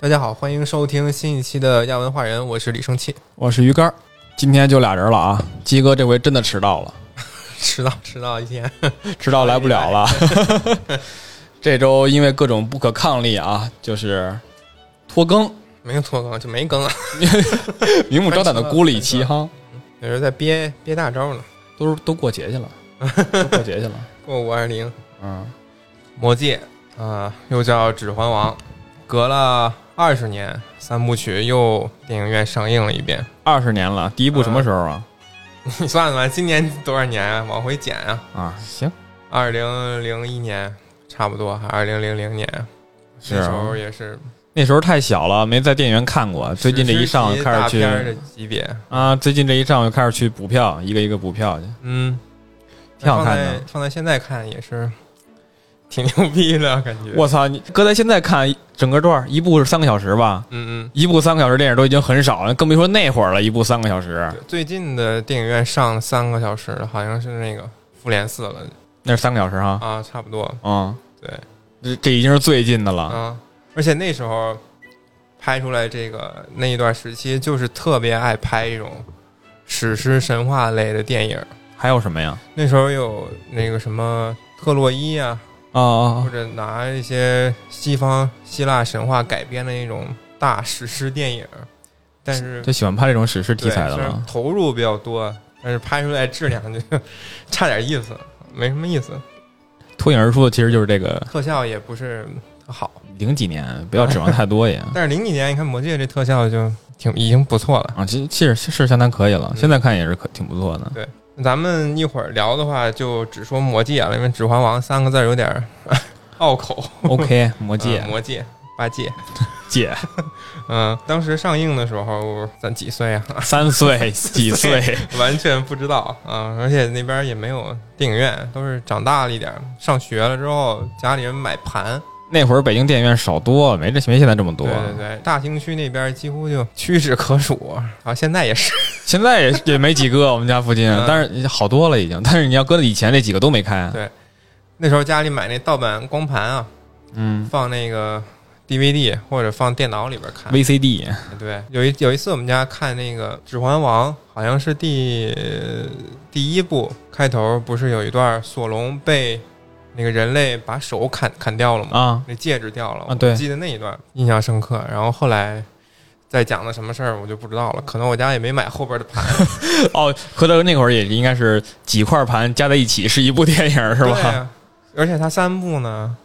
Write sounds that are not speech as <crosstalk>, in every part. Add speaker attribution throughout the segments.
Speaker 1: 大家好，欢迎收听新一期的亚文化人，我是李生气。
Speaker 2: 我是鱼竿儿，今天就俩人了啊！鸡哥这回真的迟到了，
Speaker 1: 迟到迟到一天， <laughs>
Speaker 2: 迟到来不了 <laughs> 了。这周因为各种不可抗力啊，就是拖更，
Speaker 1: 没有拖更就没更啊， <laughs>
Speaker 2: 明目张胆的孤立其 <laughs> 哈，
Speaker 1: 有人在憋憋大招呢。
Speaker 2: 都是都过节去了，都过节去了。
Speaker 1: 过五二零，
Speaker 2: <laughs> 嗯，
Speaker 1: 魔戒啊、又叫《指环王》，隔了二十年，三部曲又电影院上映了一遍。 <laughs>
Speaker 2: 二十年了，第一部什么时候啊？
Speaker 1: 你算算，今年多少年啊？往回减啊，
Speaker 2: 啊，行，
Speaker 1: 二零零一年差不多，还二零零零年。
Speaker 2: 是
Speaker 1: 那
Speaker 2: 啊
Speaker 1: 时候也是
Speaker 2: 那时候太小了，没在电影院看过。最近这一上
Speaker 1: 史诗级
Speaker 2: 开
Speaker 1: 大
Speaker 2: 始
Speaker 1: 片儿的
Speaker 2: 去
Speaker 1: 级别，
Speaker 2: 啊，最近这一上又开始去补票，一个一个补票去，
Speaker 1: 嗯，
Speaker 2: 挺好看
Speaker 1: 放
Speaker 2: 的
Speaker 1: 在。放在现在看也是 <laughs> 挺牛逼的感觉。
Speaker 2: 我操，你搁在现在看整个段儿一部是三个小时吧？
Speaker 1: 嗯
Speaker 2: 一部三个小时电影都已经很少了，更别说那会儿了，一部三个小时
Speaker 1: 嗯，，最近的电影院上三个小时的好像是那个《复联四》了
Speaker 2: 那是三个小时哈，
Speaker 1: 啊，差不多
Speaker 2: 嗯，
Speaker 1: 对，
Speaker 2: 这这已经是最近的了，
Speaker 1: 啊。而且那时候拍出来这个那一段时期，就是特别爱拍一种史诗神话类的电影。
Speaker 2: 还有什么呀？
Speaker 1: 那时候有那个什么特洛伊啊，
Speaker 2: 啊
Speaker 1: 或
Speaker 2: 啊
Speaker 1: 者拿一些西方希腊神话改编的那种大史诗电影，但是
Speaker 2: 啊，就喜欢拍这种史诗题
Speaker 1: 对，
Speaker 2: 材的
Speaker 1: 虽然
Speaker 2: 了。
Speaker 1: 投入比较多，但是拍出来质量就 <laughs> 差点意思，没什么意思，
Speaker 2: 脱颖而出的其实就是这个
Speaker 1: 特效也不是特好。
Speaker 2: 零几年，不要指望太多也
Speaker 1: 但是零几年你看《魔戒》这特效就挺已经不错了。
Speaker 2: 啊，其实其实是相当可以了，
Speaker 1: 嗯
Speaker 2: 现在看也是可挺不错的。
Speaker 1: 那咱们一会儿聊的话，就只说《魔戒》了，因为《指环王》三个字儿有点儿 <laughs> 拗口。
Speaker 2: OK，魔戒
Speaker 1: 嗯魔戒。八戒，
Speaker 2: 戒
Speaker 1: 嗯，当时上映的时候咱几岁啊？
Speaker 2: 三岁几岁？
Speaker 1: <laughs> 完全不知道啊、而且那边也没有电影院，都是长大了一点儿，上学了之后家里人买盘，
Speaker 2: 那会儿北京电影院少多了，没这没现在这么多。
Speaker 1: 对对对，大兴区那边几乎就屈指可数啊，现在也是。
Speaker 2: 现在也也没几个，我们家附近
Speaker 1: 嗯，
Speaker 2: 但是好多了已经。但是你要搁以前那几个都没开，
Speaker 1: 那时候家里买那盗版光盘啊，
Speaker 2: 嗯
Speaker 1: 放那个 DVD 或者放电脑里边看。
Speaker 2: ，VCD
Speaker 1: 对，有一有一次我们家看那个《指环王》，好像是第第一部开头，不是有一段索隆被那个人类把手砍砍掉了吗？
Speaker 2: 啊，
Speaker 1: 那戒指掉了，
Speaker 2: 啊对
Speaker 1: 我记得那一段印象深刻。然后后来再讲的什么事儿我就不知道了，可能我家也没买后边的盘，
Speaker 2: 哦，合着那会儿也应该是几块盘加在一起是一部电影是
Speaker 1: 对
Speaker 2: 吧？
Speaker 1: 啊而且它三部呢，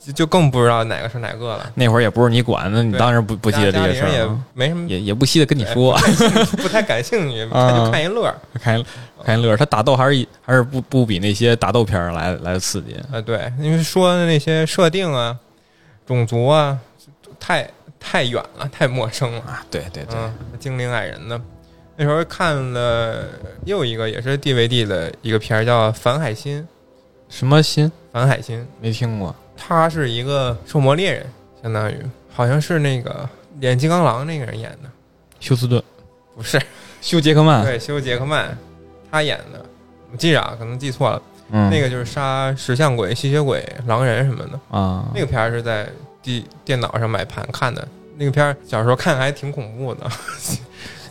Speaker 1: 就就更不知道哪个是哪个了。
Speaker 2: 那会儿也不是你管的，你
Speaker 1: 对
Speaker 2: 当然不不记得这
Speaker 1: 家
Speaker 2: 些
Speaker 1: 里
Speaker 2: 事儿
Speaker 1: 人也
Speaker 2: 了，
Speaker 1: 没什么，
Speaker 2: 也也不惜的跟你说，
Speaker 1: 不太感兴
Speaker 2: <laughs>
Speaker 1: 趣，
Speaker 2: 啊
Speaker 1: 他就看一乐儿。 <laughs>
Speaker 2: 看一看一乐儿，他打斗还是一还是不不比那些打斗片儿来来的刺激。
Speaker 1: 啊，对，因为说的那些设定啊、种族啊，太太远了，太陌生了。
Speaker 2: 啊，对对对，
Speaker 1: 嗯，精灵矮人呢？那时候看了又一个也是 DVD 的一个片儿，叫《反海心》。
Speaker 2: 什么新
Speaker 1: 反海心，
Speaker 2: 没听过
Speaker 1: 他是一个兽魔猎人，相当于好像是那个演金刚狼那个人演的，
Speaker 2: 休斯顿、
Speaker 1: 不是？
Speaker 2: 休杰克曼，
Speaker 1: 对，修杰克曼他演的，我记着啊，可能记错了。
Speaker 2: 嗯，
Speaker 1: 那个就是杀石像鬼、吸血鬼、狼人什么的。
Speaker 2: 啊
Speaker 1: 那，个片儿是在电电脑上买盘看的，那个片儿小时候看还挺恐怖的。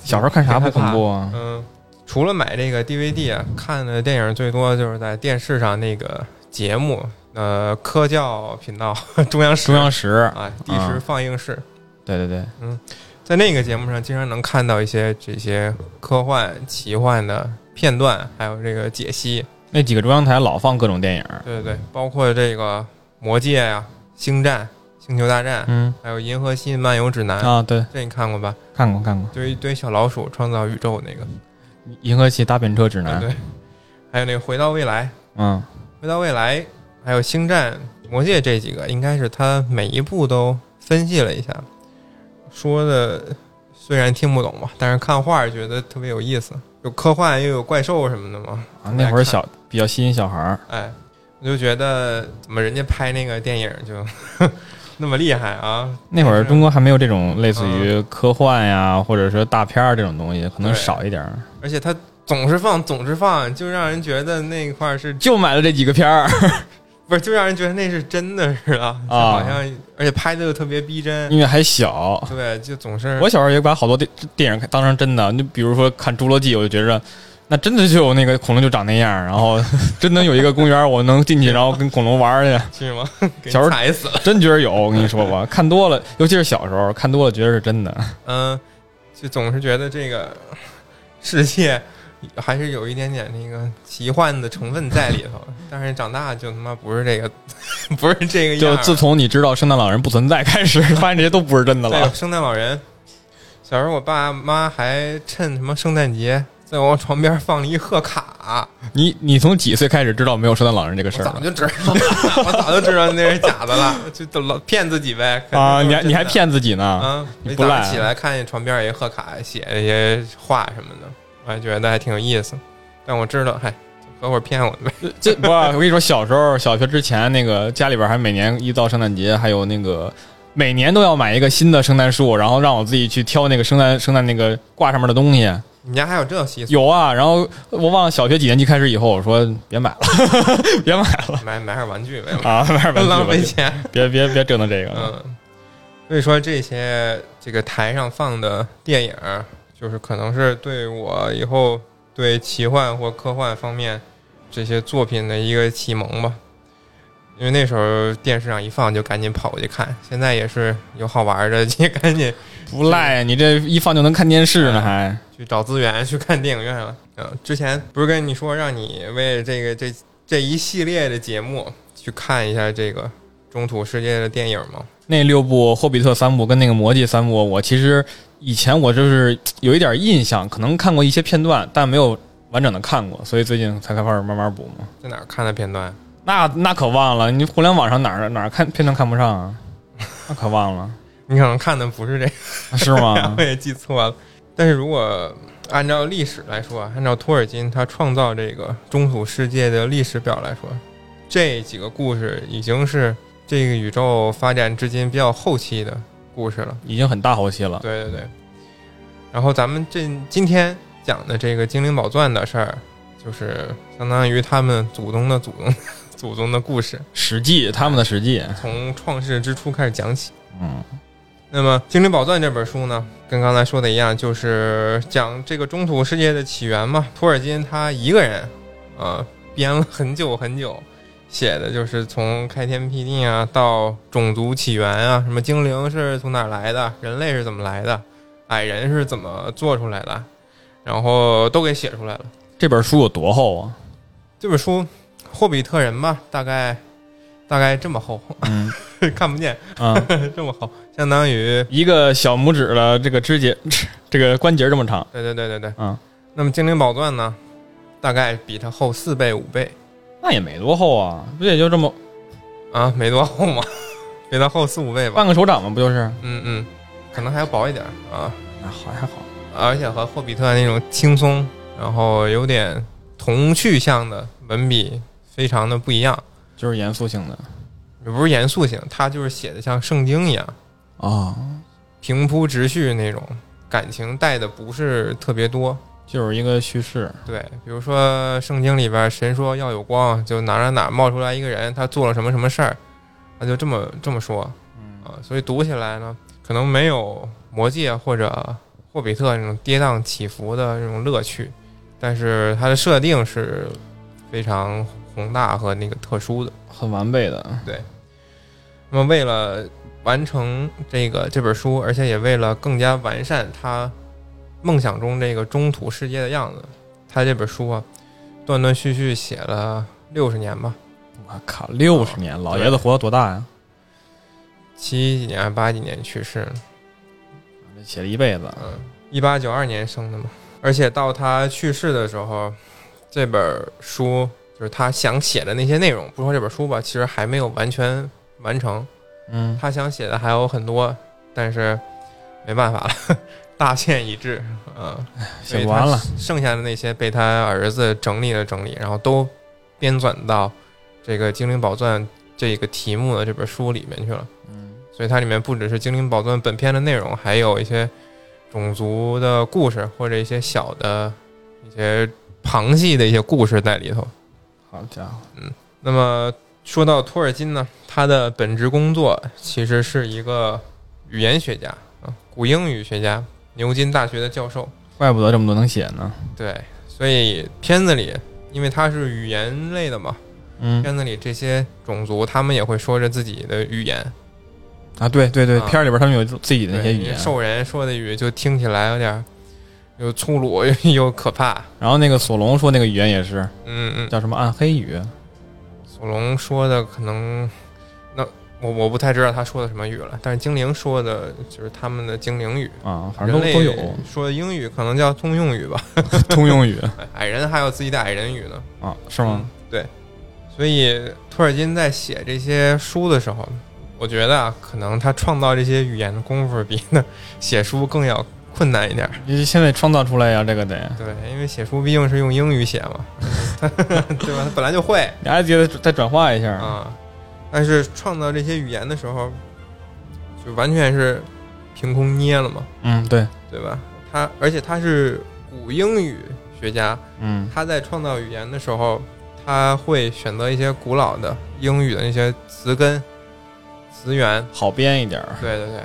Speaker 2: 小时候看啥不恐怖啊？
Speaker 1: 嗯，除了买这个 DVD 啊，看的电影最多就是在电视上那个节目，呃，科教频道 <laughs> 中央十
Speaker 2: 中央十，
Speaker 1: 啊第十
Speaker 2: 啊
Speaker 1: 放映室。
Speaker 2: 对对对，
Speaker 1: 在那个节目上，经常能看到一些这些科幻、奇幻的片段，还有这个解析。
Speaker 2: 那几个中央台老放各种电影，
Speaker 1: 对对对，包括这个《魔戒》呀、星战》《星球大战》，
Speaker 2: 嗯
Speaker 1: 还有《银河系漫游指南》
Speaker 2: 啊，对，
Speaker 1: 这你看过吧？
Speaker 2: 看过看过，
Speaker 1: 就是一堆小老鼠创造宇宙那个，
Speaker 2: 《银河系搭便车指
Speaker 1: 啊
Speaker 2: 南》，
Speaker 1: 对，还有那个《回到未来》，
Speaker 2: 嗯，
Speaker 1: 《回到未来》，还有《星战》《魔戒》这几个，应该是他每一部都分析了一下，说的虽然听不懂吧，但是看画儿觉得特别有意思，有科幻又有怪兽什么的嘛，
Speaker 2: 啊，那会儿小比较吸引小孩儿。
Speaker 1: 哎，我就觉得怎么人家拍那个电影就那么厉害啊？
Speaker 2: 那会儿
Speaker 1: 但是
Speaker 2: 中国还没有这种类似于
Speaker 1: 嗯
Speaker 2: 科幻呀，或者说大片儿这种东西，可能
Speaker 1: 对
Speaker 2: 少一点儿。
Speaker 1: 而且他总是放，总是放，就让人觉得那块儿是 <laughs>
Speaker 2: 就买了这几个片儿，
Speaker 1: 不是就让人觉得那是真的似的，
Speaker 2: 啊
Speaker 1: 就好像而且拍的又特别逼真，
Speaker 2: 因为还小，
Speaker 1: 对，就总是
Speaker 2: 我小时候也把好多电电影当成真的，你比如说看《侏罗纪》，我就觉着那真的就有那个恐龙就长那样，然后 <laughs> 真能有一个公园，我能
Speaker 1: <laughs>
Speaker 2: 进去，然后跟恐龙玩儿去，
Speaker 1: 是吗？ <laughs> 给
Speaker 2: 小时候
Speaker 1: 踩死了，
Speaker 2: 真觉得有。我跟你说
Speaker 1: <laughs>
Speaker 2: 吧，看多了，尤其是小时候看多了，觉得是真的。
Speaker 1: 嗯，就总是觉得这个世界还是有一点点那个奇幻的成分在里头，但是长大就他妈不是这个，不是这个样
Speaker 2: 就
Speaker 1: 儿，
Speaker 2: 自从你知道圣诞老人不存在
Speaker 1: <laughs>
Speaker 2: 开始，发现这些都不是真的
Speaker 1: 对，
Speaker 2: 了。
Speaker 1: 圣诞老人。小时候，我爸妈还趁什么圣诞节，在我床边放了一贺卡。
Speaker 2: 你你从几岁开始知道没有圣诞老人这个事
Speaker 1: 我
Speaker 2: 儿
Speaker 1: 早
Speaker 2: 了？
Speaker 1: 就知道 <laughs> 了，我早就知道那是假的了，就都老骗自己呗。肯定
Speaker 2: 啊，
Speaker 1: 都是
Speaker 2: 你还
Speaker 1: 真
Speaker 2: 你还
Speaker 1: 的
Speaker 2: 骗自己呢？
Speaker 1: 啊？
Speaker 2: 你
Speaker 1: 每
Speaker 2: 不
Speaker 1: 早
Speaker 2: 赖
Speaker 1: 上
Speaker 2: 啊
Speaker 1: 起来看见床边有一贺卡，写了一些话什么的，我还觉得还挺有意思。但我知道，嗨，合伙骗我呗。
Speaker 2: 这不，啊我跟你说，小时候小学之前，那个家里边还每年一到圣诞节，还有那个每年都要买一个新的圣诞树，然后让我自己去挑那个圣诞圣诞那个挂上面的东西。
Speaker 1: 你们家还有这习俗？
Speaker 2: 有啊，然后我忘了小学几年级开始以后，我说别买了， <laughs> 别买了
Speaker 1: 买买点玩具
Speaker 2: <laughs>
Speaker 1: 呗，
Speaker 2: 啊，买点
Speaker 1: 浪
Speaker 2: 玩
Speaker 1: 费
Speaker 2: 具吧，
Speaker 1: 钱。
Speaker 2: 别别别折腾这个。
Speaker 1: 嗯，所以说这些这个台上放的电影儿，就是可能是对我以后对奇幻或科幻方面这些作品的一个启蒙吧。因为那时候电视上一放就赶紧跑过去看，现在也是有好玩儿的 <laughs> 也赶紧
Speaker 2: 不赖，你这一放就能看电视呢，还
Speaker 1: 去找资源去看电影院了。嗯，之前不是跟你说让你为这个这这一系列的节目去看一下这个中土世界的电影吗？
Speaker 2: 那六部《霍比特》三部跟那个《魔戒》三部，我其实以前我就是有一点印象，可能看过一些片段，但没有完整的看过，所以最近才开始慢慢补嘛。
Speaker 1: 在哪儿看的片段？
Speaker 2: 那那可忘了，你互联网上哪儿哪儿看片段看不上啊？那可忘了，
Speaker 1: 你可能看的不是这个。
Speaker 2: 是吗 <laughs>
Speaker 1: 我？也记错了。但是如果按照历史来说，啊按照托尔金他创造这个中土世界的历史表来说，这几个故事已经是这个宇宙发展至今比较后期的故事了。
Speaker 2: 已经很大后期了。
Speaker 1: 对对对。然后咱们这今天讲的这个精灵宝钻的事儿，就是相当于他们祖宗的祖宗 <laughs> 祖宗的故事，
Speaker 2: 《史记》他们的《史记》，
Speaker 1: 从创世之初开始讲起。
Speaker 2: 嗯，
Speaker 1: 那么《精灵宝钻》这本书呢，跟刚才说的一样，就是讲这个中土世界的起源嘛。托尔金他一个人，呃，编了很久很久，写的就是从开天辟地啊，到种族起源啊，什么精灵是从哪儿来的，人类是怎么来的，矮人是怎么做出来的，然后都给写出来了。
Speaker 2: 这本书有多厚啊？
Speaker 1: 这本书《霍比特人》吧，大概大概这么厚，
Speaker 2: 嗯
Speaker 1: <laughs> 看不见，
Speaker 2: 啊，
Speaker 1: 这么厚，相当于
Speaker 2: 一个小拇指的这个指节， <laughs> 这个关节这么长。
Speaker 1: 对对对对对，
Speaker 2: 嗯。
Speaker 1: 那么精灵宝钻呢，大概比它厚四倍五倍
Speaker 2: 那也没多厚啊，不也就这么
Speaker 1: 啊，没多厚嘛， <laughs> 比它厚四五倍吧。
Speaker 2: 半个手掌吗？不就是？
Speaker 1: 嗯嗯，可能还要薄一点啊，
Speaker 2: 那好还好，
Speaker 1: 而且和霍比特那种轻松，然后有点童趣向的文笔非常的不一样，
Speaker 2: 就是严肃性的
Speaker 1: 也不是严肃型，它就是写的像圣经一样，
Speaker 2: 啊，
Speaker 1: 平铺直叙那种，感情带的不是特别多。
Speaker 2: 就是一个叙事。
Speaker 1: 对，比如说圣经里边神说要有光，就哪哪哪冒出来一个人，他做了什么什么事儿，他就这么这么说
Speaker 2: 嗯
Speaker 1: 啊。所以读起来呢，可能没有魔戒或者霍比特那种跌宕起伏的那种乐趣，但是它的设定是非常宏大和那个特殊的。
Speaker 2: 很完备的。
Speaker 1: 那么为了完成这个这本书，而且也为了更加完善他梦想中这个中土世界的样子，他这本书啊，断断续续写了六十年吧，
Speaker 2: 我靠，六十年，老爷子活到多大呀？
Speaker 1: 七几年还八几年去世，
Speaker 2: 这写了一辈子，
Speaker 1: 嗯，一八九二年生的嘛。而且到他去世的时候，这本书就是他想写的那些内容，不说这本书吧，其实还没有完全完成。
Speaker 2: 嗯，
Speaker 1: 他想写的还有很多，但是没办法了， <laughs> 大限已至，嗯、所以
Speaker 2: 写
Speaker 1: 他
Speaker 2: 不完了。
Speaker 1: 剩下的那些被他儿子整理了整理，然后都编纂到这个《精灵宝钻》这个题目的这本书里面去了。
Speaker 2: 嗯，
Speaker 1: 所以它里面不只是《精灵宝钻》本片的内容，还有一些种族的故事或者一些小的一些旁系的一些故事在里头。
Speaker 2: 好家伙，
Speaker 1: 那么说到托尔金呢，他的本职工作其实是一个语言学家啊，古英语学家，牛津大学的教授。
Speaker 2: 怪不得这么多能写呢。
Speaker 1: 对，所以片子里，因为他是语言类的嘛，
Speaker 2: 嗯
Speaker 1: 片子里这些种族他们也会说着自己的语言，
Speaker 2: 啊，对对对，
Speaker 1: 啊
Speaker 2: 片儿里边他们有自己的那些
Speaker 1: 对
Speaker 2: 语言，
Speaker 1: 兽人说的语就听起来有点儿又粗鲁又 <laughs> 又可怕。
Speaker 2: 然后那个索隆说那个语言也是
Speaker 1: 嗯嗯，
Speaker 2: 叫什么暗黑语，
Speaker 1: 索隆说的可能，那我我不太知道他说的什么语了，但是精灵说的就是他们的精灵语，
Speaker 2: 啊，反
Speaker 1: 人
Speaker 2: 正都
Speaker 1: 类
Speaker 2: 都有 <laughs>
Speaker 1: 说的英语可能叫通用语吧， <laughs>
Speaker 2: 通用 <laughs> 语
Speaker 1: 矮人还有自己的矮人语呢，
Speaker 2: 啊，是吗？
Speaker 1: 嗯对，所以托尔金在写这些书的时候，我觉得啊，可能他创造这些语言的功夫比那写书更要困难一点儿。
Speaker 2: 你现在创造出来呀，这个得。
Speaker 1: 对，因为写书毕竟是用英语写
Speaker 2: <laughs>
Speaker 1: 嘛，对吧？他本来就会
Speaker 2: 你还得再转化一下，
Speaker 1: 啊，但是创造这些语言的时候，就完全是凭空捏了嘛，
Speaker 2: 嗯，对，
Speaker 1: 对吧？他而且他是古英语学家，
Speaker 2: 嗯，
Speaker 1: 他在创造语言的时候，他会选择一些古老的英语的那些词根、词源，
Speaker 2: 好编一点儿，
Speaker 1: 对对对，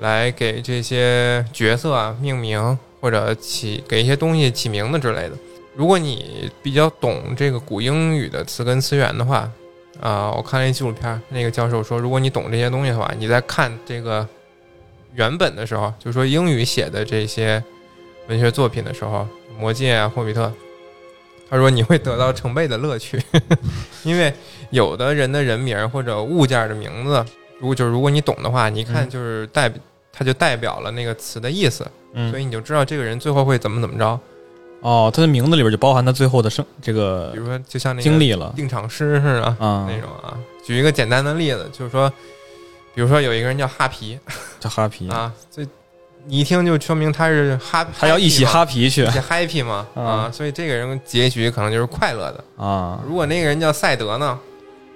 Speaker 1: 来给这些角色啊命名或者起给一些东西起名字之类的。如果你比较懂这个古英语的词根词源的话，啊、我看了一纪录片儿，那个教授说，如果你懂这些东西的话，你在看这个原本的时候，就是说英语写的这些文学作品的时候，《魔戒》啊，《霍比特》，他说你会得到成倍的乐趣， <laughs> 因为有的人的人名儿或者物件儿的名字，如果就是如果你懂的话，你一看
Speaker 2: 嗯
Speaker 1: 就是代表，它就代表了那个词的意思，所
Speaker 2: 嗯，
Speaker 1: 以你就知道这个人最后会怎么怎么着。
Speaker 2: 哦，他的名字里边就包含他最后的生这个
Speaker 1: 比如说，就像那个
Speaker 2: 嗯经历了
Speaker 1: 定场诗似的
Speaker 2: 啊，
Speaker 1: 那种啊。举一个简单的例子，就是说，比如说有一个人叫哈皮
Speaker 2: 叫哈皮，
Speaker 1: 啊，这你一听就说明他是哈，
Speaker 2: 嗯他要一起哈嗯皮去
Speaker 1: 一起 happy 嘛啊，所以这个人结局可能就是快乐的。
Speaker 2: 啊，
Speaker 1: 如果那个人叫赛德呢，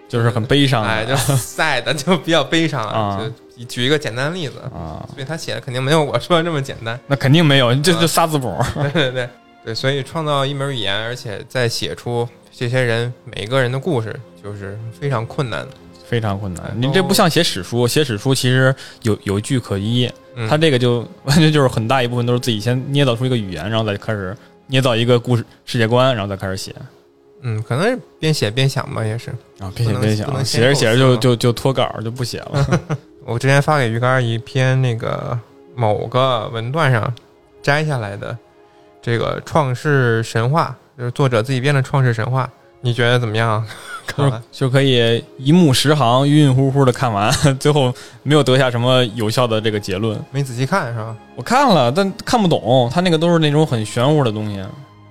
Speaker 2: 就是很悲伤的，
Speaker 1: 哎，
Speaker 2: <laughs>
Speaker 1: 就赛的就比较悲伤啊。
Speaker 2: 啊
Speaker 1: 就举一个简单例子，
Speaker 2: 啊，
Speaker 1: 所以他写的肯定没有我说的这么简单。
Speaker 2: 那肯定没有，这
Speaker 1: 啊
Speaker 2: 就仨字母，
Speaker 1: <laughs> 对对对对，所以创造一门语言，而且再写出这些人每一个人的故事，就是非常困难的。
Speaker 2: 非常困
Speaker 1: 哎
Speaker 2: 难。你这不像写史书，写史书其实有有据可依，
Speaker 1: 嗯
Speaker 2: 他这个就 <laughs> 完全就是很大一部分都是自己先捏造出一个语言，然后再开始捏造一个故事世界观，然后再开始写
Speaker 1: 嗯，可能是边写边想吧，也是。
Speaker 2: 啊，别写
Speaker 1: 不能
Speaker 2: 别
Speaker 1: 不能先
Speaker 2: 想，写着写着
Speaker 1: 构
Speaker 2: 就
Speaker 1: 思啊
Speaker 2: 就就脱稿就不写
Speaker 1: <laughs>
Speaker 2: 了
Speaker 1: 我之前发给鱼竿一篇那个某个文段上摘下来的这个创世神话，就是作者自己编的创世神话，你觉得怎么样？看
Speaker 2: 就
Speaker 1: 完
Speaker 2: 就可以一目十行，晕晕乎乎的看完， <laughs> 最后没有得下什么有效的这个结论。
Speaker 1: 没仔细看是吧？
Speaker 2: 我看了，但看不懂，他那个都是那种很玄乎的东西。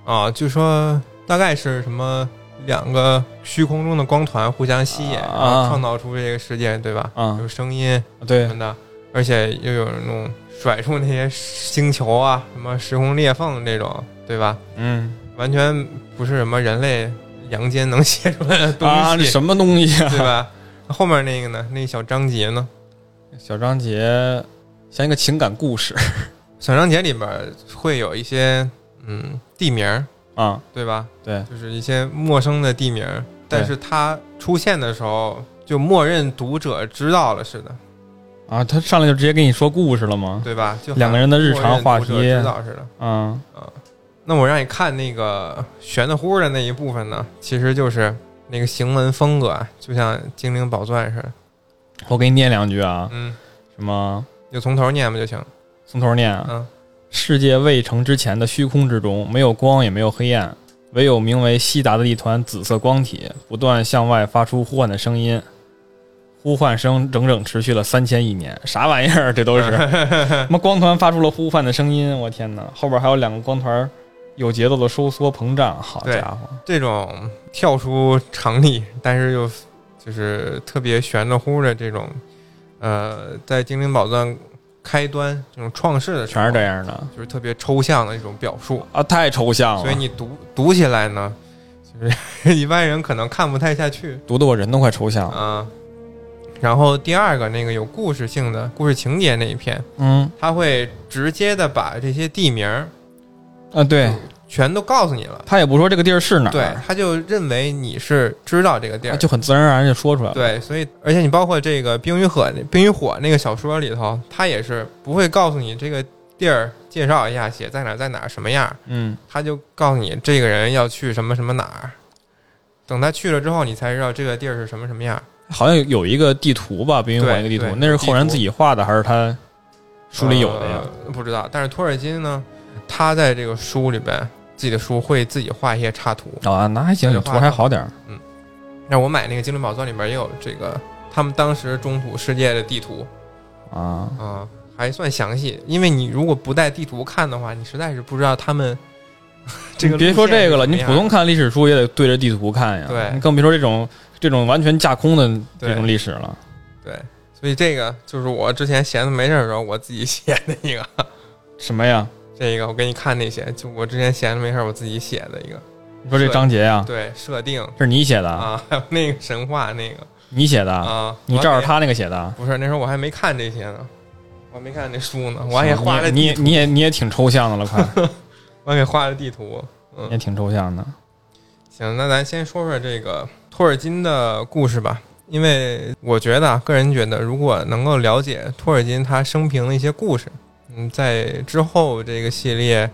Speaker 1: 啊，就说大概是什么两个虚空中的光团互相吸引，
Speaker 2: 啊
Speaker 1: 然后创造出这个世界，对吧？
Speaker 2: 啊
Speaker 1: 有声音
Speaker 2: 对
Speaker 1: 什，么的，而且又有那种甩出那些星球啊，什么时空裂缝这种，对吧？
Speaker 2: 嗯
Speaker 1: 完全不是什么人类阳间能写出来的东西，
Speaker 2: 啊，这什么东西啊？
Speaker 1: 对吧？后面那个呢？那小章节呢？
Speaker 2: 小章节像一个情感故事
Speaker 1: 小章节里边会有一些嗯地名儿，
Speaker 2: 啊，
Speaker 1: 对吧？
Speaker 2: 对，
Speaker 1: 就是一些陌生的地名儿，但是它出现的时候就默认读者知道了似的，
Speaker 2: 啊，他上来就直接跟你说故事了吗？
Speaker 1: 对吧？就好像
Speaker 2: 两个人的日常话题
Speaker 1: 默认读者知道似的。
Speaker 2: 啊，
Speaker 1: 那我让你看那个悬的乎的那一部分呢，其实就是那个行文风格啊，就像《精灵宝钻》似的。
Speaker 2: 我给你念两句啊，
Speaker 1: 嗯，
Speaker 2: 什么
Speaker 1: 就从头念吧就行。
Speaker 2: 从头念啊。
Speaker 1: 嗯，
Speaker 2: 世界未成之前的虚空之中，没有光也没有黑暗，唯有名为西达的一团紫色光体，不断向外发出呼唤的声音。呼唤声整整持续了三千亿年，啥玩意儿？这
Speaker 1: <laughs>
Speaker 2: 都是什么光团发出了呼唤的声音？我天哪！后边还有两个光团有节奏的收缩膨胀，好
Speaker 1: 对
Speaker 2: 家伙！
Speaker 1: 这种跳出常理，但是又就是特别玄的乎的这种，呃，在《精灵宝钻》开端这种创世的时候
Speaker 2: 全是这，样的
Speaker 1: 就是特别抽象的一种表述，
Speaker 2: 啊，太抽象了，
Speaker 1: 所以你读读起来呢，就是 <laughs> 一般人可能看不太下去
Speaker 2: 读的我人都快抽象
Speaker 1: 啊、
Speaker 2: 了。
Speaker 1: 然后第二个那个有故事性的故事情节那一篇，
Speaker 2: 嗯
Speaker 1: 它会直接的把这些地名儿
Speaker 2: 啊，对，
Speaker 1: 全都告诉你了，
Speaker 2: 他也不说这个地儿是哪
Speaker 1: 嗯
Speaker 2: 儿，
Speaker 1: 对，他就认为你是知道这个地
Speaker 2: 他
Speaker 1: 儿，
Speaker 2: 就很自然而然就说出来了。
Speaker 1: 对，所以而且你包括这个《冰与火》《冰与火》那个小说里头，他也是不会告诉你这个地儿介绍一下，写在哪儿在哪儿什么样儿，
Speaker 2: 嗯，
Speaker 1: 他就告诉你这个人要去什么什么哪儿。等他去了之后，你才知道这个地儿是什么什么样儿。
Speaker 2: 好像有有一个地图吧，冰与火
Speaker 1: 对
Speaker 2: 那个地图
Speaker 1: 对，
Speaker 2: 那是后人
Speaker 1: 地图
Speaker 2: 自己画的还是他书里有的呀？
Speaker 1: 呃不知道。但是托尔金呢，他在这个书里边，自己的书会自己画一些插图。
Speaker 2: 啊，那还行，有图还好点儿。
Speaker 1: 那我买那个《精灵宝钻》里边也有这个他们当时中土世界的地图
Speaker 2: 啊，
Speaker 1: 啊、还算详细。因为你如果不带地图看的话，你实在是不知道他
Speaker 2: <laughs>
Speaker 1: 们这个
Speaker 2: 别说这个了，你普通
Speaker 1: 看
Speaker 2: 看历史书也得对着地图看呀。
Speaker 1: 对
Speaker 2: 你更别说这种这种完全架空的这种历史了。
Speaker 1: 对，所以这个就是我之前闲的没事儿的时候我自己写的一个。 <laughs>
Speaker 2: 什么呀？
Speaker 1: 这个我给你看那些，就我之前闲着没事儿我自己写的一个，
Speaker 2: 你说这章节呀，
Speaker 1: 对设定
Speaker 2: 这是你写的啊，
Speaker 1: 啊，还有那个神话那个
Speaker 2: 你写的啊，
Speaker 1: 啊，
Speaker 2: 你
Speaker 1: 我还
Speaker 2: 照着
Speaker 1: 给
Speaker 2: 他那个写的啊。
Speaker 1: 不是，那时候我还没看这些呢，我还没看那书呢，我还给画了
Speaker 2: 你
Speaker 1: 地
Speaker 2: 也
Speaker 1: 图，
Speaker 2: 你也你也挺抽象的了，快，
Speaker 1: <laughs> 我还给画了地图。
Speaker 2: 你也挺抽象的。
Speaker 1: 行，那咱先说说这个托尔金的故事吧，因为我觉得，啊，个人觉得，如果能够了解托尔金他生平的一些故事，嗯，在之后这个系列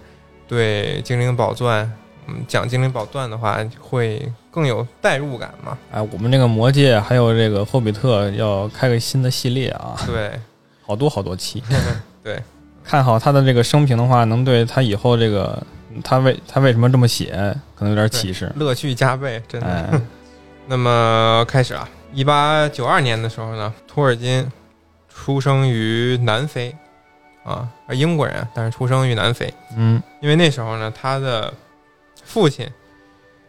Speaker 1: 对《精灵宝钻》，嗯，讲《精灵宝钻》的话，会更有代入感嘛。
Speaker 2: 哎，我们这个《魔戒》还有这个《霍比特》要开个新的系列啊，
Speaker 1: 对，
Speaker 2: 好多好多期。
Speaker 1: <laughs> 对，
Speaker 2: 看好他的这个生平的话，能对他以后这个嗯他为他为什么这么写，可能有点启示。
Speaker 1: 乐趣加倍，真的。
Speaker 2: 哎，
Speaker 1: 那么开始啊，一八九二年的时候呢，托尔金出生于南非，啊，英国人，但是出生于南非，
Speaker 2: 嗯，
Speaker 1: 因为那时候呢，他的父亲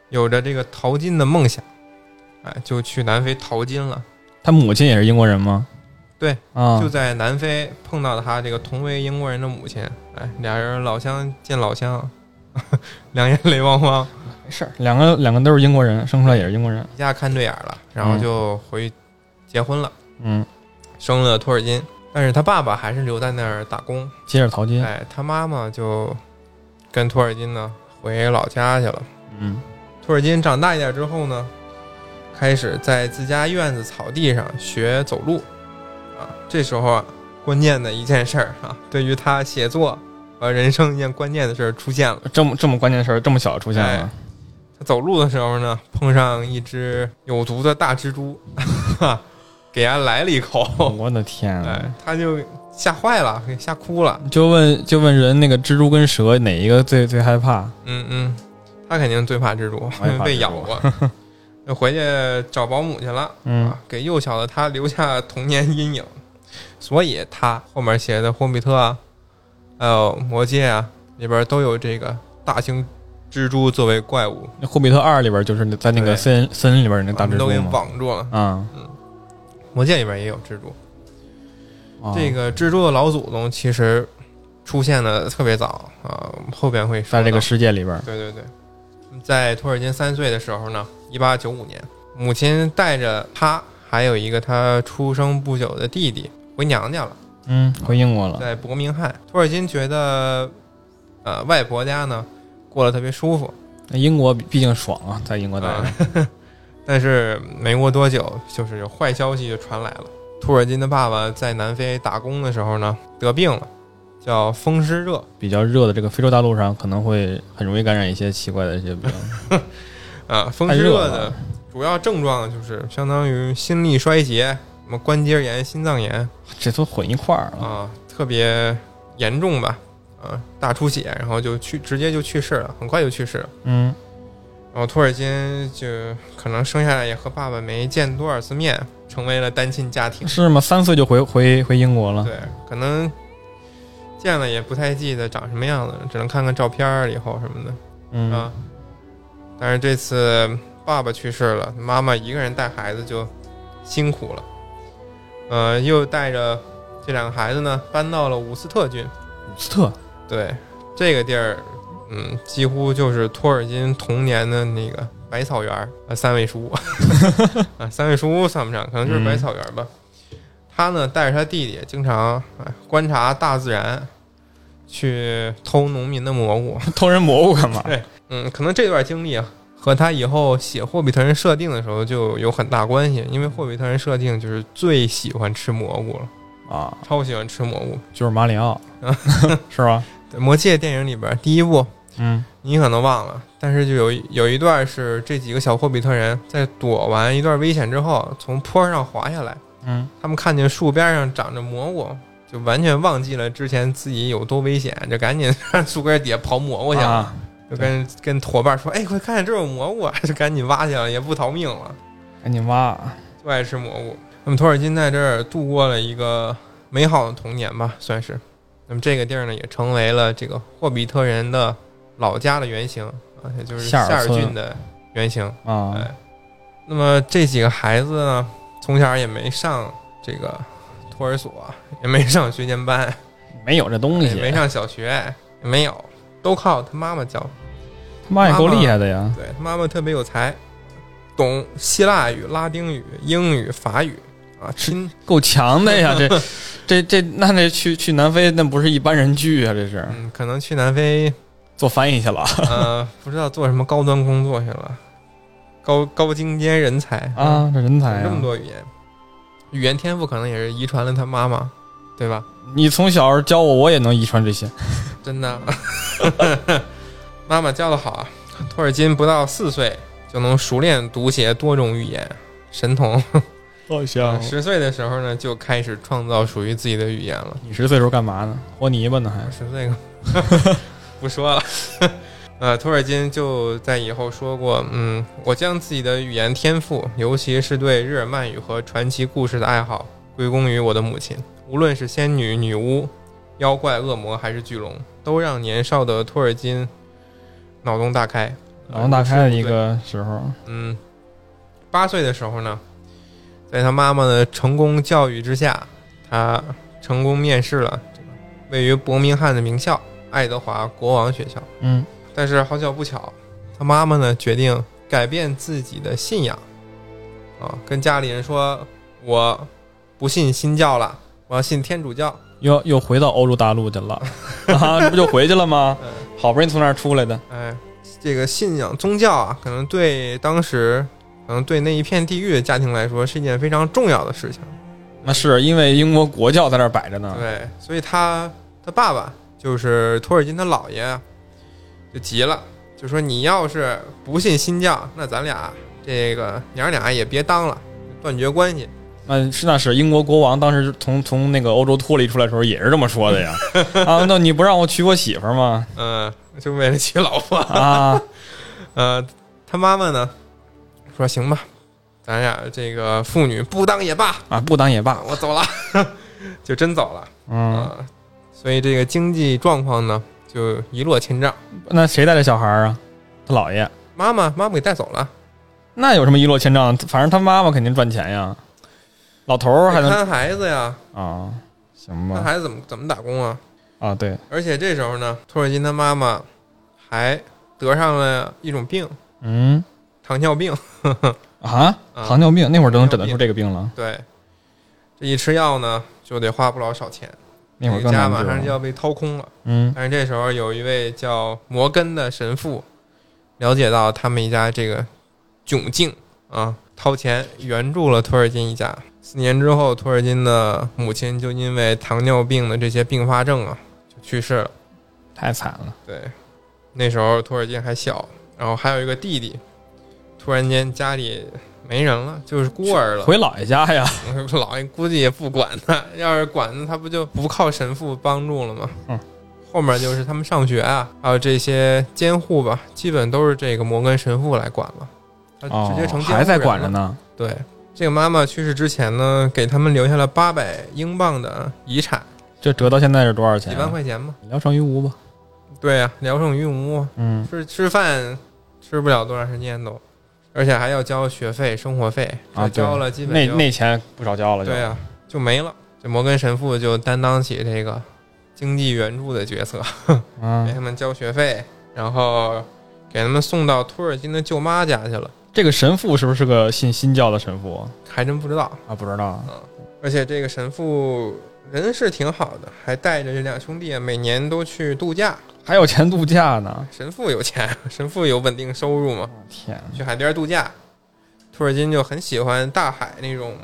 Speaker 1: 有着这个淘金的梦想，哎，就去南非淘金了，
Speaker 2: 他母亲也是英国人吗？
Speaker 1: 对
Speaker 2: 啊
Speaker 1: 就，在南非碰到了他这个同为英国人的母亲，哎，俩人老乡见老乡， <laughs> 两眼泪汪汪，
Speaker 2: 没事儿，两个两个都是英国人，生出来也是英国人。
Speaker 1: 一下看对眼了，然后
Speaker 2: 嗯
Speaker 1: 就回去结婚了。
Speaker 2: 嗯，
Speaker 1: 生了托尔金，但是他爸爸还是留在那儿打工。
Speaker 2: 接着淘金。
Speaker 1: 哎，他妈妈就跟托尔金呢回老家去了。
Speaker 2: 嗯，
Speaker 1: 托尔金长大一点之后呢，开始在自家院子草地上学走路。啊，这时候啊，关键的一件事儿啊，对于他写作和人生一件关键的事儿出现了。
Speaker 2: 这么这么关键的事儿，这么小出现了，
Speaker 1: 哎他走路的时候呢，碰上一只有毒的大蜘蛛，给他来了一口，
Speaker 2: 我的天啊！
Speaker 1: 哎，他就吓坏了，给吓哭了。
Speaker 2: 就问就问人那个蜘蛛跟蛇哪一个最最害怕？
Speaker 1: 嗯，嗯，他肯定最怕蜘蛛，
Speaker 2: 我也
Speaker 1: 因
Speaker 2: 怕
Speaker 1: 为被
Speaker 2: 蜘
Speaker 1: 咬
Speaker 2: 蛛 <laughs>
Speaker 1: 过。就回去找保姆去了，
Speaker 2: 嗯
Speaker 1: 啊，给幼小的他留下童年阴影，所以他后面写的《霍比特》啊，还有《魔戒》啊，里边都有这个大型蜘蛛作为怪物，
Speaker 2: 那《霍比特二》里边就是在那个
Speaker 1: 对啊
Speaker 2: 森森林里边那
Speaker 1: 把
Speaker 2: 大
Speaker 1: 他
Speaker 2: 蜘
Speaker 1: 们都
Speaker 2: 蛛
Speaker 1: 给
Speaker 2: 嘛。
Speaker 1: 网住了。
Speaker 2: 啊，
Speaker 1: 《魔戒》里边也有蜘蛛，
Speaker 2: 啊
Speaker 1: 这个蜘蛛的老祖宗其实出现的特别早啊，后边会说
Speaker 2: 在这
Speaker 1: 到
Speaker 2: 个世界里边，
Speaker 1: 对对对，在托尔金三岁的时候呢，一八九五年，母亲带着他还有一个他出生不久的弟弟回娘家了，
Speaker 2: 嗯，回英国了。
Speaker 1: 在伯明翰。托尔金觉得，呃，外婆家呢过得特别舒服，
Speaker 2: 那英国毕竟爽啊，在英国待
Speaker 1: 嗯
Speaker 2: 着。
Speaker 1: 但是没过多久，就是有坏消息就传来了。托尔金的爸爸在南非打工的时候呢，得病了，叫风湿热。
Speaker 2: 比较热的这个非洲大陆上，可能会很容易感染一些奇怪的一些病。
Speaker 1: 啊，风
Speaker 2: 太
Speaker 1: 湿
Speaker 2: 热
Speaker 1: 热的
Speaker 2: 了
Speaker 1: 主要症状就是相当于心力衰竭、什么关节炎、心脏炎，
Speaker 2: 这都混一块儿了。
Speaker 1: 啊，特别严重吧，啊，大出血，然后就去直接就去世了，很快就去世了。
Speaker 2: 嗯，
Speaker 1: 然后托尔金就可能生下来也和爸爸没见多少次面，成为了单亲家庭。
Speaker 2: 是吗？三岁就回回回英国了。
Speaker 1: 对，可能见了也不太记得长什么样子，只能看看照片儿以后什么的
Speaker 2: 嗯，
Speaker 1: 啊。但是这次爸爸去世了，妈妈一个人带孩子就辛苦了，呃，又带着这两个孩子呢搬到了伍斯特郡。
Speaker 2: 伍斯特
Speaker 1: 对，这个地儿，嗯，几乎就是托尔金童年的那个百草园儿啊，三味书屋啊，三味书屋算不上，可能就是百草园儿吧。他呢，带着他弟弟，经常哎观察大自然，去偷农民的蘑菇。
Speaker 2: 偷人蘑菇干嘛？
Speaker 1: 嗯，可能这段经历啊，和他以后写《霍比特人》设定的时候就有很大关系，因为《霍比特人》设定就是最喜欢吃蘑菇了，
Speaker 2: 啊，
Speaker 1: 超喜欢吃蘑菇。
Speaker 2: 就是马
Speaker 1: <laughs>
Speaker 2: 里奥，是吧？
Speaker 1: 在《魔戒》电影里边，第一部
Speaker 2: 嗯，
Speaker 1: 你可能忘了，但是就有一有一段是这几个小霍比特人在躲完一段危险之后，从坡上滑下来，
Speaker 2: 嗯，
Speaker 1: 他们看见树边上长着蘑菇。就完全忘记了之前自己有多危险，就赶紧上树根底下刨蘑菇去了。
Speaker 2: 啊，
Speaker 1: 就跟跟伙伴说：“哎，快看，这有蘑菇啊！”就赶紧挖去了，也不逃命了，
Speaker 2: 赶紧挖，
Speaker 1: 就爱吃蘑菇。那么，托尔金在这儿度过了一个美好的童年吧，算是。那么，这个地儿呢，也成为了这个霍比特人的老家的原型啊，也就是
Speaker 2: 夏
Speaker 1: 夏
Speaker 2: 尔
Speaker 1: 尔
Speaker 2: 村
Speaker 1: 郡的原型。
Speaker 2: 啊
Speaker 1: 哎，那么这几个孩子呢，从小也没上这个托儿所，也没上学前班，
Speaker 2: 没有这东
Speaker 1: 也
Speaker 2: 西，
Speaker 1: 哎没上小学，也没有，都靠他妈妈教。
Speaker 2: 他妈也够厉害的呀，
Speaker 1: 对他妈妈特别有才，懂希腊语、拉丁语、英语、法语啊，亲
Speaker 2: 够强的呀，这
Speaker 1: <laughs>
Speaker 2: 这这那这去去南非那不是一般人去啊，这是
Speaker 1: 嗯，可能去南非，
Speaker 2: 做翻译去了
Speaker 1: <laughs> 呃，不知道做什么高端工作去了，高高精尖人才，
Speaker 2: 啊，这人
Speaker 1: 懂
Speaker 2: 才
Speaker 1: 这么
Speaker 2: 呀！
Speaker 1: 多语言，语言天赋可能也是遗传了他妈妈，对吧？
Speaker 2: 你从小教我，我也能遗传这些
Speaker 1: 真的， <laughs> 妈妈教的好啊。托尔金不到四岁就能熟练读写多种语言，神童。
Speaker 2: 好像
Speaker 1: 十岁的时候呢，就开始创造属于自己的语言了。
Speaker 2: 你十岁时候干嘛呢？和泥巴呢还？
Speaker 1: 是这个， <laughs> 不说了。呃，托尔金就在以后说过，嗯，我将自己的语言天赋，尤其是对日耳曼语和传奇故事的爱好，归功于我的母亲。无论是仙女、女巫、妖怪、恶魔，还是巨龙，都让年少的托尔金脑洞大开。
Speaker 2: 脑洞大开的一个时候，
Speaker 1: 嗯，八岁的时候呢，在他妈妈的成功教育之下，他成功面试了这个位于伯明翰的名校——爱德华国王学校。
Speaker 2: 嗯，
Speaker 1: 但是好巧不巧，他妈妈呢决定改变自己的信仰，啊，跟家里人说我不信新教了，我要信天主教。
Speaker 2: 又又回到欧洲大陆去了啊，这不就回去了吗？好不容易从那儿出来的，
Speaker 1: 哎，这个信仰宗教啊，可能对当时，可能对那一片地域的家庭来说是一件非常重要的事情。
Speaker 2: 那是因为英国国教在那儿摆着呢，
Speaker 1: 对，所以他他爸爸就是托尔金他姥爷啊，就急了，就说你要是不信新教，那咱俩这个娘儿俩也别当了，断绝关系。
Speaker 2: 那是那是英国国王当时从从那个欧洲脱离出来的时候也是这么说的呀，啊，那你不让我娶我媳妇儿吗？
Speaker 1: 嗯、就为了娶老婆。
Speaker 2: <laughs> 啊，
Speaker 1: 呃，他妈妈呢说行吧，咱俩这个父女不当也罢，
Speaker 2: 啊，不当也罢，
Speaker 1: 我走了， <laughs> 就真走了
Speaker 2: 嗯，
Speaker 1: 啊、所以这个经济状况呢就一落千丈。
Speaker 2: 那谁带着小孩儿啊？他姥爷，
Speaker 1: 妈妈，妈妈给带走了，
Speaker 2: 那有什么一落千丈？反正他妈妈肯定赚钱呀，老头儿还能
Speaker 1: 看孩子呀，
Speaker 2: 啊，行
Speaker 1: 看
Speaker 2: 吧，
Speaker 1: 孩子怎么怎么打工啊？
Speaker 2: 啊，对，
Speaker 1: 而且这时候呢，托尔金他妈妈还得上了一种病
Speaker 2: 嗯
Speaker 1: ——糖尿病。 <laughs>
Speaker 2: 啊，
Speaker 1: 啊
Speaker 2: 糖尿病那会儿都能诊
Speaker 1: 糖
Speaker 2: 断出
Speaker 1: 尿病
Speaker 2: 这个病了，
Speaker 1: 对，这一吃药呢，就得花不少少钱。
Speaker 2: 那会儿
Speaker 1: 这
Speaker 2: 更
Speaker 1: 个家
Speaker 2: 难
Speaker 1: 马
Speaker 2: 治
Speaker 1: 上就
Speaker 2: 了，
Speaker 1: 要被掏空了。
Speaker 2: 嗯
Speaker 1: 但是这时候有一位叫摩根的神父，了解到他们一家这个窘境啊，掏钱援助了托尔金一家。四年之后，托尔金的母亲就因为糖尿病的这些并发症啊，就去世了。
Speaker 2: 太惨了，
Speaker 1: 对，那时候托尔金还小，然后还有一个弟弟，突然间家里没人了，就是孤儿了。
Speaker 2: 回姥爷家呀，
Speaker 1: 老爷估计也不管他，要是管他，他不就不靠神父帮助了吗？
Speaker 2: 嗯，
Speaker 1: 后面就是他们上学啊，还有这些监护吧，基本都是这个摩根神父来管了，他直接成监
Speaker 2: 哦
Speaker 1: 护人了、
Speaker 2: 还在管着呢，
Speaker 1: 对，这个妈妈去世之前呢，给他们留下了八百英镑的遗产，
Speaker 2: 这折到现在是多少钱
Speaker 1: 几
Speaker 2: 啊？
Speaker 1: 万块钱嘛。
Speaker 2: 聊胜于无吧，
Speaker 1: 对呀、聊胜于无啊。
Speaker 2: 嗯，
Speaker 1: 吃吃饭吃不了多长时间都，而且还要交学费、生活费，
Speaker 2: 啊
Speaker 1: 这
Speaker 2: 对
Speaker 1: 交了基本
Speaker 2: 那
Speaker 1: 就
Speaker 2: 那钱不少交了，就
Speaker 1: 对啊，就没了。这摩根神父就担当起这个经济援助的角色，给
Speaker 2: 嗯，
Speaker 1: 他们交学费，然后给他们送到土耳其的舅妈家去了，
Speaker 2: 这个神父是不是个信新教的神父
Speaker 1: 还真不知道。
Speaker 2: 啊？不知道，
Speaker 1: 而且这个神父人是挺好的，还带着这两兄弟啊每年都去度假。
Speaker 2: 还有钱度假呢！
Speaker 1: 神父有钱，神父有稳定收入嘛，
Speaker 2: 天哪，
Speaker 1: 去海边度假。托尔金就很喜欢大海那种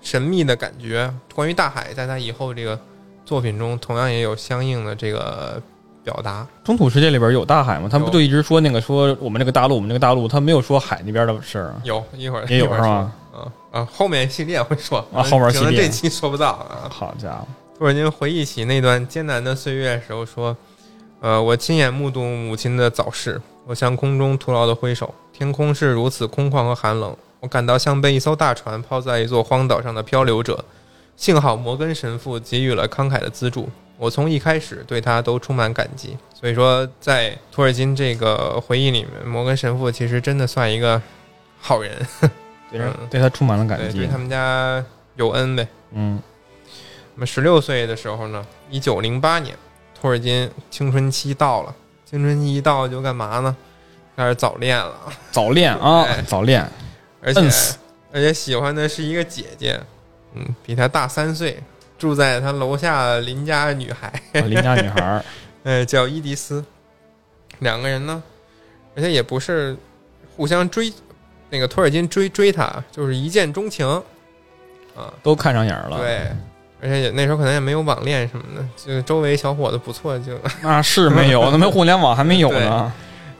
Speaker 1: 神秘的感觉。关于大海，在他以后这个作品中，同样也有相应的这个表达。
Speaker 2: 中土世界里边有大海吗？他们
Speaker 1: 有
Speaker 2: 不就一直说那个说我们这个大陆，我们这个大陆，他没有说海那边的事儿。
Speaker 1: 有一会儿
Speaker 2: 也有
Speaker 1: 一会儿
Speaker 2: 是吧
Speaker 1: 说？嗯啊，后面系列会说
Speaker 2: 啊后面系列
Speaker 1: 可能这期说不到啊。
Speaker 2: 好家伙，
Speaker 1: 突然间回忆起那段艰难的岁月的时候，说：“呃，我亲眼目睹母亲的早逝，我向空中徒劳的挥手，天空是如此空旷和寒冷，我感到像被一艘大船抛在一座荒岛上的漂流者。幸好摩根神父给予了慷慨的资助，我从一开始对他都充满感激。所以说，在托尔金这个回忆里面，摩根神父其实真的算一个好人，
Speaker 2: 对人
Speaker 1: 嗯
Speaker 2: 对他充满了感
Speaker 1: 对，对
Speaker 2: 激
Speaker 1: 他。们家有恩呗。”
Speaker 2: 嗯，
Speaker 1: 那么十六岁的时候呢，一九零八年，托尔金青春期到了。青春期一到就干嘛呢？开始早恋了，
Speaker 2: 早恋啊
Speaker 1: 哎，
Speaker 2: 早恋，
Speaker 1: 而且、
Speaker 2: 摁死
Speaker 1: 而且喜欢的是一个姐姐，嗯，比他大三岁，住在他楼下的邻家女孩，
Speaker 2: 啊邻家女孩儿，
Speaker 1: 呃，叫伊迪丝。两个人呢，而且也不是互相追，那个托尔金追追她，就是一见钟情，啊，
Speaker 2: 都看上眼儿了。，
Speaker 1: 对，而且也那时候可能也没有网恋什么的，就周围小伙子不错就。
Speaker 2: 那是
Speaker 1: <laughs>
Speaker 2: 没有，那没互联网还没有呢。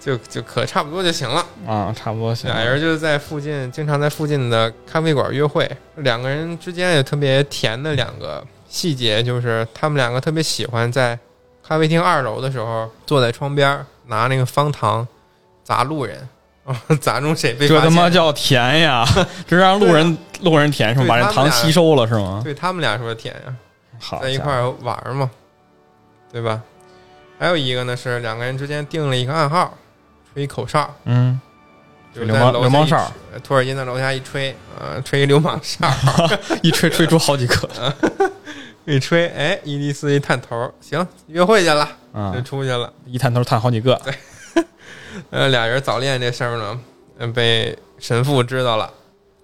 Speaker 1: 就就可差不多就行了。
Speaker 2: 啊，差不多行了。
Speaker 1: 俩人就在附近，经常在附近的咖啡馆约会。两个人之间也特别甜的两个细节，就是他们两个特别喜欢在咖啡厅二楼的时候，坐在窗边儿拿那个方糖砸路人， <laughs> 啊，砸中谁被
Speaker 2: 这
Speaker 1: 发
Speaker 2: 他
Speaker 1: 现。
Speaker 2: 妈叫甜呀！ <laughs> 这让路人路人甜是吗？
Speaker 1: 对
Speaker 2: 把人
Speaker 1: 他们
Speaker 2: 糖
Speaker 1: 俩
Speaker 2: 吸收了是吗？
Speaker 1: 对他们俩说甜呀、
Speaker 2: 好，
Speaker 1: 在一
Speaker 2: 家
Speaker 1: 块儿玩儿嘛，对吧？还有一个呢是两个人之间定了一个暗号，吹口哨，
Speaker 2: 嗯，
Speaker 1: 就是
Speaker 2: 流
Speaker 1: 在
Speaker 2: 氓
Speaker 1: 楼
Speaker 2: 流
Speaker 1: 下
Speaker 2: 氓
Speaker 1: 一
Speaker 2: 哨，
Speaker 1: 托尔金在楼下一吹，呃，吹一流氓哨，
Speaker 2: 一吹吹出好
Speaker 1: <laughs>
Speaker 2: 几个。
Speaker 1: 一吹，哎，伊迪丝一探头，行，约会去了，
Speaker 2: 啊
Speaker 1: 就，出去了。
Speaker 2: 一探头探好几个。
Speaker 1: 呃，俩人早恋这事儿呢，嗯，被神父知道了，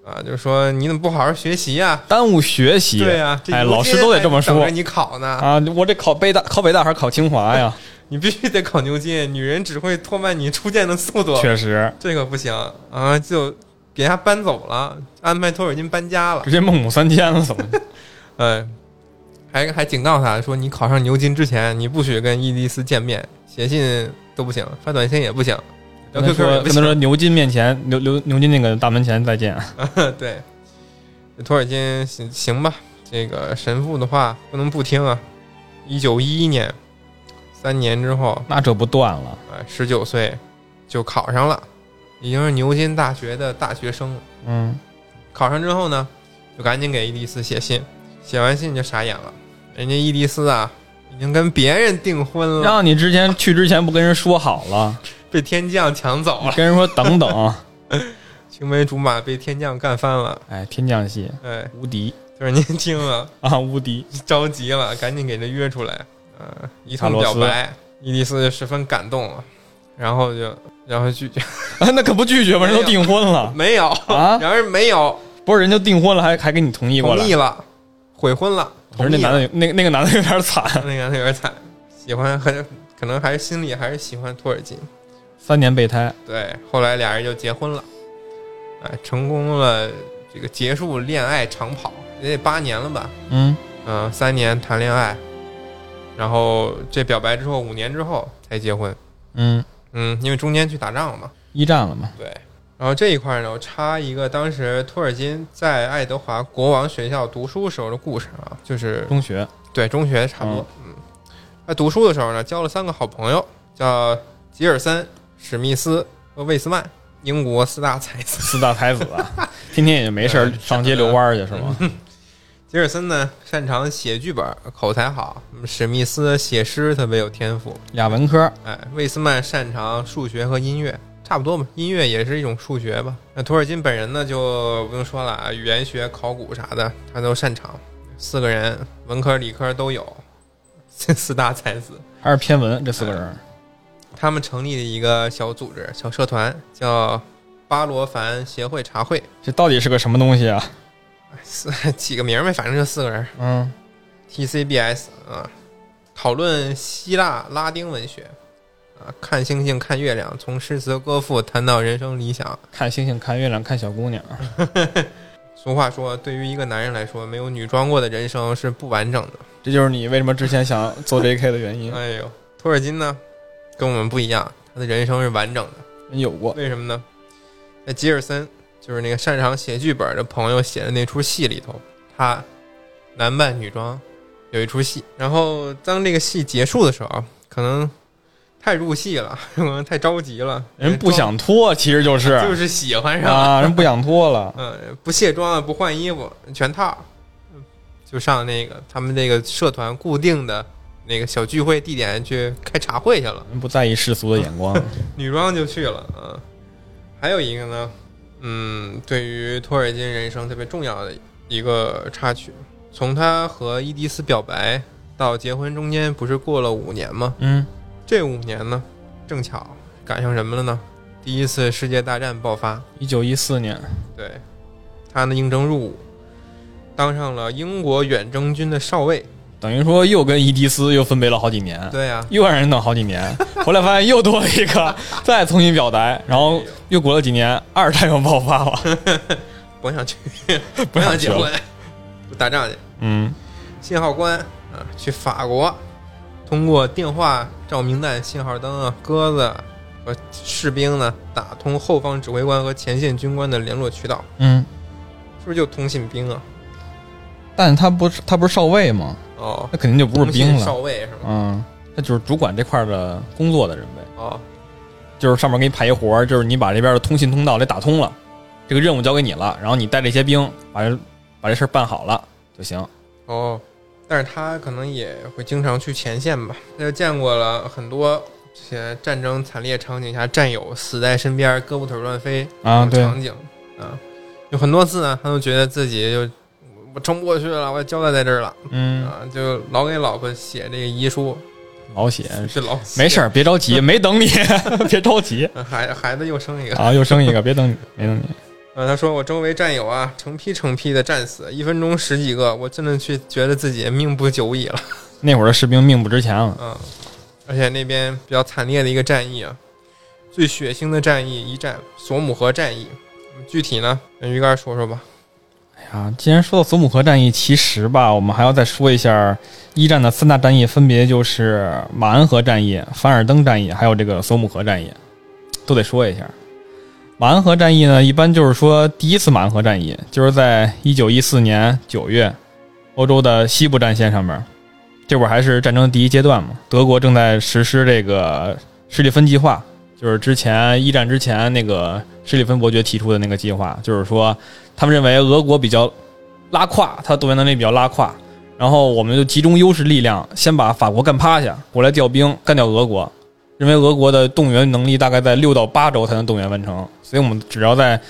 Speaker 1: 啊，就说你怎么不好好学习呀、
Speaker 2: 耽误学习。
Speaker 1: 对呀、这
Speaker 2: 哎，
Speaker 1: 如今
Speaker 2: 老师都得这么
Speaker 1: 还等
Speaker 2: 说
Speaker 1: 着你考呢，
Speaker 2: 啊！我这考北大，考北大还是考清华 <laughs> 呀？
Speaker 1: 你必须得考牛津，女人只会拖慢你出现的速度，
Speaker 2: 确实，
Speaker 1: 这个不行啊，就给他搬走了，安排托尔金搬家了
Speaker 2: 直，接孟母三迁了， <laughs> 怎么？
Speaker 1: 哎，还还警告他说，你考上牛津之前，你不许跟伊迪丝见面，写信都不行，发短信也不行，聊
Speaker 2: 跟他
Speaker 1: QQ 也
Speaker 2: 说，
Speaker 1: 不
Speaker 2: 跟他
Speaker 1: 行。
Speaker 2: 说牛津面前，牛牛牛津那个大门前再见。
Speaker 1: 对，托尔金行行吧，这个神父的话不能不听啊。一九一一年，三年之后，
Speaker 2: 那这不断了？
Speaker 1: 啊，十九岁就考上了，已经是牛津大学的大学生了。
Speaker 2: 嗯，
Speaker 1: 考上之后呢，就赶紧给伊迪丝写信，写完信就傻眼了，人家伊迪丝啊已经跟别人订婚了，
Speaker 2: 让你之前去之前不跟人说好了，
Speaker 1: 被天降抢走了，
Speaker 2: 跟人说等等。
Speaker 1: 青梅竹马被天降干翻了。
Speaker 2: <laughs> 哎，天降系
Speaker 1: 哎，
Speaker 2: 无敌
Speaker 1: 就是您听了 <laughs>
Speaker 2: 啊，无敌！
Speaker 1: 着急了，赶紧给他约出来。呃，一
Speaker 2: 卡
Speaker 1: 通
Speaker 2: 洛
Speaker 1: 表
Speaker 2: 斯
Speaker 1: 白，伊迪丝就十分感动了，然后就然后拒绝，
Speaker 2: 啊， <laughs> 那可不拒绝吗？人都订婚
Speaker 1: <laughs>
Speaker 2: 了
Speaker 1: 没有，
Speaker 2: 啊，
Speaker 1: 然而没有
Speaker 2: <laughs> 不是人就订婚了，还还给你同意过啊
Speaker 1: 同
Speaker 2: 来
Speaker 1: 意？了，悔婚了，
Speaker 2: 可
Speaker 1: 同
Speaker 2: 是那
Speaker 1: 意
Speaker 2: 男
Speaker 1: 了
Speaker 2: 的有，那那个男的有点惨，
Speaker 1: 那个有点惨，喜欢很可能还是心里还是喜欢托尔金。
Speaker 2: 三年备胎，
Speaker 1: 对，后来俩人就结婚了，哎，成功了这个结束恋爱长跑，也得八年了吧？
Speaker 2: 嗯，
Speaker 1: 嗯、三年谈恋爱，然后这表白之后五年之后才结婚。
Speaker 2: 嗯，
Speaker 1: 嗯，因为中间去打仗了嘛。
Speaker 2: 一战了嘛，
Speaker 1: 对，然后这一块呢，我插一个当时托尔金在爱德华国王学校读书时候的故事啊，就是
Speaker 2: 中学，
Speaker 1: 对，中学差不多。嗯，他读书的时候呢，交了三个好朋友，叫吉尔森、史密斯和魏斯曼，英国四大才子。
Speaker 2: 四大才子 <laughs> 啊，天天也就没事儿
Speaker 1: 对
Speaker 2: 上街遛弯儿去是吗？
Speaker 1: 吉尔森呢，擅长写剧本，口才好；嗯史密斯写诗特别有天赋。
Speaker 2: 俩文科，
Speaker 1: 哎，魏斯曼擅长数学和音乐，差不多嘛，音乐也是一种数学吧。那托尔金本人呢，就不用说了啊，语言学、考古啥的他都擅长。四个人，文科、理科都有， <laughs> 这四大才子。
Speaker 2: 还是偏文这四个人，
Speaker 1: 他们成立了一个小组织、小社团，叫巴罗凡协会茶会， <laughs>
Speaker 2: 这到底是个什么东西啊？
Speaker 1: 四起个名儿呗，反正就四个人。
Speaker 2: 嗯，
Speaker 1: TCBS 啊，讨论希腊拉丁文学啊，看星星看月亮，从诗词歌赋谈到人生理想。
Speaker 2: 看星星，看月亮，看小姑娘，
Speaker 1: 俗话说，对于一个男人来说，没有女装过的人生是不完整的。
Speaker 2: 这就是你为什么之前想做 JK 的原因。
Speaker 1: 哎呦，托尔金呢，跟我们不一样，他的人生是完整的。
Speaker 2: 真有过，
Speaker 1: 为什么呢？在吉尔森，就是那个擅长写剧本的朋友写的那出戏里头，他男扮女装有一出戏。然后当这个戏结束的时候，可能太入戏了， <laughs> 可能太着急了，
Speaker 2: 人不想脱，其实就是
Speaker 1: 装，就是喜欢上了，
Speaker 2: 啊，人不想脱了。
Speaker 1: 嗯，不卸妆了，不换衣服，全套，嗯就上那个他们这个社团固定的那个小聚会地点去开茶会去了。
Speaker 2: 人不在意世俗的眼光，
Speaker 1: 女装就去了，嗯。还有一个呢，嗯，对于托尔金人生特别重要的一个插曲，从他和伊迪丝表白到结婚中间，不是过了五年吗？
Speaker 2: <laughs> 嗯，
Speaker 1: 这五年呢，正巧赶上什么了呢？第一次世界大战爆发，
Speaker 2: 一九一四年，
Speaker 1: 对，他呢应征入伍，当上了英国远征军的少尉。
Speaker 2: 等于说又跟伊迪丝又分别了好几年，
Speaker 1: 对呀、
Speaker 2: 又让人等好几年， <laughs> 后来发现又多了一个， <laughs> 再重新表白，然后又过了几年，二战又爆发 <laughs> 了，
Speaker 1: 不想去，
Speaker 2: <laughs> 不
Speaker 1: 不
Speaker 2: 想
Speaker 1: 想
Speaker 2: 结
Speaker 1: 结
Speaker 2: 婚
Speaker 1: 婚， <laughs> 打仗去。
Speaker 2: 嗯，
Speaker 1: 信号官啊，去法国，通过电话、照明弹、信号灯啊、鸽子啊和士兵呢，打通后方指挥官和前线军官的联络渠道，
Speaker 2: 嗯，
Speaker 1: 是不是就通信兵啊？
Speaker 2: 但他不是他不是少尉吗？
Speaker 1: 哦，
Speaker 2: 那肯定就不是兵
Speaker 1: 通信
Speaker 2: 了
Speaker 1: 少，尉是吗？
Speaker 2: 嗯，那就是主管这块儿的工作的人呗，
Speaker 1: 哦，
Speaker 2: 就是上面给你派一活儿，就是你把这边的通信通道给打通了，这个任务交给你了，然后你带这些兵把这把这事儿办好了就行。
Speaker 1: 哦，但是他可能也会经常去前线吧，他就见过了很多这些战争惨烈场景下战友死在身边，胳膊腿儿乱飞
Speaker 2: 啊
Speaker 1: 这种场景啊，有很多次呢，他都觉得自己就我我撑不过去了，我交代在这儿了。
Speaker 2: 嗯，
Speaker 1: 啊，就老给老婆写这个遗书，
Speaker 2: 老血
Speaker 1: 是老
Speaker 2: <laughs> 没事儿，别着急，没等你， <laughs> 别着 <laughs> 急
Speaker 1: 嗯孩孩子又生一个。
Speaker 2: 啊，又生一个，别等你，没等你。
Speaker 1: 呃，他说我周围战友啊，成批成批的战死，一分钟十几个，我真的去觉得自己命不久矣了。
Speaker 2: 那会儿的士兵命不值钱了，
Speaker 1: 嗯，而且那边比较惨烈的一个战役啊，最血腥的战役一战索姆河战役，具体呢，让鱼竿说说吧。
Speaker 2: 哎呀，既然说到索姆河战役，其实吧，我们还要再说一下一战的三大战役，分别就是马恩河战役、凡尔登战役，还有这个索姆河战役，都得说一下。马恩河战役呢，一般就是说第一次马恩河战役，就是在一九一四年九月，欧洲的西部战线上面，这会儿还是战争第一阶段嘛，德国正在实施这个施里芬计划，就是之前一战之前那个施里芬伯爵提出的那个计划，就是说他们认为俄国比较拉胯，他动员能力比较拉胯，然后我们就集中优势力量，先把法国干趴下，过来调兵干掉俄国。认为俄国的动员能力大概在六到八周才能动员完成，所以我们只要在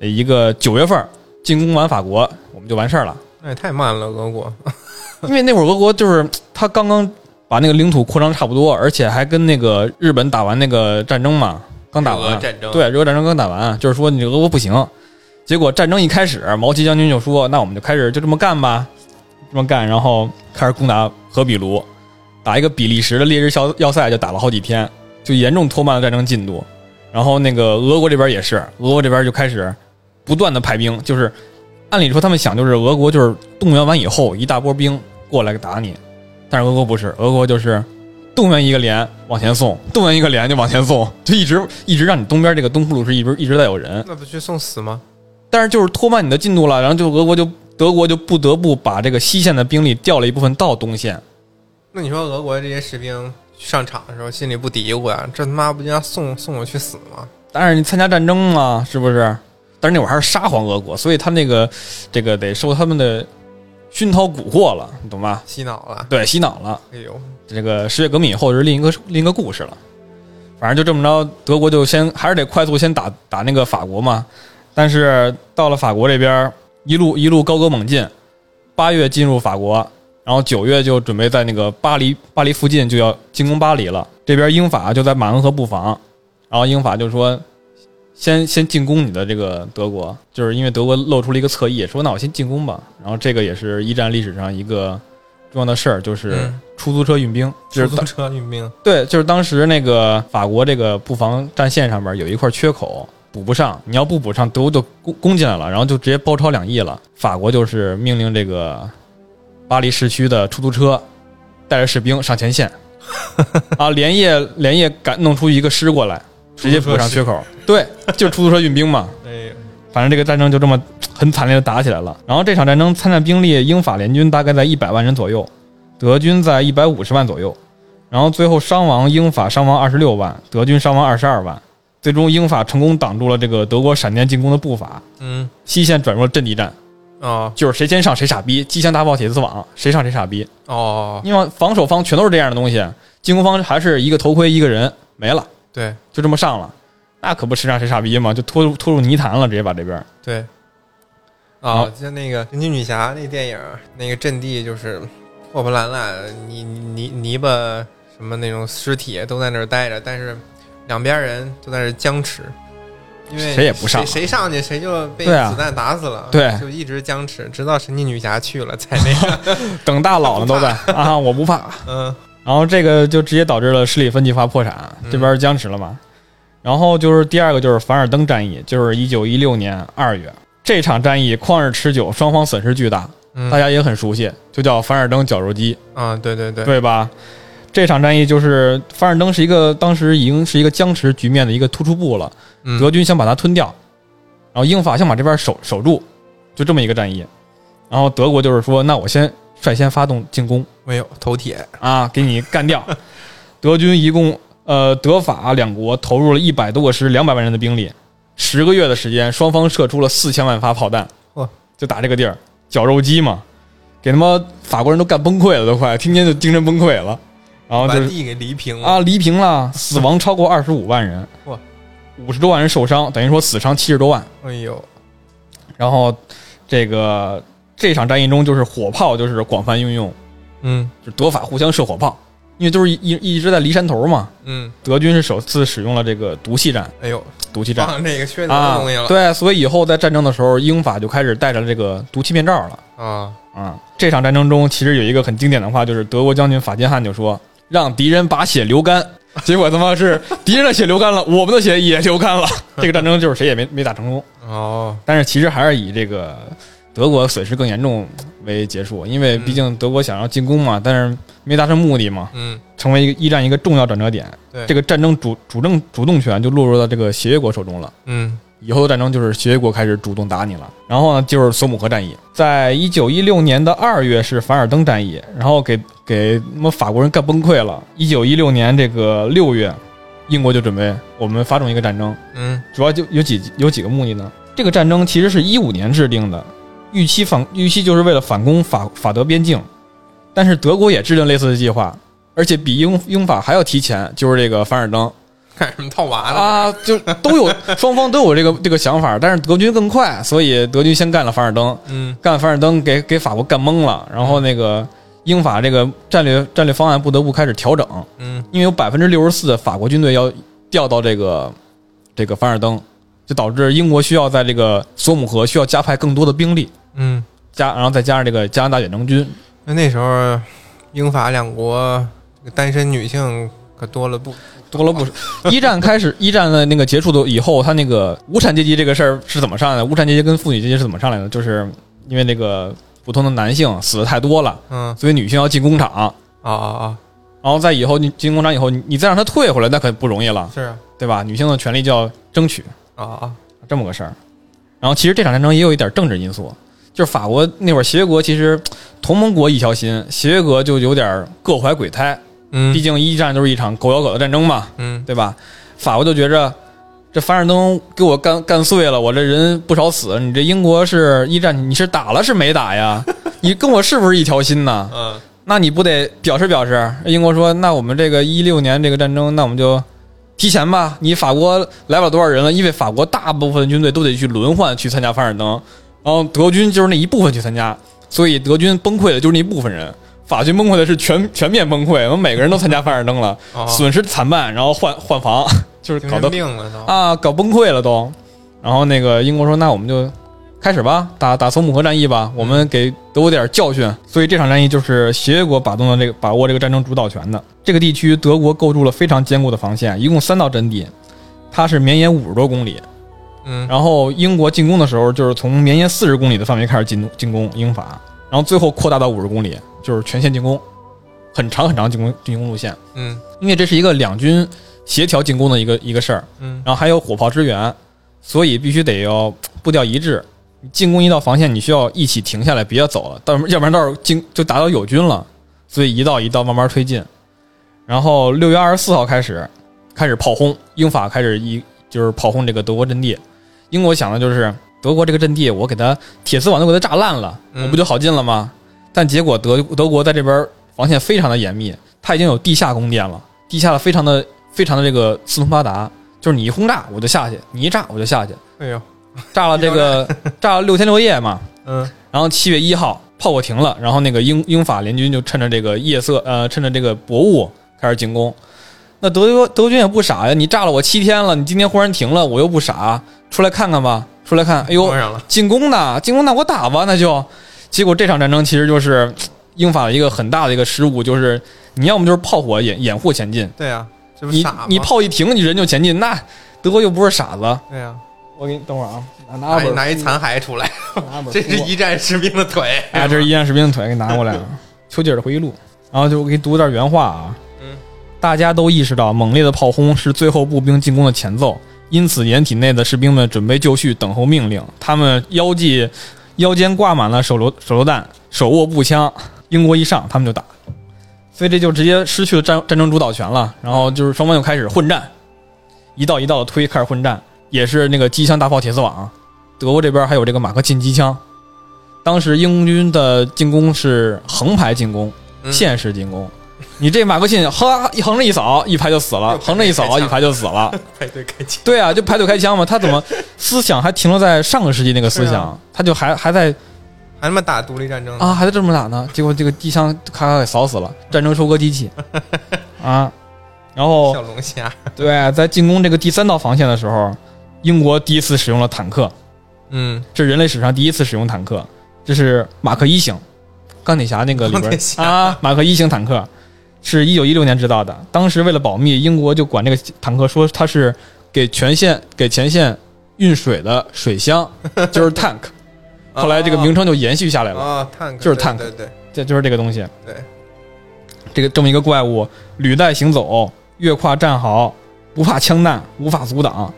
Speaker 2: 呃一个九月份儿进攻完法国，我们就完事儿了。
Speaker 1: 那也太慢了，俄国。
Speaker 2: 因为那会儿俄国就是他刚刚把那个领土扩张差不多，而且还跟那个日本打完那个战争嘛，刚打
Speaker 1: 俄
Speaker 2: 完
Speaker 1: 战争，，
Speaker 2: 对，日俄战争刚打完，就是说你俄国不行。结果战争一开始，毛奇将军就说：“那我们就开始就这么干吧，这么干，然后开始攻打和比卢，打一个比利时的烈日要要塞，就打了好几天，就严重拖慢了战争进度。然后那个俄国这边也是，俄国这边就开始不断的派兵，就是按理说他们想就是俄国就是动员完以后一大波兵过来打你，但是俄国不是，俄国就是动员一个连往前送，动员一个连就往前送，就一直 <laughs> 一直让你东边这个东普鲁士一直一直在有人，
Speaker 1: 那不去送死吗？
Speaker 2: 但是就是拖慢你的进度了，然后就俄国就德国就不得不把这个西线的兵力调了一部分到东线，
Speaker 1: 那你说俄国这些士兵上场的时候心里不嘀咕呀、这他妈不就要送送我去死吗？
Speaker 2: 但是你参加战争嘛，是不是？但是那会儿还是沙皇俄国，所以他那个这个得受他们的熏陶蛊惑了，你懂吧？
Speaker 1: 洗脑了，
Speaker 2: 对，洗脑了。
Speaker 1: 哎呦，
Speaker 2: 这个十月革命以后就是另一个另一个故事了。反正就这么着，德国就先还是得快速先打打那个法国嘛。但是到了法国这边，一路一路高歌猛进，八月进入法国，然后九月就准备在那个巴黎巴黎附近就要进攻巴黎了。这边英法就在马恩河布防，然后英法就说先先进攻你的这个德国，就是因为德国露出了一个侧翼，说那我先进攻吧。然后这个也是一战历史上一个重要的事儿，就是
Speaker 1: 嗯
Speaker 2: 出租车运兵，就是
Speaker 1: 出租
Speaker 2: 当
Speaker 1: 车运兵，
Speaker 2: 对，就是当时那个法国这个布防战线上边有一块缺口补不上，你要不补上，德国就攻攻进来了，然后就直接包抄两翼了。法国就是命令这个巴黎市区的出租车带着士兵上前线，啊，连夜连夜赶弄出一个师过来，直接补上缺口。对，就是出租车运兵嘛。
Speaker 1: 哎呦，
Speaker 2: 反正这个战争就这么很惨烈的打起来了。然后这场战争参战兵力，英法联军大概在一百万人左右，德军在一百五十万左右。然后最后伤亡，英法伤亡二十六万，德军伤亡二十二万。最终英法成功挡住了这个德国闪电进攻的步伐，
Speaker 1: 嗯
Speaker 2: 西线转入了阵地战，
Speaker 1: 哦
Speaker 2: 就是谁先上谁傻逼，机枪大炮铁丝网，谁上谁傻逼。
Speaker 1: 哦，
Speaker 2: 因为防守方全都是这样的东西，进攻方还是一个头盔一个人没了，
Speaker 1: 对
Speaker 2: 就这么上了，那可不谁上谁傻逼嘛，就拖入拖入泥潭了，直接把这边。
Speaker 1: 对。
Speaker 2: 好
Speaker 1: 啊，像那个《神奇女侠》那电影，那个阵地就是破破烂烂，泥泥泥巴什么那种尸体都在那儿待着，但是两边人都在那儿僵持，因为
Speaker 2: 谁也不上
Speaker 1: 谁谁上去谁就被
Speaker 2: 对啊
Speaker 1: 子弹打死了，
Speaker 2: 对
Speaker 1: 就一直僵持，直到神奇女侠去了才
Speaker 2: <laughs>
Speaker 1: 那个，
Speaker 2: 等大佬了都
Speaker 1: <laughs>
Speaker 2: 在啊，我不怕。 <laughs>
Speaker 1: 嗯
Speaker 2: 然后这个就直接导致了施里芬计划破产，这边僵持了嘛。然后就是第二个就是凡尔登战役，就是一九一六年二月这场战役旷日持久，双方损失巨大，
Speaker 1: 嗯
Speaker 2: 大家也很熟悉，就叫凡尔登绞肉机，
Speaker 1: 啊，对对对，
Speaker 2: 对吧？这场战役就是凡尔登是一个当时已经是一个僵持局面的一个突出部了，
Speaker 1: 嗯
Speaker 2: 德军想把它吞掉，然后英法想把这边守守住，就这么一个战役。然后德国就是说，那我先率先发动进攻。
Speaker 1: 没有头铁，
Speaker 2: 啊，给你干掉。 <laughs> 德军一共呃，德法两国投入了一百多个师、两百万人的兵力，十个月的时间，双方射出了四千万发炮弹
Speaker 1: 哇，
Speaker 2: 就打这个地儿，绞肉机嘛，给他妈法国人都干崩溃了，都快天天就精神崩溃了。然后
Speaker 1: 把
Speaker 2: 就是
Speaker 1: 地给犁平了
Speaker 2: 啊，犁平了，死亡超过二十五万人
Speaker 1: 哇，
Speaker 2: 五十多万人受伤，等于说死伤七十多万。
Speaker 1: 哎呦，
Speaker 2: 然后这个这场战役中，就是火炮就是广泛运用，
Speaker 1: 嗯
Speaker 2: 就是德法互相射火炮，因为都是一一一直在离山头嘛。
Speaker 1: 嗯，
Speaker 2: 德军是首次使用了这个毒气战，
Speaker 1: 哎呦，
Speaker 2: 毒气战
Speaker 1: 放这个缺德的
Speaker 2: 啊
Speaker 1: 东西，了
Speaker 2: 对，所以以后在战争的时候，英法就开始戴着这个毒气面罩了
Speaker 1: 啊，
Speaker 2: 啊。这场战争中，其实有一个很经典的话，就是德国将军法金汉就说：“让敌人把血流干。”结果他妈是敌人的血流干了，我们的血也流干了。这个战争就是谁也没没打成功，
Speaker 1: 哦，
Speaker 2: 但是其实还是以这个德国损失更严重为结束，因为毕竟德国想要进攻嘛，但是没达成目的嘛，
Speaker 1: 嗯，
Speaker 2: 成为一个一战一个重要转折点。
Speaker 1: 对，
Speaker 2: 这个战争主主政主动权就落入到这个协约国手中了。
Speaker 1: 嗯
Speaker 2: 以后的战争就是协约国开始主动打你了。然后呢，就是索姆河战役，在一九一六年的二月是凡尔登战役，然后给给他妈法国人干崩溃了。一九一六年这个六月，英国就准备我们发动一个战争，
Speaker 1: 嗯
Speaker 2: 主要就有几有几个目的呢？这个战争其实是一五年制定的，预期反预期就是为了反攻法法德边境，但是德国也制定类似的计划，而且比英英法还要提前，就是这个凡尔登
Speaker 1: 干什么套娃呢？
Speaker 2: 啊，就都有双方都有这个 <laughs> 这个想法，但是德军更快，所以德军先干了凡尔登，
Speaker 1: 嗯
Speaker 2: 干凡尔登给给法国干懵了，然后那个英法这个战略战略方案不得不开始调整，
Speaker 1: 嗯
Speaker 2: 因为有百分之六十四的法国军队要调到这个这个凡尔登，就导致英国需要在这个索姆河需要加派更多的兵力，
Speaker 1: 嗯，
Speaker 2: 加然后再加上这个加拿大远征军，
Speaker 1: 那那时候英法两国这个单身女性可多了不？
Speaker 2: 多了不少。 <laughs> 一战开始，一战的那个结束的以后，他那个无产阶级这个事儿是怎么上来的？无产阶级跟妇女阶级是怎么上来的？就是因为那个普通的男性死的太多了，
Speaker 1: 嗯
Speaker 2: 所以女性要进工厂，
Speaker 1: 啊啊
Speaker 2: 然后在以后你进工厂以后，你你再让她退回来，那可不容易了
Speaker 1: 啊，，是啊
Speaker 2: 对吧？女性的权利就要争取。
Speaker 1: 啊啊，
Speaker 2: 这么个事儿。然后其实这场战争也有一点政治因素，就是法国那会儿协约国其实同盟国一条心，协约国就有点各怀鬼胎，
Speaker 1: 嗯
Speaker 2: 毕竟一战就是一场狗咬狗的战争嘛，
Speaker 1: 嗯
Speaker 2: 对吧？法国就觉着这凡尔登给我干干碎了，我这人不少死，你这英国是一战，你是打了是没打呀？你跟我是不是一条心呢？
Speaker 1: 嗯
Speaker 2: 那你不得表示表示？英国说，那我们这个一六年这个战争，那我们就提前吧。你法国来不了多少人了，因为法国大部分军队都得去轮换去参加凡尔登，然后德军就是那一部分去参加，所以德军崩溃的就是那一部分人，法军崩溃的是全全面崩溃，我们每个人都参加凡尔登了，
Speaker 1: 哦，
Speaker 2: 损失惨半，然后换换防，就是
Speaker 1: 精
Speaker 2: 搞
Speaker 1: 神
Speaker 2: 得
Speaker 1: 病了都
Speaker 2: 啊啊，搞崩溃了都。然后那个英国说，那我们就开始吧，打打索姆河战役吧，我们给德国点教训。所以这场战役就是协约国把动了这个把握这个战争主导权的。这个地区德国构筑了非常坚固的防线，一共三道阵地，它是绵延五十多公里。
Speaker 1: 嗯，
Speaker 2: 然后英国进攻的时候，就是从绵延四十公里的范围开始进进攻英法，然后最后扩大到五十公里，就是全线进攻，很长很长进攻进攻路线。
Speaker 1: 嗯
Speaker 2: 因为这是一个两军协调进攻的一个一个事儿，
Speaker 1: 嗯
Speaker 2: 然后还有火炮支援，所以必须得要步调一致。你进攻一道防线，你需要一起停下来，别走了，但要不然到时候进就打到友军了。所以一道一道慢慢推进。然后六月二十四号开始，开始炮轰，英法开始一就是炮轰这个德国阵地。英国想的就是德国这个阵地，我给它铁丝网都给它炸烂了，
Speaker 1: 嗯
Speaker 2: 我不就好进了吗？但结果德德国在这边防线非常的严密，它已经有地下宫殿了，地下的非常的非常的这个四通八达，就是你一轰炸我就下去，你一炸我就下去，
Speaker 1: 哎呦，
Speaker 2: 炸了这个 <laughs> 炸了六天六夜嘛。
Speaker 1: 嗯
Speaker 2: 然后七月一号炮火停了，然后那个英英法联军就趁着这个夜色，呃，趁着这个薄雾开始进攻。那德国德军也不傻呀，你炸了我七天了，你今天忽然停了，我又不傻，出来看看吧，出来看，哎呦
Speaker 1: 当，然了，
Speaker 2: 进攻呢，进攻那我打吧，那就。结果这场战争其实就是嘖英法的一个很大的一个失误，就是你要么就是炮火掩掩护前进，
Speaker 1: 对呀、这不
Speaker 2: 你
Speaker 1: 傻吗？
Speaker 2: 你炮一停，你人就前进，那德国又不是傻子。
Speaker 1: 对呀、
Speaker 2: 我给你等会儿啊，拿拿
Speaker 1: 拿
Speaker 2: 本
Speaker 1: 拿一残骸出来，
Speaker 2: 拿本
Speaker 1: 这是一战士兵的腿。
Speaker 2: 哎，这是一战士兵的腿，给拿过来
Speaker 1: <laughs>
Speaker 2: 了。丘吉尔的回忆录，然后就我给你读点原话啊。
Speaker 1: 嗯，
Speaker 2: 大家都意识到猛烈的炮轰是最后步兵进攻的前奏，因此掩体内的士兵们准备就绪，等候命令。他们腰际腰间挂满了手榴手榴弹，手握步枪。英国一上，他们就打，所以这就直接失去了战战争主导权了。然后就是双方又开始混战，一道一道的推，开始混战，也是那个机枪大炮铁丝网。德国这边还有这个马克沁机枪，当时英军的进攻是横排进攻，
Speaker 1: 嗯
Speaker 2: 现实进攻。你这马克沁哈一横着一扫，一排就死了；横着一扫，一排就死了。
Speaker 1: 排队开枪，
Speaker 2: 对啊，就排队开枪嘛。他怎么思想还停留在上个世纪那个思
Speaker 1: 对
Speaker 2: 想
Speaker 1: 啊？
Speaker 2: 他就还还在
Speaker 1: 还他妈打独立战争呢
Speaker 2: 啊，还在这么打呢？结果这个机枪咔咔给扫死了，战争收割
Speaker 1: <laughs>
Speaker 2: 机器啊。然后
Speaker 1: 小龙虾，
Speaker 2: 对，在进攻这个第三道防线的时候，英国第一次使用了坦克，
Speaker 1: 嗯，
Speaker 2: 这是人类史上第一次使用坦克，这是马克一型，钢铁侠那个里
Speaker 1: 钢
Speaker 2: 边
Speaker 1: 铁侠
Speaker 2: 啊，马克一型坦克，是一九一六年制造的。当时为了保密，英国就管这个坦克说它是给全线给前线运水的水箱，就
Speaker 1: <laughs>
Speaker 2: 是 tank。后来这个名称就延续下来了，
Speaker 1: 啊，探
Speaker 2: 就是
Speaker 1: 探，
Speaker 2: tank
Speaker 1: 对对
Speaker 2: 这就是这个东西。
Speaker 1: 对，
Speaker 2: 这个这么一个怪物，履带行走，越跨战壕，不怕枪弹，无法阻挡。
Speaker 1: 呵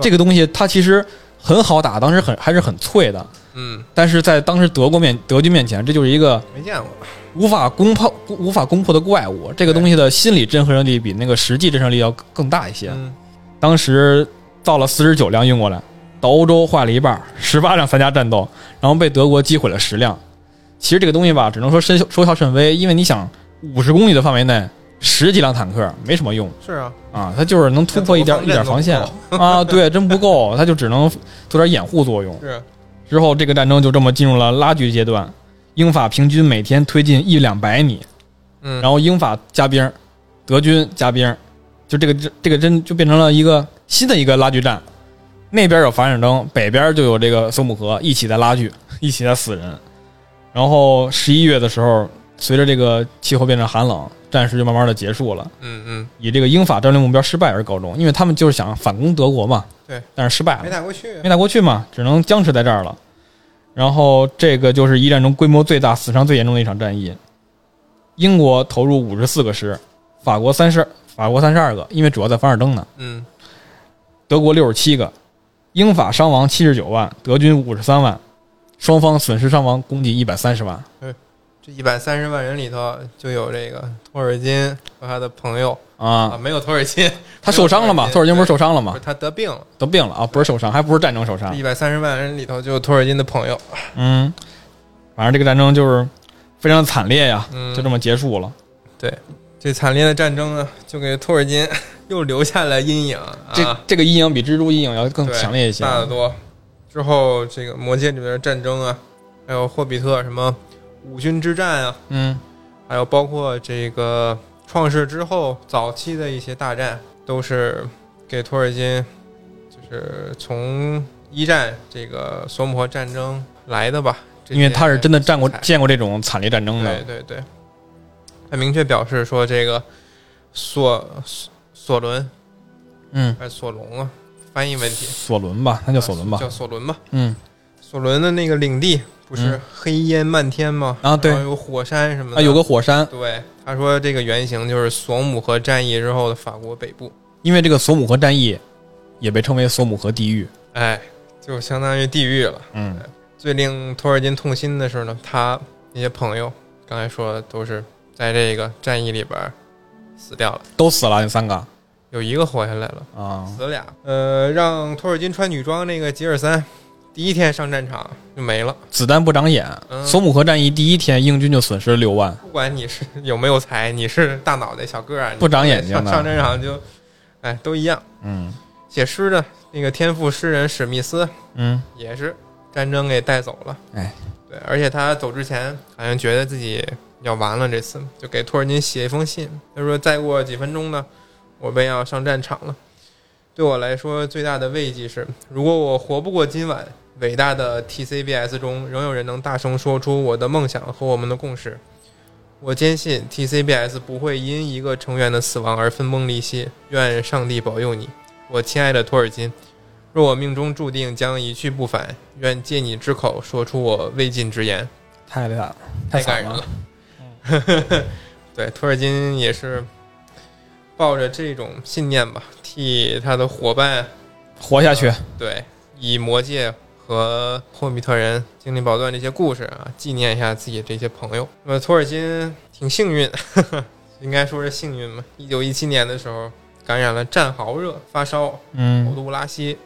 Speaker 2: 这个东西它其实很好打，当时很还是很脆的。
Speaker 1: 嗯，
Speaker 2: 但是在当时德国面德军面前，这就是一个
Speaker 1: 没见过，
Speaker 2: 无法攻破、无法攻破的怪物。这个东西的心理震慑力比那个实际震慑力要更大一些。
Speaker 1: 嗯，
Speaker 2: 当时造了四十九辆运过来，到欧洲坏了一半，十八辆参加战斗，然后被德国击毁了十辆。其实这个东西吧，只能说收收效甚微，因为你想五十公里的范围内十几辆坦克没什么用
Speaker 1: 是啊，
Speaker 2: 啊，它就是能突破一点一点防线啊，对，真不够，它就只能做点掩护作用。
Speaker 1: 是，啊
Speaker 2: 之后，这个战争就这么进入了拉锯阶段。英法平均每天推进一两百米，
Speaker 1: 嗯，
Speaker 2: 然后英法加兵儿，德军加兵儿，就这个这这个真就变成了一个新的一个拉锯战。那边有反水征，北边就有这个索姆河，一起在
Speaker 1: <laughs>
Speaker 2: 拉锯，一起在死人。然后十一月的时候，随着这个气候变得寒冷，战事就慢慢的结束了。
Speaker 1: 嗯嗯，
Speaker 2: 以这个英法战略目标失败而告终，因为他们就是想反攻德国嘛。
Speaker 1: 对，
Speaker 2: 但是失败了
Speaker 1: 没。打过去
Speaker 2: 没，打过去嘛，只能僵持在这儿了。然后这个就是一战中规模最大、死伤最严重的一场战役。英国投入五十四个师，法国三十，法国三十二个，因为主要在凡尔登呢。
Speaker 1: 嗯，
Speaker 2: 德国六十七个，英法伤亡七十九万，德军五十三万，双方损失伤亡共计一百三十万。
Speaker 1: 这一百三十万人里头就有这个托尔金和他的朋友啊，
Speaker 2: 啊，
Speaker 1: 没有托尔金，
Speaker 2: 他受伤了嘛？托尔金不是受伤
Speaker 1: <laughs>
Speaker 2: 了
Speaker 1: 不
Speaker 2: 嘛
Speaker 1: 是？他得病了，
Speaker 2: 得病了啊，不是受伤，还不是战争受伤
Speaker 1: 这。一百三十万人里头就有托尔金的朋友，
Speaker 2: 嗯，反正这个战争就是非常惨烈呀，
Speaker 1: 嗯，
Speaker 2: 就这么结束了。
Speaker 1: 这惨烈的战争呢，就给托尔金 <laughs> 又留下了阴影啊，
Speaker 2: 这这个阴影比蜘蛛阴影要更
Speaker 1: 对
Speaker 2: 强烈一些。啊
Speaker 1: 大得多。之后这个魔戒里面的战争啊，还有霍比特什么五军之战啊，
Speaker 2: 嗯，
Speaker 1: 还有包括这个创世之后早期的一些大战，都是给托尔金就是从一战这个索姆河战争来的吧，这
Speaker 2: 因为他是真的战过
Speaker 1: 些
Speaker 2: 见过这种惨烈战争
Speaker 1: 对
Speaker 2: 的，
Speaker 1: 对对，他明确表示说这个索索索伦
Speaker 2: 嗯，
Speaker 1: 还是索隆啊，翻译问题啊
Speaker 2: 索伦吧，那叫索伦吧，
Speaker 1: 叫索伦吧。
Speaker 2: 嗯，
Speaker 1: 索伦的那个领地不是
Speaker 2: 嗯
Speaker 1: 黑烟漫天吗？
Speaker 2: 啊对
Speaker 1: 然后有火山什么的。
Speaker 2: 啊，有个火山，
Speaker 1: 对，他说这个原型就是索姆河战役之后的法国北部，
Speaker 2: 因为这个索姆河战役也被称为索姆河地狱，
Speaker 1: 哎，就相当于地狱了。
Speaker 2: 嗯
Speaker 1: 最令托尔金痛心的是呢，他那些朋友刚才说的都是在这个战役里边儿死掉了，
Speaker 2: 都死了，那三个
Speaker 1: 有一个活下来了。
Speaker 2: 啊，
Speaker 1: 死俩，呃，让托尔金穿女装那个吉尔三，第一天上战场就没了。
Speaker 2: 子弹不长眼。
Speaker 1: 嗯
Speaker 2: 索姆河战役第一天，英军就损失了六万，
Speaker 1: 不管你是有没有才，你是大脑袋小个儿，啊
Speaker 2: 不长眼睛啊
Speaker 1: 上
Speaker 2: 的
Speaker 1: 上战场就，哎，都一样。
Speaker 2: 嗯
Speaker 1: 写诗的那个天赋诗人史密斯
Speaker 2: 嗯，
Speaker 1: 也是战争给带走了，
Speaker 2: 哎，
Speaker 1: 对，而且他走之前好像觉得自己要完了，这次就给托尔金写一封信，他说再过几分钟呢，我便要上战场了。对我来说，最大的慰藉是，如果我活不过今晚，伟大的 TCBS 中仍有人能大声说出我的梦想和我们的共识。我坚信 TCBS 不会因一个成员的死亡而分崩离析。愿上帝保佑你，我亲爱的托尔金。若我命中注定将一去不返，愿借你之口说出我未尽之言。
Speaker 2: 太惨了，
Speaker 1: 太感
Speaker 2: 惨
Speaker 1: 人了。 <laughs> 对，托尔金也是抱着这种信念吧，替他的伙伴
Speaker 2: 活下去，
Speaker 1: 对以魔戒和霍比特人、精灵宝钻这些故事啊，纪念一下自己这些朋友。那么托尔金挺幸运， <laughs> 应该说是幸运吧。一九一七年的时候，感染了战壕热，发烧，呕
Speaker 2: 嗯，
Speaker 1: 吐不拉稀，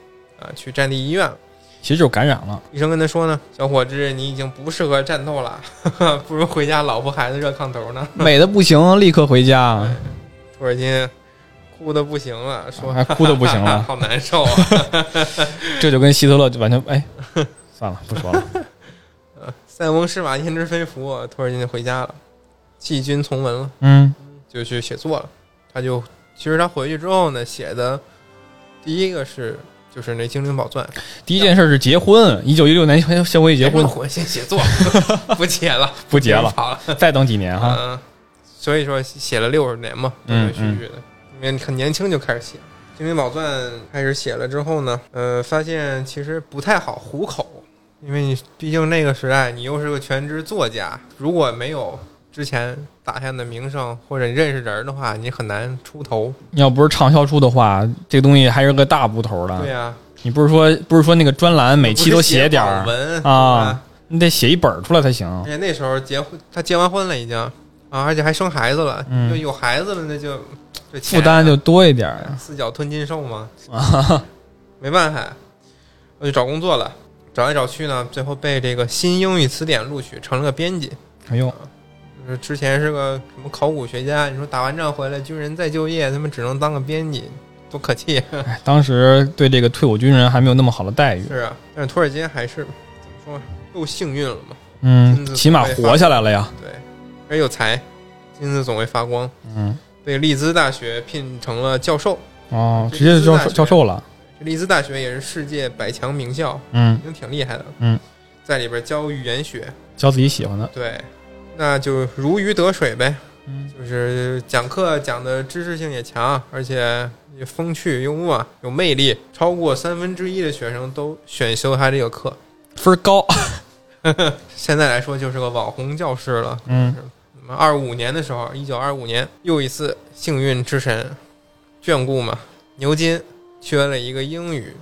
Speaker 1: 啊，去战地医院了。
Speaker 2: 其实就是感染了，
Speaker 1: 医生跟他说呢：“小伙子，你已经不适合战斗了， <laughs> 不如回家老婆孩子热炕头呢。
Speaker 2: 美的不行，立刻回家，”
Speaker 1: 托尔金哭的不行了，说：“
Speaker 2: 还哭的不行了，
Speaker 1: <laughs> 好难受啊
Speaker 2: 这就跟希特勒就完全哎，算了，不说了，！”
Speaker 1: 塞翁失马，焉知非福。啊托尔金就回家了，弃军从文了，
Speaker 2: 嗯
Speaker 1: 就去写作了。他就其实他回去之后呢，写的第一个是就是那《精灵宝钻》，
Speaker 2: 第一件事是结婚，一九一六年先先回去结婚，
Speaker 1: 嗯哎 <laughs> 我先写
Speaker 2: <laughs>
Speaker 1: 作，不写了，
Speaker 2: 不结了，
Speaker 1: 跑了。
Speaker 2: 再等几年哈。
Speaker 1: 嗯，所以说写了六十年嘛，
Speaker 2: 嗯
Speaker 1: 断断续续的，因为很年轻就开始写《精灵宝钻》，开始写了之后呢，呃，发现其实不太好糊口，因为你毕竟那个时代你又是个全职作家，如果没有之前打下的名声或者你认识人的话，你很难出头。
Speaker 2: 要不是畅销书的话，这个东西还是个大部头
Speaker 1: 对
Speaker 2: 的。
Speaker 1: 呀、
Speaker 2: 你不是说不是说那个专栏啊每期都写点
Speaker 1: 不
Speaker 2: 儿
Speaker 1: 是写网文
Speaker 2: 啊？你得写一本儿出来才行。
Speaker 1: 而且那时候结婚，他结完婚了已经啊，而且还生孩子了，
Speaker 2: 嗯
Speaker 1: 就有孩子了，那就这钱
Speaker 2: 负担就多一点儿
Speaker 1: 啊四脚吞金兽嘛，
Speaker 2: 啊。
Speaker 1: 没办法，我就找工作了。找来找去呢，最后被这个新英语词典录取，成了个编辑。
Speaker 2: 哎呦，
Speaker 1: 就是之前是个什么考古学家，你说打完仗回来，军人再就业，他们只能当个编辑，多可气！啊
Speaker 2: 哎当时对这个退伍军人还没有那么好的待遇，
Speaker 1: 是啊，但是托尔金还是怎么说，又幸运了嘛？
Speaker 2: 嗯
Speaker 1: 金，子
Speaker 2: 起码
Speaker 1: 被发
Speaker 2: 活下来了呀。
Speaker 1: 对，而有才，金子总会发光，
Speaker 2: 嗯，
Speaker 1: 被利兹大学聘成了教授。
Speaker 2: 哦，直接就教授教授了。
Speaker 1: 这利兹大学也是世界百强名校，
Speaker 2: 嗯
Speaker 1: 已，经挺厉害的。
Speaker 2: 嗯，
Speaker 1: 在里边教语言学，
Speaker 2: 教自己喜欢的。
Speaker 1: 对，那就如鱼得水呗。
Speaker 2: 嗯
Speaker 1: 就是讲课讲的知识性也强，而且也风趣幽默，有魅力。超过三分之一的学生都选修他这个课。
Speaker 2: 分儿高。
Speaker 1: 现在来说就是个网红教师了。
Speaker 2: 嗯
Speaker 1: 那么二五年的时候，一九二五年，又一次幸运之神眷顾嘛，牛津缺了一个英语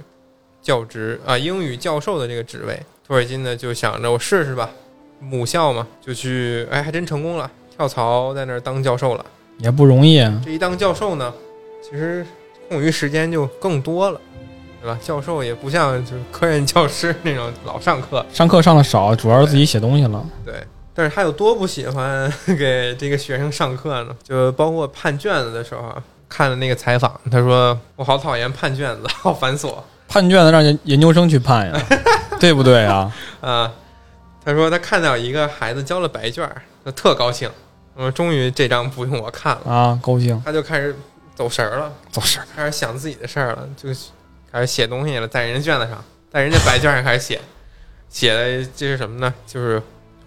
Speaker 1: 教职啊，英语教授的这个职位。托尔金呢就想着我试试吧，母校嘛，就去，哎，还真成功了，跳槽在那儿当教授了。
Speaker 2: 也不容易。啊
Speaker 1: 这一当教授呢，其实空余时间就更多了，对吧？教授也不像就是科任教师那种老上课，
Speaker 2: 上课上的少，主要是自己写东西了。
Speaker 1: 对。但是他有多不喜欢给这个学生上课呢？ <laughs> 就包括判卷子的时候啊，看了那个采访，他说：“我好讨厌判卷子，好繁琐
Speaker 2: 判卷子让研研究生去判呀， <laughs> 对不对啊？
Speaker 1: 啊。”他说他看到一个孩子交了白卷儿，他特高兴，我终于这张不用我看了，
Speaker 2: 啊，高兴，
Speaker 1: 他就开始走神儿了。
Speaker 2: 走神儿。
Speaker 1: 开始想自己的事儿了，就是开始写东西了，在人家卷子上但人家白卷上还写写的这是什么呢？就是《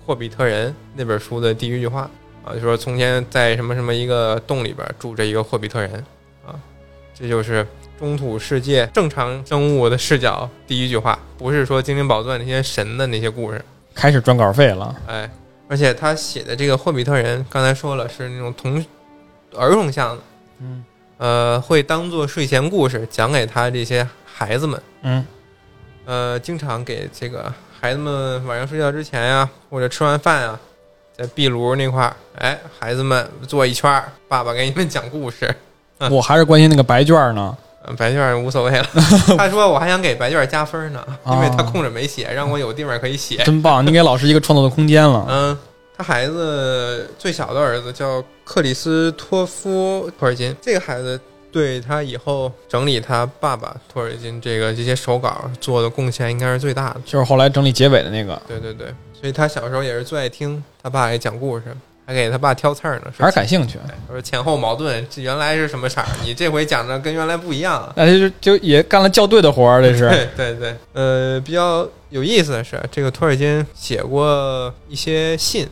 Speaker 1: 霍比特人》那本书的第一句话啊，就说从前在什么什么一个洞里边住着一个霍比特人啊，这就是中土世界正常生物的视角第一句话，不是说《精灵宝钻》那些神的那些故事。
Speaker 2: 开始赚稿费了，
Speaker 1: 哎，而且他写的这个霍比特人，刚才说了是那种童儿童向的，
Speaker 2: 嗯
Speaker 1: 呃，会当做睡前故事讲给他这些孩子们，
Speaker 2: 嗯
Speaker 1: 呃，经常给这个孩子们晚上睡觉之前呀、或者吃完饭呀、在壁炉那块儿，哎，孩子们坐一圈儿，爸爸给你们讲故事。嗯
Speaker 2: 我还是关心那个白卷呢，
Speaker 1: 呃白卷儿无所谓了，他说我还想给白卷儿加分呢，因为他空着没写，让我有地方可以写。
Speaker 2: 真棒！你给老师一个创作的空间了。
Speaker 1: 哎嗯，他孩子最小的儿子叫克里斯托夫·托尔金，这个孩子对他以后整理他爸爸托尔金这个这些手稿做的贡献应该是最大的。
Speaker 2: 就是后来整理结尾的那个，
Speaker 1: 对对对，所以他小时候也是最爱听他爸给讲故事，还给他爸挑刺儿呢，
Speaker 2: 还
Speaker 1: 说
Speaker 2: 是感兴趣。
Speaker 1: 说前后矛盾，这原来是什么色儿，你这回讲的跟原来不一样了。
Speaker 2: 那就是就也干了校对的活儿，这是。
Speaker 1: 对对对，呃，比较有意思的是，这个托尔金写过一些信，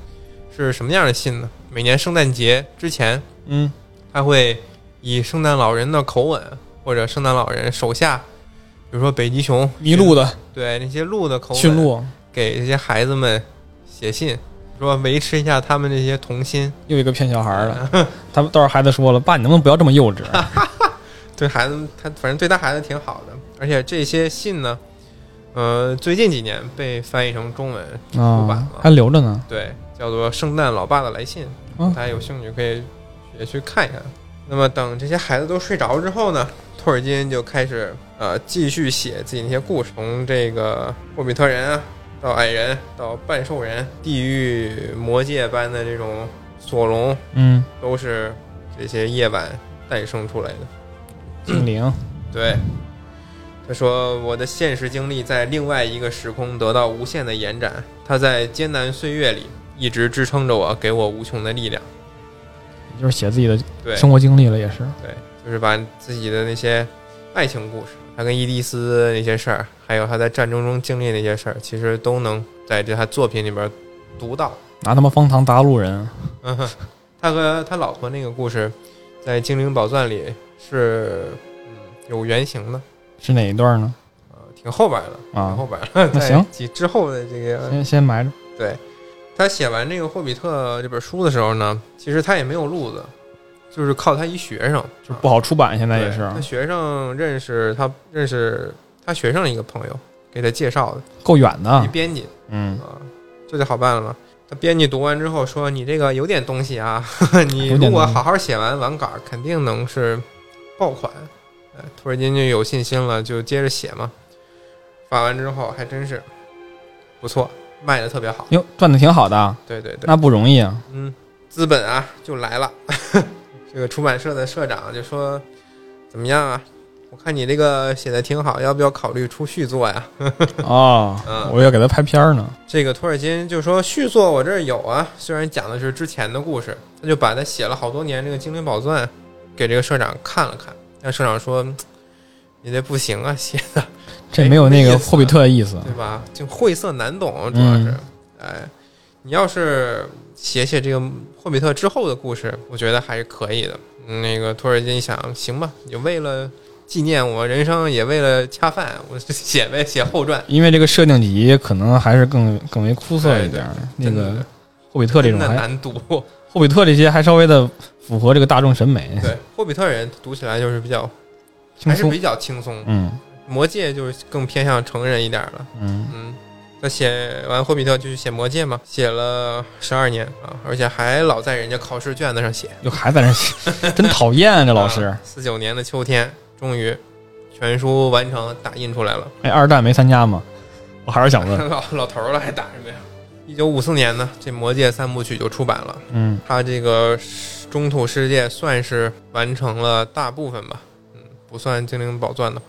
Speaker 1: 是什么样的信呢？每年圣诞节之前，
Speaker 2: 嗯，
Speaker 1: 他会以圣诞老人的口吻，或者圣诞老人手下，比如说北极熊
Speaker 2: 迷路的
Speaker 1: 对那些鹿的口吻
Speaker 2: 驯鹿
Speaker 1: 给这些孩子们写信，说维持一下他们这些童心。
Speaker 2: 又一个骗小孩儿的，他们到时候孩子说了，爸，你能不能不要这么幼稚？
Speaker 1: 对孩子，他反正对他孩子挺好的。而且这些信呢，呃，最近几年被翻译成中文，出版
Speaker 2: 啊
Speaker 1: 了，
Speaker 2: 还留着呢。
Speaker 1: 对，叫做《圣诞老爸的来信》，
Speaker 2: 嗯
Speaker 1: 大家有兴趣可以也去看一看。那么等这些孩子都睡着之后呢，托尔金就开始呃继续写自己那些故事，从这个霍比特人啊，到矮人，到半兽人，地狱魔界般的这种索隆，
Speaker 2: 嗯，
Speaker 1: 都是这些夜晚诞生出来的。
Speaker 2: 精灵，
Speaker 1: 对，他说我的现实经历在另外一个时空得到无限的延展，它在艰难岁月里一直支撑着我，给我无穷的力量。
Speaker 2: 就是写自己的
Speaker 1: 对，
Speaker 2: 生活经历了，也是。
Speaker 1: 对，就是把自己的那些爱情故事，他跟伊迪丝那些事儿，还有他在战争中经历那些事儿，其实都能在这他作品里边读到。
Speaker 2: 拿他妈方糖打路人，
Speaker 1: 嗯哼，他和他老婆那个故事，在《精灵宝钻》里是嗯有原型的，
Speaker 2: 是哪一段呢？
Speaker 1: 呃，挺后边的，
Speaker 2: 啊
Speaker 1: 挺后边的，
Speaker 2: 那
Speaker 1: 在
Speaker 2: 行
Speaker 1: 几之后的这个
Speaker 2: 先先埋着。
Speaker 1: 对，他写完这个《霍比特》这本书的时候呢，其实他也没有路子，就是靠他一学生，
Speaker 2: 就是不好出版，现在
Speaker 1: 对
Speaker 2: 也是
Speaker 1: 他学生认识他认识他学生的一个朋友给他介绍的，
Speaker 2: 够远
Speaker 1: 一
Speaker 2: 的。
Speaker 1: 编辑
Speaker 2: 嗯，
Speaker 1: 啊，这就好办了。他编辑读完之后说：“你这个有点东西啊， <laughs> 你
Speaker 2: 有
Speaker 1: 如
Speaker 2: 点
Speaker 1: 果
Speaker 2: 东西
Speaker 1: 好好写完完稿，肯定能是爆款。”哎，托尔金就有信心了，就接着写嘛。发完之后还真是不错，卖的特别好。
Speaker 2: 哟，赚的挺好的啊，
Speaker 1: 对对对，
Speaker 2: 那不容易啊。
Speaker 1: <laughs> 嗯，资本啊就来了。 <laughs> 这个出版社的社长就说：“怎么样啊？我看你这个写的挺好，要不要考虑出续作呀
Speaker 2: 哦
Speaker 1: 嗯，哎
Speaker 2: 我要给他拍片儿呢。？”
Speaker 1: 这个托尔金就说：“续作我这儿有啊，虽然讲的是之前的故事，他就把他写了好多年这个《精灵宝钻》给这个社长看了看。但社长说：‘嗯你这不行啊，写的
Speaker 2: 这没有那
Speaker 1: 没
Speaker 2: 个
Speaker 1: 意思啊
Speaker 2: 霍比特的意思。
Speaker 1: 对吧？就晦涩难懂，主要是。
Speaker 2: 嗯
Speaker 1: 哎，你要是写写这个霍比特之后的故事，我觉得还是可以的。嗯那个托尔金想，行吧，你为了纪念我人生，也为了恰饭，我就写呗，写后传。
Speaker 2: 因为这个设定集可能还是更更为枯涩一点儿， <laughs> 那
Speaker 1: 真
Speaker 2: 个
Speaker 1: 的
Speaker 2: 霍比特这
Speaker 1: 真
Speaker 2: 种
Speaker 1: 的
Speaker 2: 还
Speaker 1: 难读，
Speaker 2: 霍比特这些还稍微的符合这个大众审美， <laughs>
Speaker 1: 对，霍比特人读起来就是比较
Speaker 2: 轻
Speaker 1: 还是
Speaker 2: 松。
Speaker 1: 比较轻松，
Speaker 2: 嗯
Speaker 1: 魔戒就是更偏向成人一点了。
Speaker 2: 嗯，
Speaker 1: 嗯，他写完霍比特就去写魔戒嘛，写了十二年啊，而且还老在人家考试卷子上写。
Speaker 2: 又还在那写，真讨厌啊！这老师，
Speaker 1: 四九年的秋天，终于全书完成，打印出来了。
Speaker 2: 哎，二战没参加吗？我还是想
Speaker 1: <laughs>
Speaker 2: 问。
Speaker 1: 老老头儿了，还打什么呀？一九五四年呢，这《魔戒》三部曲就出版了。
Speaker 2: 嗯，
Speaker 1: 他这个中土世界算是完成了大部分吧，嗯，不算《精灵宝钻》的话，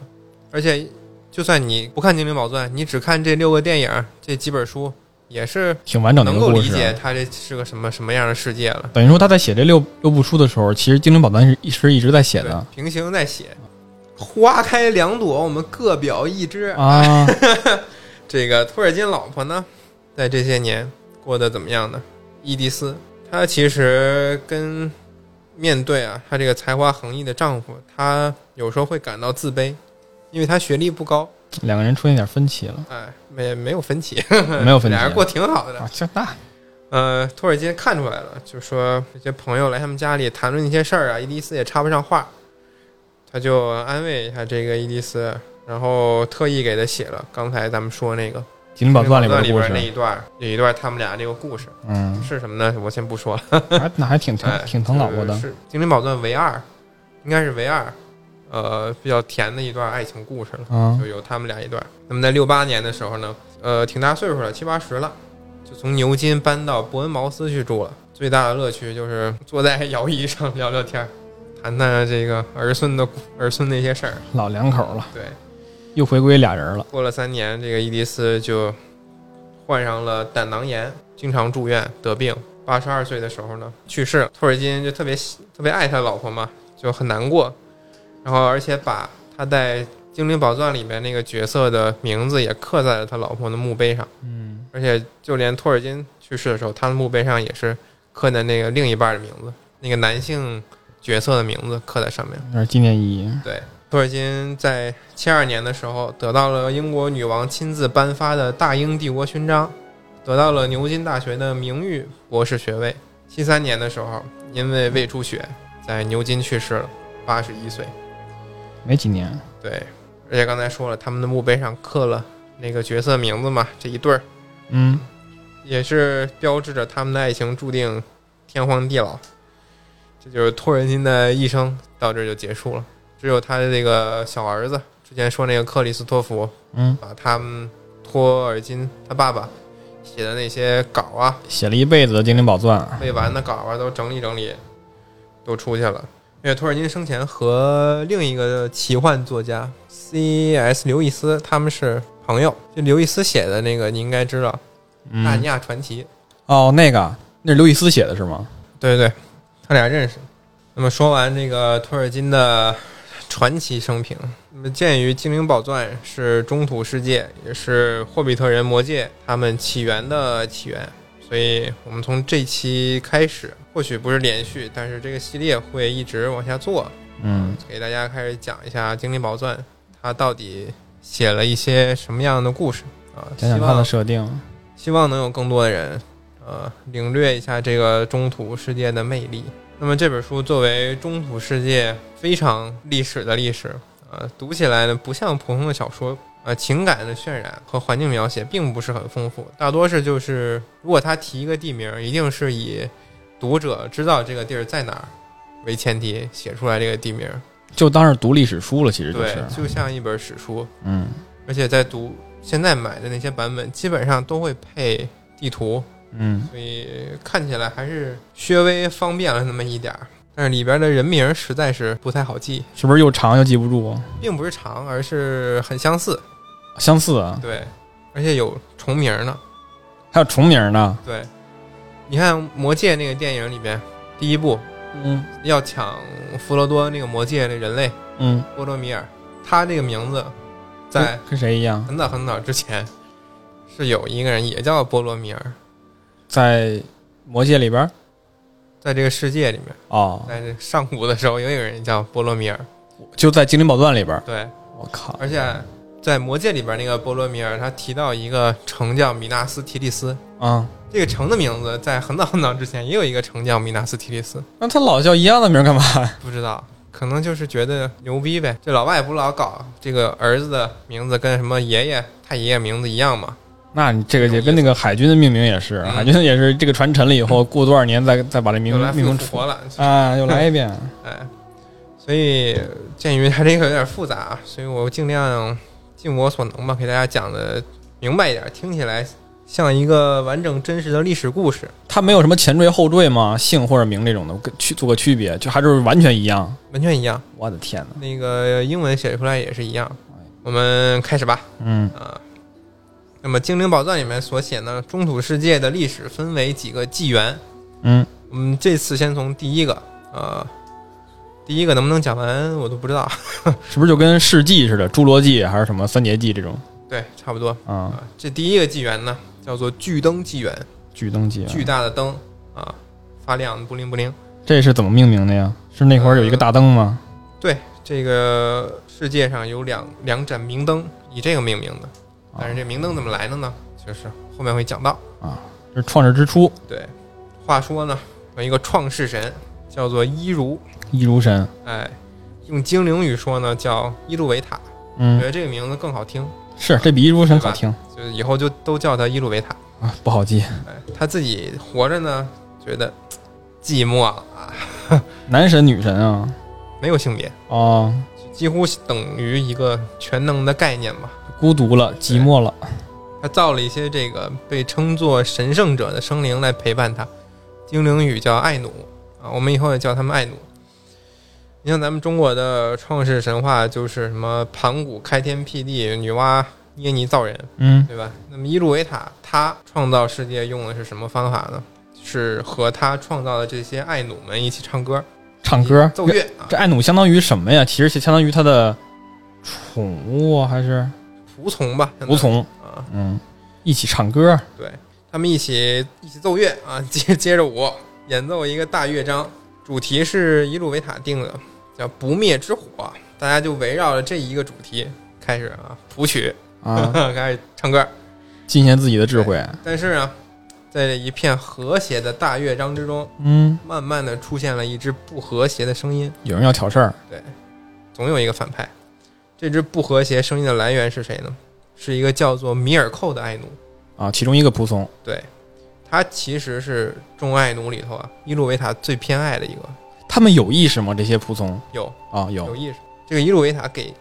Speaker 1: 而且就算你不看《精灵宝钻》，你只看这六个电影、这几本书，也是
Speaker 2: 挺完整的一
Speaker 1: 能
Speaker 2: 个
Speaker 1: 够
Speaker 2: 故
Speaker 1: 理
Speaker 2: 事。啊
Speaker 1: 解他这是个什么什么样的世界了。
Speaker 2: 等于说他在写这六六部书的时候，其实《精灵宝钻》是一是一直在写
Speaker 1: 对
Speaker 2: 的。
Speaker 1: 平行在写。花开两朵，我们各表一枝。
Speaker 2: 啊，
Speaker 1: 这个托尔金老婆呢，在这些年过得怎么样呢？伊迪丝，她其实跟面对啊，她这个才华横溢的丈夫，她有时候会感到自卑，因为她学历不高，
Speaker 2: 两个人出现点分歧
Speaker 1: <laughs>
Speaker 2: 了
Speaker 1: 哎，没没有分歧，
Speaker 2: <laughs> 没有分歧
Speaker 1: 俩人过挺好的。
Speaker 2: 啊，这那
Speaker 1: 呃，托尔金看出来了，就说这些朋友来他们家里谈论一些事儿啊，伊迪丝也插不上话，他就安慰一下这个伊迪丝，然后特意给他写了刚才咱们说那个
Speaker 2: 《吉林宝钻》里边
Speaker 1: 里
Speaker 2: 的故
Speaker 1: 那
Speaker 2: 事，
Speaker 1: 一段儿，有一段他们俩这个故事
Speaker 2: 嗯，
Speaker 1: 是什么呢？我先不说了。
Speaker 2: 还那还挺挺
Speaker 1: 哎
Speaker 2: 挺疼老婆
Speaker 1: 是
Speaker 2: 的，
Speaker 1: 是《精灵宝钻》唯二，应该是唯二，呃，比较甜的一段爱情故事了，
Speaker 2: 啊
Speaker 1: 就有他们俩一段。那么在六八年的时候呢，呃，挺大岁数了，七八十了，就从牛津搬到伯恩茅斯去住了。最大的乐趣就是坐在 <laughs> 摇椅上聊聊天儿，谈谈这个儿孙的儿孙那些事儿。
Speaker 2: 老两口了，
Speaker 1: 对，
Speaker 2: 又回归俩人了，
Speaker 1: 过了三年，这个伊迪丝就患上了胆囊炎，经常住院得病。八十二岁的时候呢，去世了。托尔金就特别喜特别爱他老婆嘛，就很难过。然后，而且把他在《精灵宝钻》里面那个角色的名字也刻在了他老婆的墓碑上。
Speaker 2: 嗯，
Speaker 1: 而且，就连托尔金去世的时候，他的墓碑上也是刻的那个另一半的名字，那个男性角色的名字刻在上面。
Speaker 2: 有点纪念意义，
Speaker 1: 对，托尔金在七二年的时候得到了英国女王亲自颁发的大英帝国勋章，得到了牛津大学的名誉博士学位。七三年的时候，因为胃出血，在牛津去世了，八十一岁。
Speaker 2: 没几年，
Speaker 1: 对，而且刚才说了，他们的墓碑上刻了那个角色名字嘛，这一对儿
Speaker 2: 嗯，
Speaker 1: 也是标志着他们的爱情注定天荒地老。这就是托尔金的一生到这儿就结束了。只有他的这个小儿子，之前说那个克里斯托弗，
Speaker 2: 嗯，
Speaker 1: 把他们托尔金他爸爸写的那些稿啊、
Speaker 2: 写了一辈子的《精灵宝钻》，
Speaker 1: 未完的稿啊，都整理整理，都出去了。因为托尔金生前和另一个奇幻作家 C.S. 刘易斯他们是朋友，就刘易斯写的那个你应该知道《纳尼
Speaker 2: 嗯，
Speaker 1: 亚传奇》
Speaker 2: 哦，那个那是刘易斯写的是吗？
Speaker 1: 对对，他俩认识。那么说完这个托尔金的传奇生平，那么鉴于《精灵宝钻》是中土世界，也是霍比特人、魔界他们起源的起源，所以我们从这期开始，或许不是连续，但是这个系列会一直往下做，
Speaker 2: 嗯，
Speaker 1: 给大家开始讲一下《精灵宝钻》它到底写了一些什么样的故事啊？
Speaker 2: 讲讲
Speaker 1: 希
Speaker 2: 他
Speaker 1: 望
Speaker 2: 的设定，
Speaker 1: 希望能有更多的人，呃，领略一下这个中土世界的魅力。那么这本书作为中土世界非常历史的历史，呃，读起来呢不像普通的小说，呃，情感的渲染和环境描写并不是很丰富，大多是就是如果他提一个地名，一定是以读者知道这个地儿在哪儿为前提写出来这个地名。
Speaker 2: 就当是读历史书了，其实就
Speaker 1: 对
Speaker 2: 是，，
Speaker 1: 就像一本史书，
Speaker 2: 嗯
Speaker 1: 而且在读现在买的那些版本，基本上都会配地图，
Speaker 2: 嗯，
Speaker 1: 所以看起来还是稍微方便了那么一点儿。但是里边的人名实在是不太好记，
Speaker 2: 是不是又长又记不住？
Speaker 1: 并不是长，而是很相似。
Speaker 2: 相似啊，
Speaker 1: 对，而且有重名呢。
Speaker 2: 还有重名呢，
Speaker 1: 对，你看《魔戒》那个电影里边，第一部
Speaker 2: 嗯
Speaker 1: 要抢弗罗多那个魔戒那人类
Speaker 2: 嗯，
Speaker 1: 波罗米尔，他这个名字在
Speaker 2: 跟跟谁一样？
Speaker 1: 很早很早之前是有一个人也叫波罗米尔，
Speaker 2: 在魔界里边儿
Speaker 1: 在这个世界里面，
Speaker 2: 哦，
Speaker 1: 在这上古的时候也有一个人叫波罗米尔。
Speaker 2: 就在精灵宝钻里边儿。
Speaker 1: 对。
Speaker 2: 我靠！
Speaker 1: 而且在《魔戒》里边那个波罗米尔，他提到一个城叫米纳斯提利斯，
Speaker 2: 啊，
Speaker 1: 这个城的名字在很早很早之前也有一个城叫米纳斯提利斯，
Speaker 2: 那他老叫一样的名儿干嘛？
Speaker 1: 不知道。可能就是觉得牛逼呗，这老外不老搞这个儿子的名字跟什么爷爷、太爷爷名字一样嘛？
Speaker 2: <laughs> 那你这个也跟那个海军的命名也是，
Speaker 1: 嗯
Speaker 2: 海军也是这个传承了以后，过多少年再再把这命
Speaker 1: 又来
Speaker 2: 命名
Speaker 1: 复
Speaker 2: 出
Speaker 1: 活了，
Speaker 2: 啊，又来一遍。
Speaker 1: 哎，所以鉴于它这个有点复杂，所以我尽量尽我所能吧，给大家讲的明白一点，听起来像一个完整真实的历史故事。
Speaker 2: <laughs> 他没有什么前缀后缀吗？姓或者名这种的，跟区做个区别，就还就是完全一样。
Speaker 1: 完全一样。
Speaker 2: 我的天哪！
Speaker 1: 那个英文写出来也是一样。我们开始吧，
Speaker 2: 嗯
Speaker 1: 啊。那么《精灵宝钻》里面所写呢，中土世界的历史分为几个纪元。
Speaker 2: 嗯
Speaker 1: 我们这次先从第一个，呃，第一个能不能讲完我都不知道，
Speaker 2: 是不是就跟世纪似的，侏罗纪还是什么三结纪这种
Speaker 1: 对，差不多
Speaker 2: 啊？
Speaker 1: 啊。这第一个纪元呢，叫做巨灯纪元，
Speaker 2: 巨灯纪、啊，
Speaker 1: 巨大的灯啊，发亮不灵不灵。
Speaker 2: 这是怎么命名的呀？是那会儿有一个大灯吗？
Speaker 1: 对，这个世界上有两两盏明灯，以这个命名的。但是这明灯怎么来的呢？就是后面会讲到。
Speaker 2: 这是创世之初，
Speaker 1: 对，话说呢，有一个创世神叫做伊如，
Speaker 2: 一如神，
Speaker 1: 哎，用精灵语说呢叫伊路维塔，觉
Speaker 2: 嗯，
Speaker 1: 得这个名字更好听，
Speaker 2: 是这比一如神好听
Speaker 1: 就是以后就都叫他伊路维塔。
Speaker 2: 啊，不好记。
Speaker 1: 哎，他自己活着呢，觉得嘖寂寞了啊，
Speaker 2: 男神女神啊，
Speaker 1: 没有性别，
Speaker 2: 哦，
Speaker 1: 几乎等于一个全能的概念吧。
Speaker 2: 孤独了，寂寞了，
Speaker 1: 他造了一些这个被称作神圣者的生灵来陪伴他，精灵语叫爱努啊，我们以后也叫他们爱努。你像咱们中国的创世神话，就是什么盘古开天辟地，女娲捏泥造人，
Speaker 2: 嗯，
Speaker 1: 对吧？那么伊路维塔他创造世界用的是什么方法呢？是和他创造的这些爱努们一起唱歌、
Speaker 2: 唱歌。
Speaker 1: 奏乐啊，
Speaker 2: 这爱努相当于什么呀？其实相当于他的宠物啊，还是
Speaker 1: 服从吧，相当于
Speaker 2: 仆从？
Speaker 1: 啊，
Speaker 2: 嗯，一起唱歌，
Speaker 1: 对他们一起一起奏乐啊， <laughs> 接接着舞，演奏一个大乐章，主题是伊路维塔定的，叫不灭之火，大家就围绕着这一个主题开始啊谱曲，
Speaker 2: 啊，
Speaker 1: <laughs> 开始唱歌。
Speaker 2: 尽显自己的智慧。
Speaker 1: 但是呢，在这一片和谐的大乐章之中，
Speaker 2: 嗯，
Speaker 1: 慢慢的出现了一支不和谐的声音，
Speaker 2: 有人要挑事儿，
Speaker 1: 总有一个反派。这支不和谐声音的来源是谁呢？是一个叫做米尔寇的爱奴。
Speaker 2: 啊，其中一个仆从
Speaker 1: 对，他其实是众爱奴里头啊，伊路维塔最偏爱的一个，
Speaker 2: 他们有意识吗？这些仆从
Speaker 1: 有
Speaker 2: 啊，有
Speaker 1: 有意识。这个伊路维塔给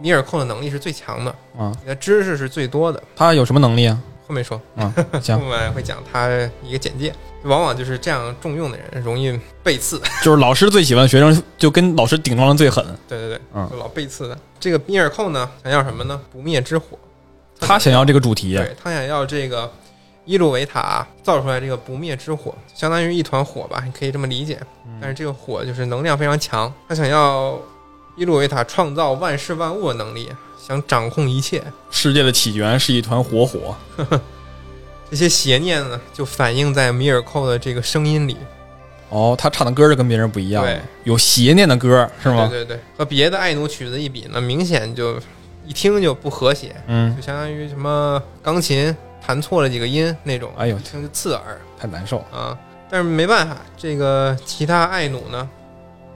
Speaker 1: 米尔控的能力是最强的，
Speaker 2: 啊，
Speaker 1: 你的知识是最多的。
Speaker 2: 他有什么能力啊？
Speaker 1: 后面说， <laughs>
Speaker 2: 啊，
Speaker 1: 后
Speaker 2: 行，
Speaker 1: 面会讲他一个简介。往往就是这样重用的人容易背刺， <laughs>
Speaker 2: 就是老师最喜欢的学生，就跟老师顶撞的最狠。
Speaker 1: 对对对，
Speaker 2: 嗯
Speaker 1: 就老背刺的。这个米尔控呢，想要什么呢？不灭之火。
Speaker 2: 他想要这个主题，
Speaker 1: 对他想要这个伊路维塔造出来这个不灭之火，相当于一团火吧，你可以这么理解。
Speaker 2: 嗯
Speaker 1: 但是这个火就是能量非常强，他想要伊路维塔创造万事万物的能力，想掌控一切。
Speaker 2: 世界的起源是一团活火，
Speaker 1: 这些邪念呢，就反映在米尔寇的这个声音里，
Speaker 2: 哦，他唱的歌就跟别人不一样
Speaker 1: 对，
Speaker 2: 有邪念的歌是吗？
Speaker 1: 对对对，和别的爱奴曲子一比呢，明显就一听就不和谐，
Speaker 2: 嗯，
Speaker 1: 就相当于什么钢琴弹错了几个音那种，
Speaker 2: 哎呦
Speaker 1: 一，听就刺耳。
Speaker 2: 太难受了。
Speaker 1: 啊，但是没办法，这个其他爱奴呢，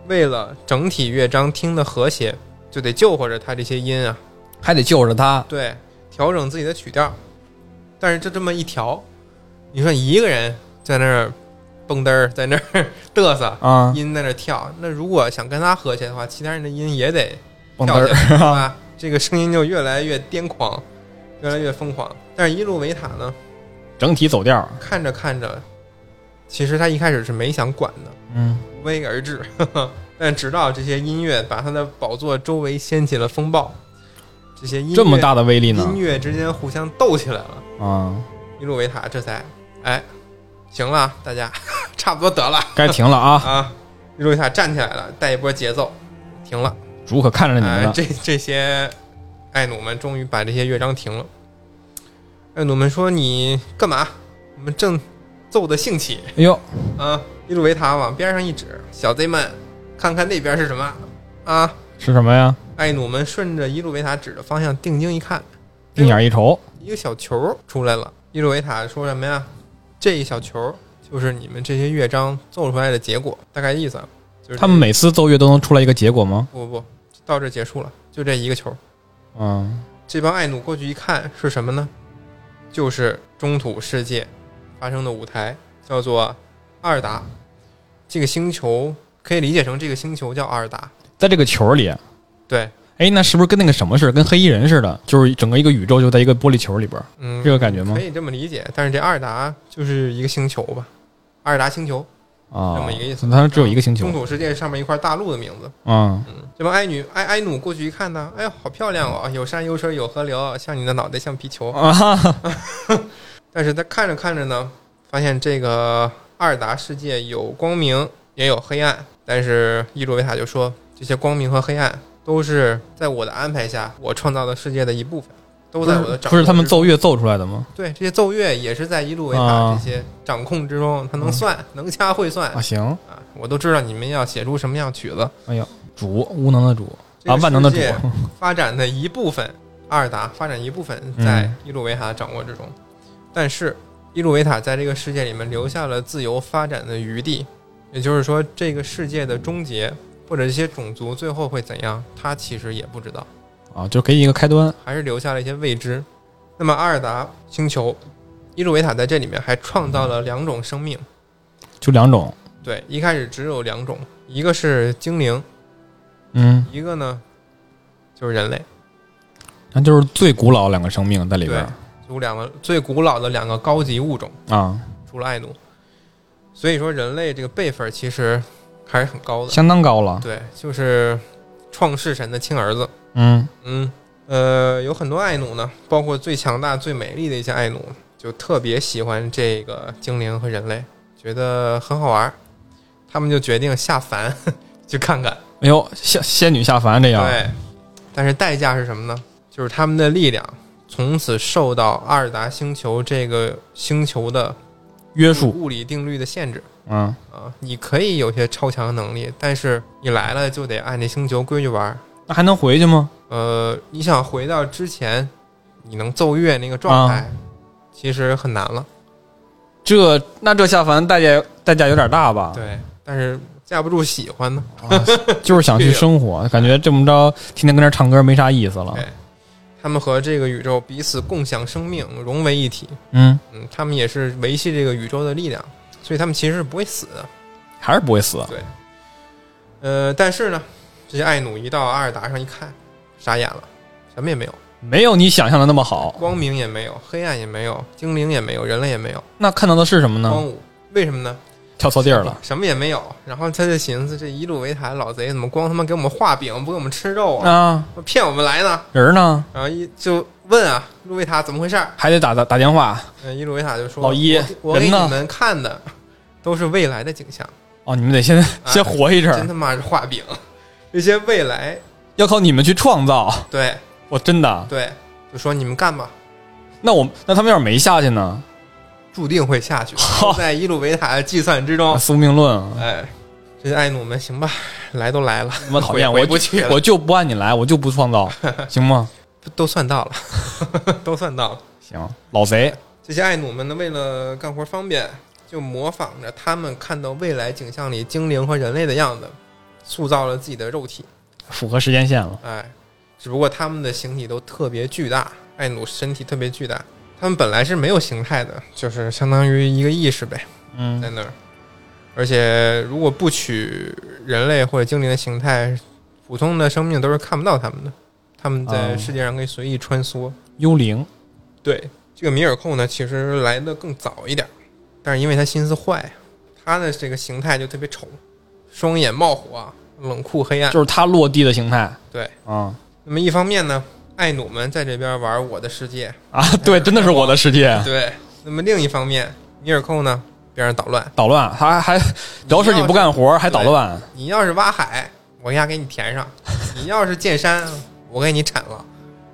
Speaker 1: 为了整体乐章听的和谐，就得救活着他这些音啊，
Speaker 2: 还得救着他，
Speaker 1: 对，调整自己的曲调。但是就这么一调，你说一个人在那儿蹦嘚儿，在那儿 <laughs> 嘚瑟，
Speaker 2: 啊，
Speaker 1: 音在那儿跳，那如果想跟他和谐的话，其他人的音也得
Speaker 2: 蹦
Speaker 1: 跳
Speaker 2: 嘚 <laughs>
Speaker 1: 起来
Speaker 2: 儿
Speaker 1: 是
Speaker 2: 啊，
Speaker 1: 吧？这个声音就越来越癫狂，越来越疯狂。但是伊路维塔呢，
Speaker 2: 整体走调。
Speaker 1: 看着看着，其实他一开始是没想管的。
Speaker 2: 嗯，
Speaker 1: 无为而治。但直到这些音乐把他的宝座周围掀起了风暴，这些音乐
Speaker 2: 这么大的威力呢？
Speaker 1: 音乐之间互相斗起来了。
Speaker 2: 啊，
Speaker 1: 伊路维塔这才，哎，行了，大家 <laughs> 差不多得了
Speaker 2: 该停了啊！
Speaker 1: 啊！伊路维塔站起来了，带一波节奏，停了。
Speaker 2: 主可看着你们
Speaker 1: 哎，
Speaker 2: 呢。
Speaker 1: 这这些爱奴们终于把这些乐章停了。爱奴们说：“你干嘛？我们正奏的兴起。”
Speaker 2: 哎呦，
Speaker 1: 啊，伊路维塔往边上一指，小贼们，看看那边是什么啊！
Speaker 2: 是什么呀？
Speaker 1: 爱努们顺着伊路维塔指的方向定睛一看，
Speaker 2: 定眼一瞅，
Speaker 1: 一个小球出来了。伊路维塔说什么呀？这一小球就是你们这些乐章奏出来的结果，大概意思啊，就是
Speaker 2: 他们每次奏乐都能出来一个结果吗？
Speaker 1: 不不不，到这结束了，就这一个球。
Speaker 2: 嗯，
Speaker 1: 这帮爱努过去一看是什么呢？就是中土世界发生的舞台，叫做阿尔达。这个星球可以理解成这个星球叫阿尔达，
Speaker 2: 在这个球里，
Speaker 1: 对，
Speaker 2: 哎，那是不是跟那个什么似的，跟黑衣人似的？就是整个一个宇宙就在一个玻璃球里边，
Speaker 1: 嗯，
Speaker 2: 这个感觉吗
Speaker 1: 可？以这么理解，但是这阿尔达就是一个星球吧，阿尔达星球，
Speaker 2: 啊，
Speaker 1: 这么一个意思
Speaker 2: 它只有一个星球
Speaker 1: 中土世界上面一块大陆的名字。
Speaker 2: 啊，
Speaker 1: 嗯，这帮埃女埃埃努过去一看呢，哎呦，好漂亮哦，有山有水有河流，像你的脑袋像皮球。
Speaker 2: 啊哈哈
Speaker 1: <laughs> 但是他看着看着呢，发现这个阿尔达世界有光明也有黑暗，但是伊鲁维塔就说，这些光明和黑暗都是在我的安排下，我创造的世界的一部分，都在我的掌控之中。
Speaker 2: 不是他们奏乐奏出来的吗？
Speaker 1: 对这些奏乐也是在伊鲁维塔这
Speaker 2: 啊嗯
Speaker 1: 些掌控之中，他能算，能掐会算
Speaker 2: 啊，行，
Speaker 1: 啊！我都知道你们要写出什么样曲子，
Speaker 2: 主无能的主
Speaker 1: 这
Speaker 2: 啊，
Speaker 1: 个
Speaker 2: 万能的
Speaker 1: 世
Speaker 2: 主
Speaker 1: 界发展的一部分，阿尔达发展一部分在伊鲁维塔的掌握之中，但是伊鲁维塔在这个世界里面留下了自由发展的余地，也就是说，这个世界的终结或者这些种族最后会怎样，他其实也不知道，
Speaker 2: 啊，就给你一个开端。
Speaker 1: 还是留下了一些未知。那么阿尔达星球，伊鲁维塔在这里面还创造了两种生命，
Speaker 2: 就两种，
Speaker 1: 对，一开始只有两种，一个是精灵，
Speaker 2: 嗯，
Speaker 1: 一个呢就是人类。
Speaker 2: 那就是最古老两个生命在里边
Speaker 1: 有两个最古老的两个高级物种，
Speaker 2: 啊，
Speaker 1: 除了爱奴。所以说，人类这个辈分其实还是很高的。
Speaker 2: 相当高了。
Speaker 1: 对，就是创世神的亲儿子。
Speaker 2: 嗯，
Speaker 1: 嗯，呃，有很多爱奴呢，包括最强大、最美丽的一些爱奴，就特别喜欢这个精灵和人类，觉得很好玩儿。他们就决定下凡 <laughs> 去看看。
Speaker 2: 哎呦，仙仙女下凡这样，
Speaker 1: 对，但是代价是什么呢？就是他们的力量从此受到阿尔达星球这个星球的
Speaker 2: 约束，
Speaker 1: 物理定律的限制
Speaker 2: 嗯，
Speaker 1: 啊。你可以有些超强能力，但是你来了就得按这星球规矩玩儿。
Speaker 2: 那还能回去吗？
Speaker 1: 呃，你想回到之前你能奏乐那个状态，
Speaker 2: 啊
Speaker 1: 其实很难了。
Speaker 2: 这那这下凡代价代价有点大吧？
Speaker 1: 对，但是架不住喜欢呢。
Speaker 2: 就是想去生活，感觉这么着天天跟这儿唱歌没啥意思了
Speaker 1: 对。他们和这个宇宙彼此共享生命，融为一体。
Speaker 2: 嗯，
Speaker 1: 嗯，他们也是维系这个宇宙的力量，所以他们其实是不会死的。
Speaker 2: 还是不会死。
Speaker 1: 呃，但是呢，这些爱努一到阿尔达上一看，傻眼了，什么也没有，
Speaker 2: 没有你想象的那么好。
Speaker 1: 光明也没有，黑暗也没有，精灵也没有，人类也没有，
Speaker 2: 那看到的是什么呢
Speaker 1: 光？武。为什么呢？
Speaker 2: 跳错地儿了。
Speaker 1: 什么也没有。然后他就寻思，这一路维塔老贼怎么光他妈给我们画饼，不给我们吃肉啊？
Speaker 2: 啊，
Speaker 1: 骗我们来呢？
Speaker 2: 人儿呢？
Speaker 1: 然后一就问啊，路维塔怎么回事儿？
Speaker 2: 还得打打打电话。
Speaker 1: 嗯，伊路维塔就说：“
Speaker 2: 老一
Speaker 1: 我给我给
Speaker 2: 人呢
Speaker 1: 你们看的都是未来的景象，
Speaker 2: 哦，你们得先先活一阵
Speaker 1: 哎真
Speaker 2: 儿，
Speaker 1: 他妈是画饼， <laughs> 这些未来
Speaker 2: 要靠你们去创造。
Speaker 1: 对
Speaker 2: 我真的，
Speaker 1: 对，就说你们干吧，
Speaker 2: 那我那他们要是没下去呢？
Speaker 1: 注定会下去，
Speaker 2: 好
Speaker 1: 都在伊路维塔的计算之中。
Speaker 2: 宿命论啊，
Speaker 1: 哎，这些爱奴们，行吧，来都来了，
Speaker 2: 他 <laughs> 妈讨厌！
Speaker 1: 回
Speaker 2: 我
Speaker 1: 回不去了，
Speaker 2: 我就不按你来，我就不创
Speaker 1: <laughs>
Speaker 2: 造，行吗？
Speaker 1: 都算到了， <laughs> 都算到了。
Speaker 2: 行，老贼，
Speaker 1: 这些爱奴们呢，为了干活方便，就模仿着他们看到未来景象里精灵和人类的样子，塑造了自己的肉体。
Speaker 2: 符合时间线了。
Speaker 1: 哎，只不过他们的形体都特别巨大，爱努身体特别巨大。他们本来是没有形态的，就是相当于一个意识呗，
Speaker 2: 嗯
Speaker 1: 在那儿。而且如果不取人类或者精灵的形态，普通的生命都是看不到他们的。他们在
Speaker 2: 哦
Speaker 1: 世界上可以随意穿梭。
Speaker 2: 幽灵
Speaker 1: 对，这个米尔寇呢，其实来的更早一点，但是因为他心思坏，他的这个形态就特别丑，双眼冒火，冷酷黑暗。
Speaker 2: 就是它落地的形态。
Speaker 1: 对
Speaker 2: 啊
Speaker 1: 那么一方面呢，爱努们在这边玩我的世界，
Speaker 2: 啊，对，真的是我的世界。
Speaker 1: 对。那么另一方面，米尔寇呢，边上捣乱，
Speaker 2: 捣乱，还还，主要是你不干活还捣乱，
Speaker 1: 你要是挖海，我压给你填上；你要是建山，我给你铲了，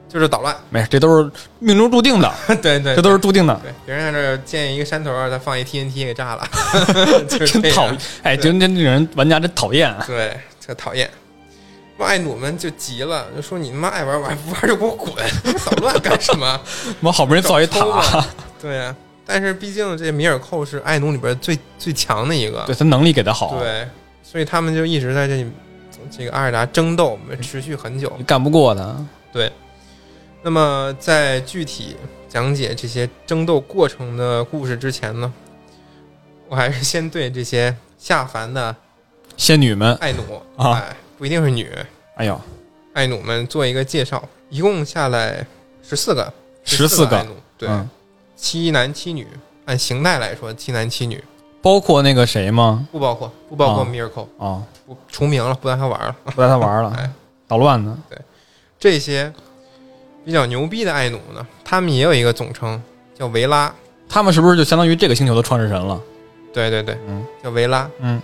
Speaker 1: 就是捣乱。 <laughs>
Speaker 2: 没事，这都是命中注定的，
Speaker 1: 对对
Speaker 2: 这都是注定的。
Speaker 1: 对，别人在这儿建一个山头，再放一 TNT 给炸
Speaker 2: <laughs>
Speaker 1: 了，就是
Speaker 2: 真
Speaker 1: 这样
Speaker 2: 讨厌，哎，就那那种人玩家真讨厌。
Speaker 1: 对，特讨厌。那爱努们就急了，就说你他妈爱玩玩不玩就给我滚，捣乱干什么？
Speaker 2: 我好不容易造一
Speaker 1: 找抽
Speaker 2: 塔
Speaker 1: 吧，对啊，但是毕竟这米尔寇是爱努里边最最强的一个，
Speaker 2: <laughs> 对他能力给的好，
Speaker 1: 对所以他们就一直在这里这个阿尔达争斗，我们持续很久。
Speaker 2: 你干不过他。
Speaker 1: 那么在具体讲解这些争斗过程的故事之前呢，我还是先对这些下凡的
Speaker 2: 仙女们，
Speaker 1: 爱努
Speaker 2: 啊
Speaker 1: 哎，不一定是女，
Speaker 2: 哎呦，
Speaker 1: 爱努们做一个介绍，一共下来十四个，
Speaker 2: 14
Speaker 1: 14
Speaker 2: 个
Speaker 1: 爱努，对，
Speaker 2: 嗯
Speaker 1: 七男七女，按形态来说，七男七女
Speaker 2: 包括那个谁吗？
Speaker 1: 不包括不包括
Speaker 2: 啊
Speaker 1: Miracle，、
Speaker 2: 哦，
Speaker 1: 不除名了，不让他玩了。
Speaker 2: 不带他玩
Speaker 1: 哎
Speaker 2: 了，捣乱呢。
Speaker 1: 这些比较牛逼的爱努呢，他们也有一个总称叫维拉，
Speaker 2: 他们是不是就相当于这个星球的创世神了？
Speaker 1: 对对对，
Speaker 2: 嗯
Speaker 1: 叫维拉。
Speaker 2: 嗯，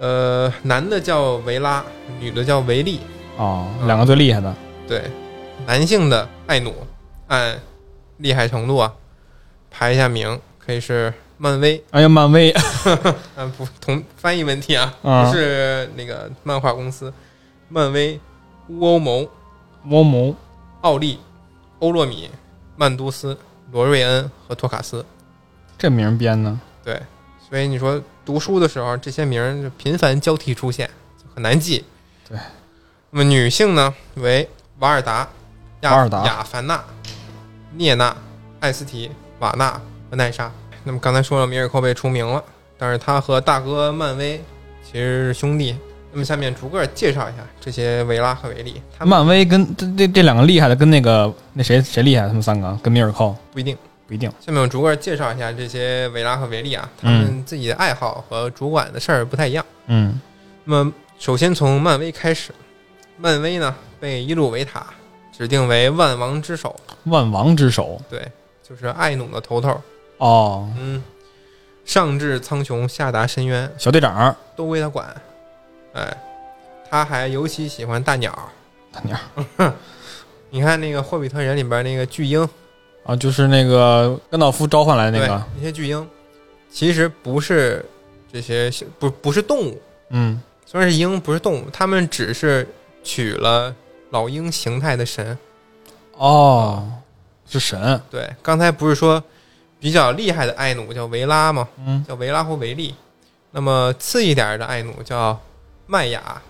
Speaker 1: 呃，男的叫维拉，女的叫维利。
Speaker 2: 哦，
Speaker 1: 嗯
Speaker 2: 两个最厉害的，
Speaker 1: 对，男性的艾努按厉害程度啊排一下名，可以是漫威，
Speaker 2: 哎呀，漫威 <laughs>
Speaker 1: 嗯，不同翻译问题啊，
Speaker 2: 啊
Speaker 1: 不是那个漫画公司，漫威、乌欧盟、
Speaker 2: 猫萌
Speaker 1: 奥利、欧洛米、曼都斯、罗瑞恩和托卡斯。
Speaker 2: 这名儿编的，
Speaker 1: 对，所以你说读书的时候，这些名儿就频繁交替出现，就很难记。
Speaker 2: 对，
Speaker 1: 那么女性呢为瓦尔达、亚
Speaker 2: 瓦尔达
Speaker 1: 亚凡娜、涅娜、艾斯提、瓦纳和奈莎。那么刚才说了，米尔寇贝出名了，但是他和大哥漫威其实是兄弟。那么下面逐个介绍一下这些维拉和维利，他们
Speaker 2: 漫威跟这这这两个厉害的跟那个那谁谁厉害，他们三个跟米尔寇
Speaker 1: 不一定。
Speaker 2: 不一定。
Speaker 1: 下面我逐个介绍一下这些维拉和维利啊，他们自己的爱好和主管的事儿不太一样。
Speaker 2: 嗯
Speaker 1: 那么，首先从漫威开始，漫威呢被伊路维塔指定为万王之首，
Speaker 2: 万王之首
Speaker 1: 对，就是艾努的头头，
Speaker 2: 哦，
Speaker 1: 嗯，上至苍穹，下达深渊，
Speaker 2: 小队长，
Speaker 1: 都归他管。哎，他还尤其喜欢大鸟，
Speaker 2: 他娘
Speaker 1: 你看那个《霍比特人》里边那个巨鹰，
Speaker 2: 啊，就是那个甘道夫召唤来那
Speaker 1: 对
Speaker 2: 个，，
Speaker 1: 那些巨鹰其实不是这些，不不是动物，
Speaker 2: 嗯，
Speaker 1: 虽然是鹰，不是动物，他们只是取了老鹰形态的神。
Speaker 2: 哦，是神，
Speaker 1: 对，刚才不是说比较厉害的艾努叫维拉吗？
Speaker 2: 嗯，
Speaker 1: 叫维拉或维利。那么次一点的艾努叫麦雅，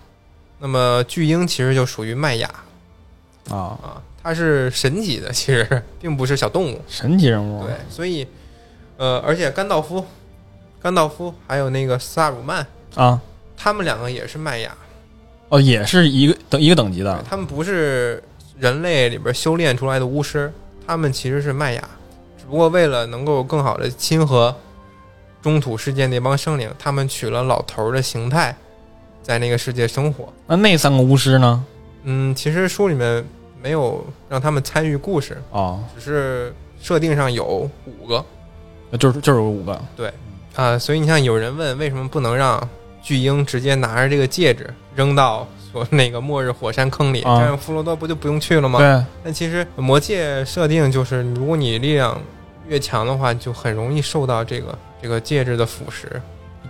Speaker 1: 那么巨鹰其实就属于麦雅
Speaker 2: 啊，
Speaker 1: 啊，它是神级的，其实并不是小动物。
Speaker 2: 神级人物，
Speaker 1: 对，所以呃，而且甘道夫、甘道夫还有那个萨鲁曼，
Speaker 2: 啊，
Speaker 1: 他们两个也是麦雅，
Speaker 2: 哦，也是一个等一个等级的，
Speaker 1: 他们不是人类里边修炼出来的巫师，他们其实是麦雅，只不过为了能够更好的亲和中土世界那帮生灵，他们取了老头儿的形态，在那个世界生活。
Speaker 2: 那那三个巫师呢？
Speaker 1: 嗯，其实书里面没有让他们参与故事，
Speaker 2: 哦，
Speaker 1: 只是设定上有五个
Speaker 2: 那就是就是有五个，
Speaker 1: 啊、所以你像有人问为什么不能让巨婴直接拿着这个戒指扔到所那个末日火山坑里，这
Speaker 2: 啊
Speaker 1: 样弗罗多不就不用去了吗？
Speaker 2: 对，
Speaker 1: 但其实魔戒设定就是，如果你力量越强的话，就很容易受到这个这个戒指的腐蚀。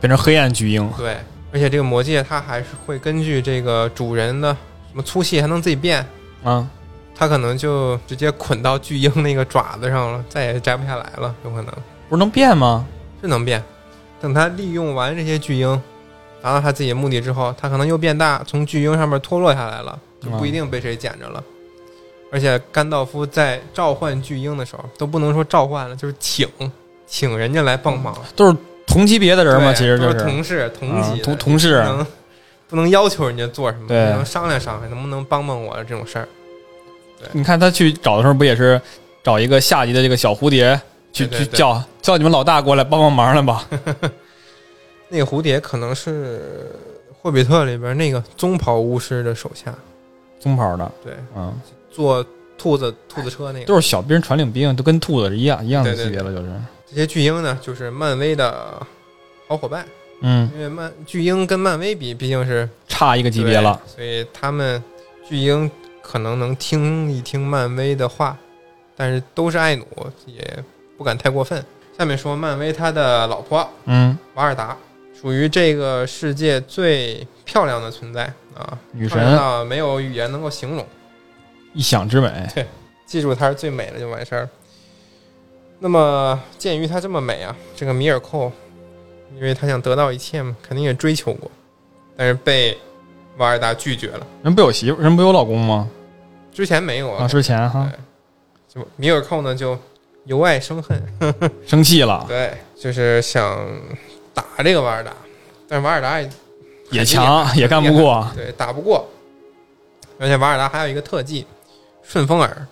Speaker 2: 变成黑暗巨鹰，
Speaker 1: 对，而且这个魔戒它还是会根据这个主人的什么粗细，还能自己变。
Speaker 2: 啊，
Speaker 1: 它可能就直接捆到巨鹰那个爪子上了，再也摘不下来了，有可能
Speaker 2: 不是能变吗？
Speaker 1: 是能变。等它利用完这些巨鹰，达到它自己的目的之后，它可能又变大，从巨鹰上面脱落下来了，就
Speaker 2: 啊
Speaker 1: 不一定被谁捡着了。而且甘道夫在召唤巨鹰的时候，都不能说召唤了，就是请请人家来帮忙。
Speaker 2: 都是同级别的人
Speaker 1: 对
Speaker 2: 嘛，嗯其实就
Speaker 1: 都是同事同
Speaker 2: 啊
Speaker 1: 级的、
Speaker 2: 同同事
Speaker 1: 不能不能要求人家做什么，
Speaker 2: 对
Speaker 1: 只能商量商量能不能帮帮我这种事儿。
Speaker 2: 你看他去找的时候，不也是找一个下级的这个小蝴蝶去
Speaker 1: 对对
Speaker 2: 去
Speaker 1: 对
Speaker 2: 叫叫你们老大过来帮帮忙来吧？
Speaker 1: 那个蝴蝶可能是《霍比特》里边那个棕袍巫师的手下，
Speaker 2: 棕袍的，
Speaker 1: 对，
Speaker 2: 嗯，
Speaker 1: 坐兔子兔子车那个。
Speaker 2: 都是小兵传领兵，都跟兔子是一样一样的
Speaker 1: 对对
Speaker 2: 级别了，就是，
Speaker 1: 这些巨鹰呢，就是漫威的好伙伴，
Speaker 2: 嗯，
Speaker 1: 因为漫巨鹰跟漫威比，毕竟是
Speaker 2: 差一个级别了，
Speaker 1: 对，所以他们巨鹰可能能听一听漫威的话，但是都是爱努，也不敢太过分。下面说漫威他的老婆
Speaker 2: 嗯，
Speaker 1: 瓦尔达，属于这个世界最漂亮的存在啊，
Speaker 2: 女
Speaker 1: 漂亮
Speaker 2: 神
Speaker 1: 到没有语言能够形容，
Speaker 2: 一想之美，
Speaker 1: 记住她是最美的就完事儿。那么鉴于她这么美啊，这个米尔寇，因为他想得到一切嘛，肯定也追求过，但是被瓦尔达拒绝了。
Speaker 2: 人不有媳妇，人不有老公吗？
Speaker 1: 之前没有
Speaker 2: 啊，之前哈
Speaker 1: 就米尔寇呢就由爱生恨，
Speaker 2: 生气了，
Speaker 1: 对，就是想打这个瓦尔达，但是瓦尔达也
Speaker 2: 也强也干不
Speaker 1: 厉害
Speaker 2: 过，
Speaker 1: 啊对打不过，而且瓦尔达还有一个特技顺风耳，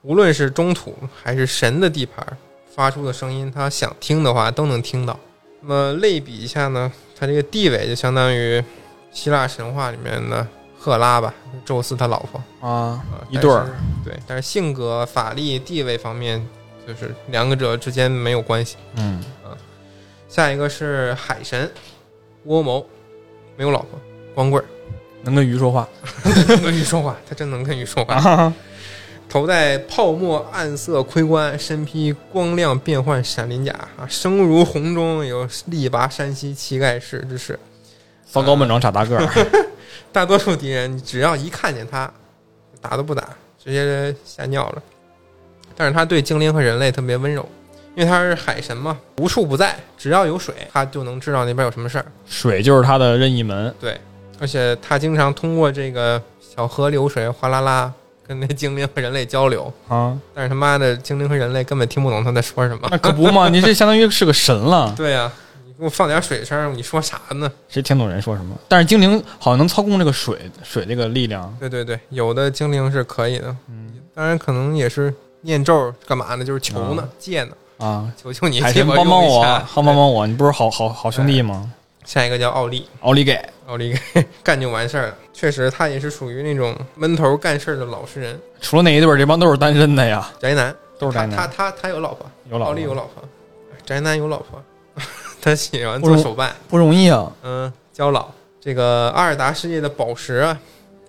Speaker 1: 无论是中土还是神的地盘发出的声音，他想听的话都能听到。那么类比一下呢，他这个地位就相当于希腊神话里面的赫拉吧，宙斯他老婆。
Speaker 2: 啊，
Speaker 1: 啊
Speaker 2: 一对儿，
Speaker 1: 但是对，但是性格、法力、地位方面，就是两者之间没有关系。
Speaker 2: 嗯，
Speaker 1: 下一个是海神乌欧谋，没有老婆，光棍儿，
Speaker 2: 能跟鱼说话
Speaker 1: 能跟鱼说话，他真能跟鱼说话。
Speaker 2: 啊？
Speaker 1: 头戴泡沫暗色盔冠，身披光亮变幻闪鳞甲，啊，声如洪钟，有力拔山兮气盖世之势。
Speaker 2: 骚高闷壮傻大个儿，
Speaker 1: 大多数敌人只要一看见他，打都不打，直接吓尿了。但是他对精灵和人类特别温柔，因为他是海神嘛，无处不在，只要有水，他就能知道那边有什么事儿。
Speaker 2: 水就是他的任意门，
Speaker 1: 对，而且他经常通过这个小河流水哗啦啦跟那精灵和人类交流，
Speaker 2: 啊，
Speaker 1: 但是他妈的精灵和人类根本听不懂他在说什么。
Speaker 2: 那可不嘛， <laughs> 你这相当于是个神了，
Speaker 1: <laughs> 对呀、你给我放点水声，你说啥呢？
Speaker 2: 谁听懂人说什么？但是精灵好像能操控这个水水这个力量，
Speaker 1: 对对对，有的精灵是可以的，
Speaker 2: 嗯
Speaker 1: 当然可能也是念咒干嘛呢？就是求呢、借呢，
Speaker 2: 啊，
Speaker 1: 求求你
Speaker 2: 海
Speaker 1: 借
Speaker 2: 神
Speaker 1: 我
Speaker 2: 帮帮
Speaker 1: 用一
Speaker 2: 我，啊
Speaker 1: 下。
Speaker 2: 帮帮帮我，你不是好好好兄弟吗？
Speaker 1: 下一个叫奥利，
Speaker 2: 奥利给，
Speaker 1: 奥利 <laughs> 给干就完事儿了。确实，他也是属于那种闷头干事儿的老实人，
Speaker 2: 除了那一对儿，这帮都是单身的呀，
Speaker 1: 宅男。
Speaker 2: 都是宅
Speaker 1: 他
Speaker 2: 男，
Speaker 1: 他他他有老婆，
Speaker 2: 有老
Speaker 1: 奥
Speaker 2: 婆
Speaker 1: 利有老婆，宅男有老婆， <laughs> 他喜欢
Speaker 2: 不
Speaker 1: 做
Speaker 2: 容
Speaker 1: 手办，
Speaker 2: 不容易啊，
Speaker 1: 嗯，交老。这个阿尔达世界的宝石啊，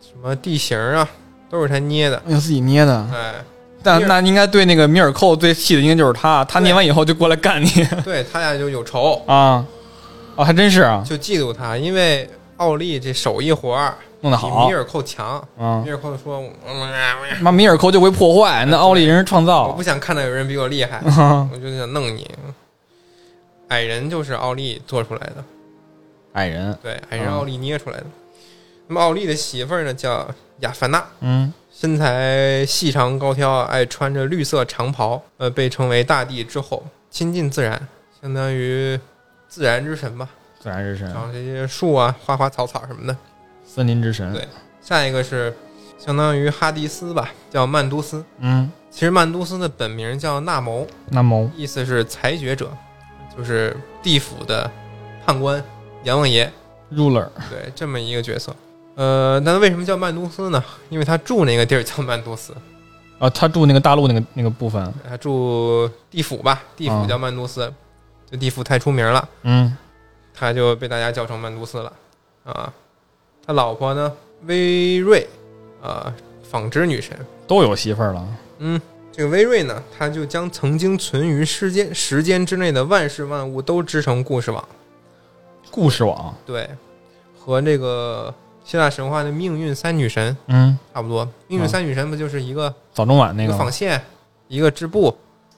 Speaker 1: 什么地形啊，都是他捏的。
Speaker 2: 要自己捏的。
Speaker 1: 哎，
Speaker 2: 但
Speaker 1: 米尔
Speaker 2: 那应该对那个米尔寇最气的应该就是他，他
Speaker 1: 对
Speaker 2: 捏完以后就过来干你
Speaker 1: 对他俩就有仇，
Speaker 2: <laughs> 啊，啊，还真是啊，
Speaker 1: 就嫉妒他，因为奥利这手艺活儿
Speaker 2: 弄得
Speaker 1: 比
Speaker 2: 好
Speaker 1: 米尔寇强。
Speaker 2: 啊
Speaker 1: 米，尔寇说：“我
Speaker 2: 妈米尔寇就会破坏，那奥利人是创
Speaker 1: 我
Speaker 2: 造
Speaker 1: 不想看到有人比我厉害，
Speaker 2: 啊，
Speaker 1: 我就想弄你。”矮人就是奥利做出来的，
Speaker 2: 矮人，
Speaker 1: 对，矮人奥利捏出来的。那么奥利的媳妇儿呢，叫雅凡娜，
Speaker 2: 嗯，
Speaker 1: 身材细长高挑，爱穿着绿色长袍，呃，被称为大地之后，亲近自然，相当于自然之神吧，
Speaker 2: 自然之神
Speaker 1: 然，后这些树啊、花花草草什么的。
Speaker 2: 森林之神，
Speaker 1: 对下一个是相当于哈迪斯吧，叫曼都斯。
Speaker 2: 嗯，
Speaker 1: 其实曼都斯的本名叫纳谋，
Speaker 2: 那么
Speaker 1: 意思是裁决者，就是地府的判官阎王爷，
Speaker 2: ruler
Speaker 1: 对，这么一个角色。呃，那为什么叫曼都斯呢？因为他住那个地儿叫曼都斯，
Speaker 2: 啊，他住那个大陆那个那个部分，
Speaker 1: 他住地府吧，地府叫曼都斯，这地府太出名了，
Speaker 2: 嗯，
Speaker 1: 他就被大家叫成曼都斯了啊。他老婆呢，薇瑞，啊，纺织女神，
Speaker 2: 都有媳妇儿了，
Speaker 1: 嗯，这个微瑞呢，他就将曾经存于世间时间之内的万事万物都织成故事网，
Speaker 2: 故事网，
Speaker 1: 对，和这个希腊神话的命运三女神
Speaker 2: 嗯，
Speaker 1: 差不多。命运三女神不就是一个、
Speaker 2: 早中晚
Speaker 1: 一
Speaker 2: 那
Speaker 1: 个
Speaker 2: 个
Speaker 1: 纺线，一个织布，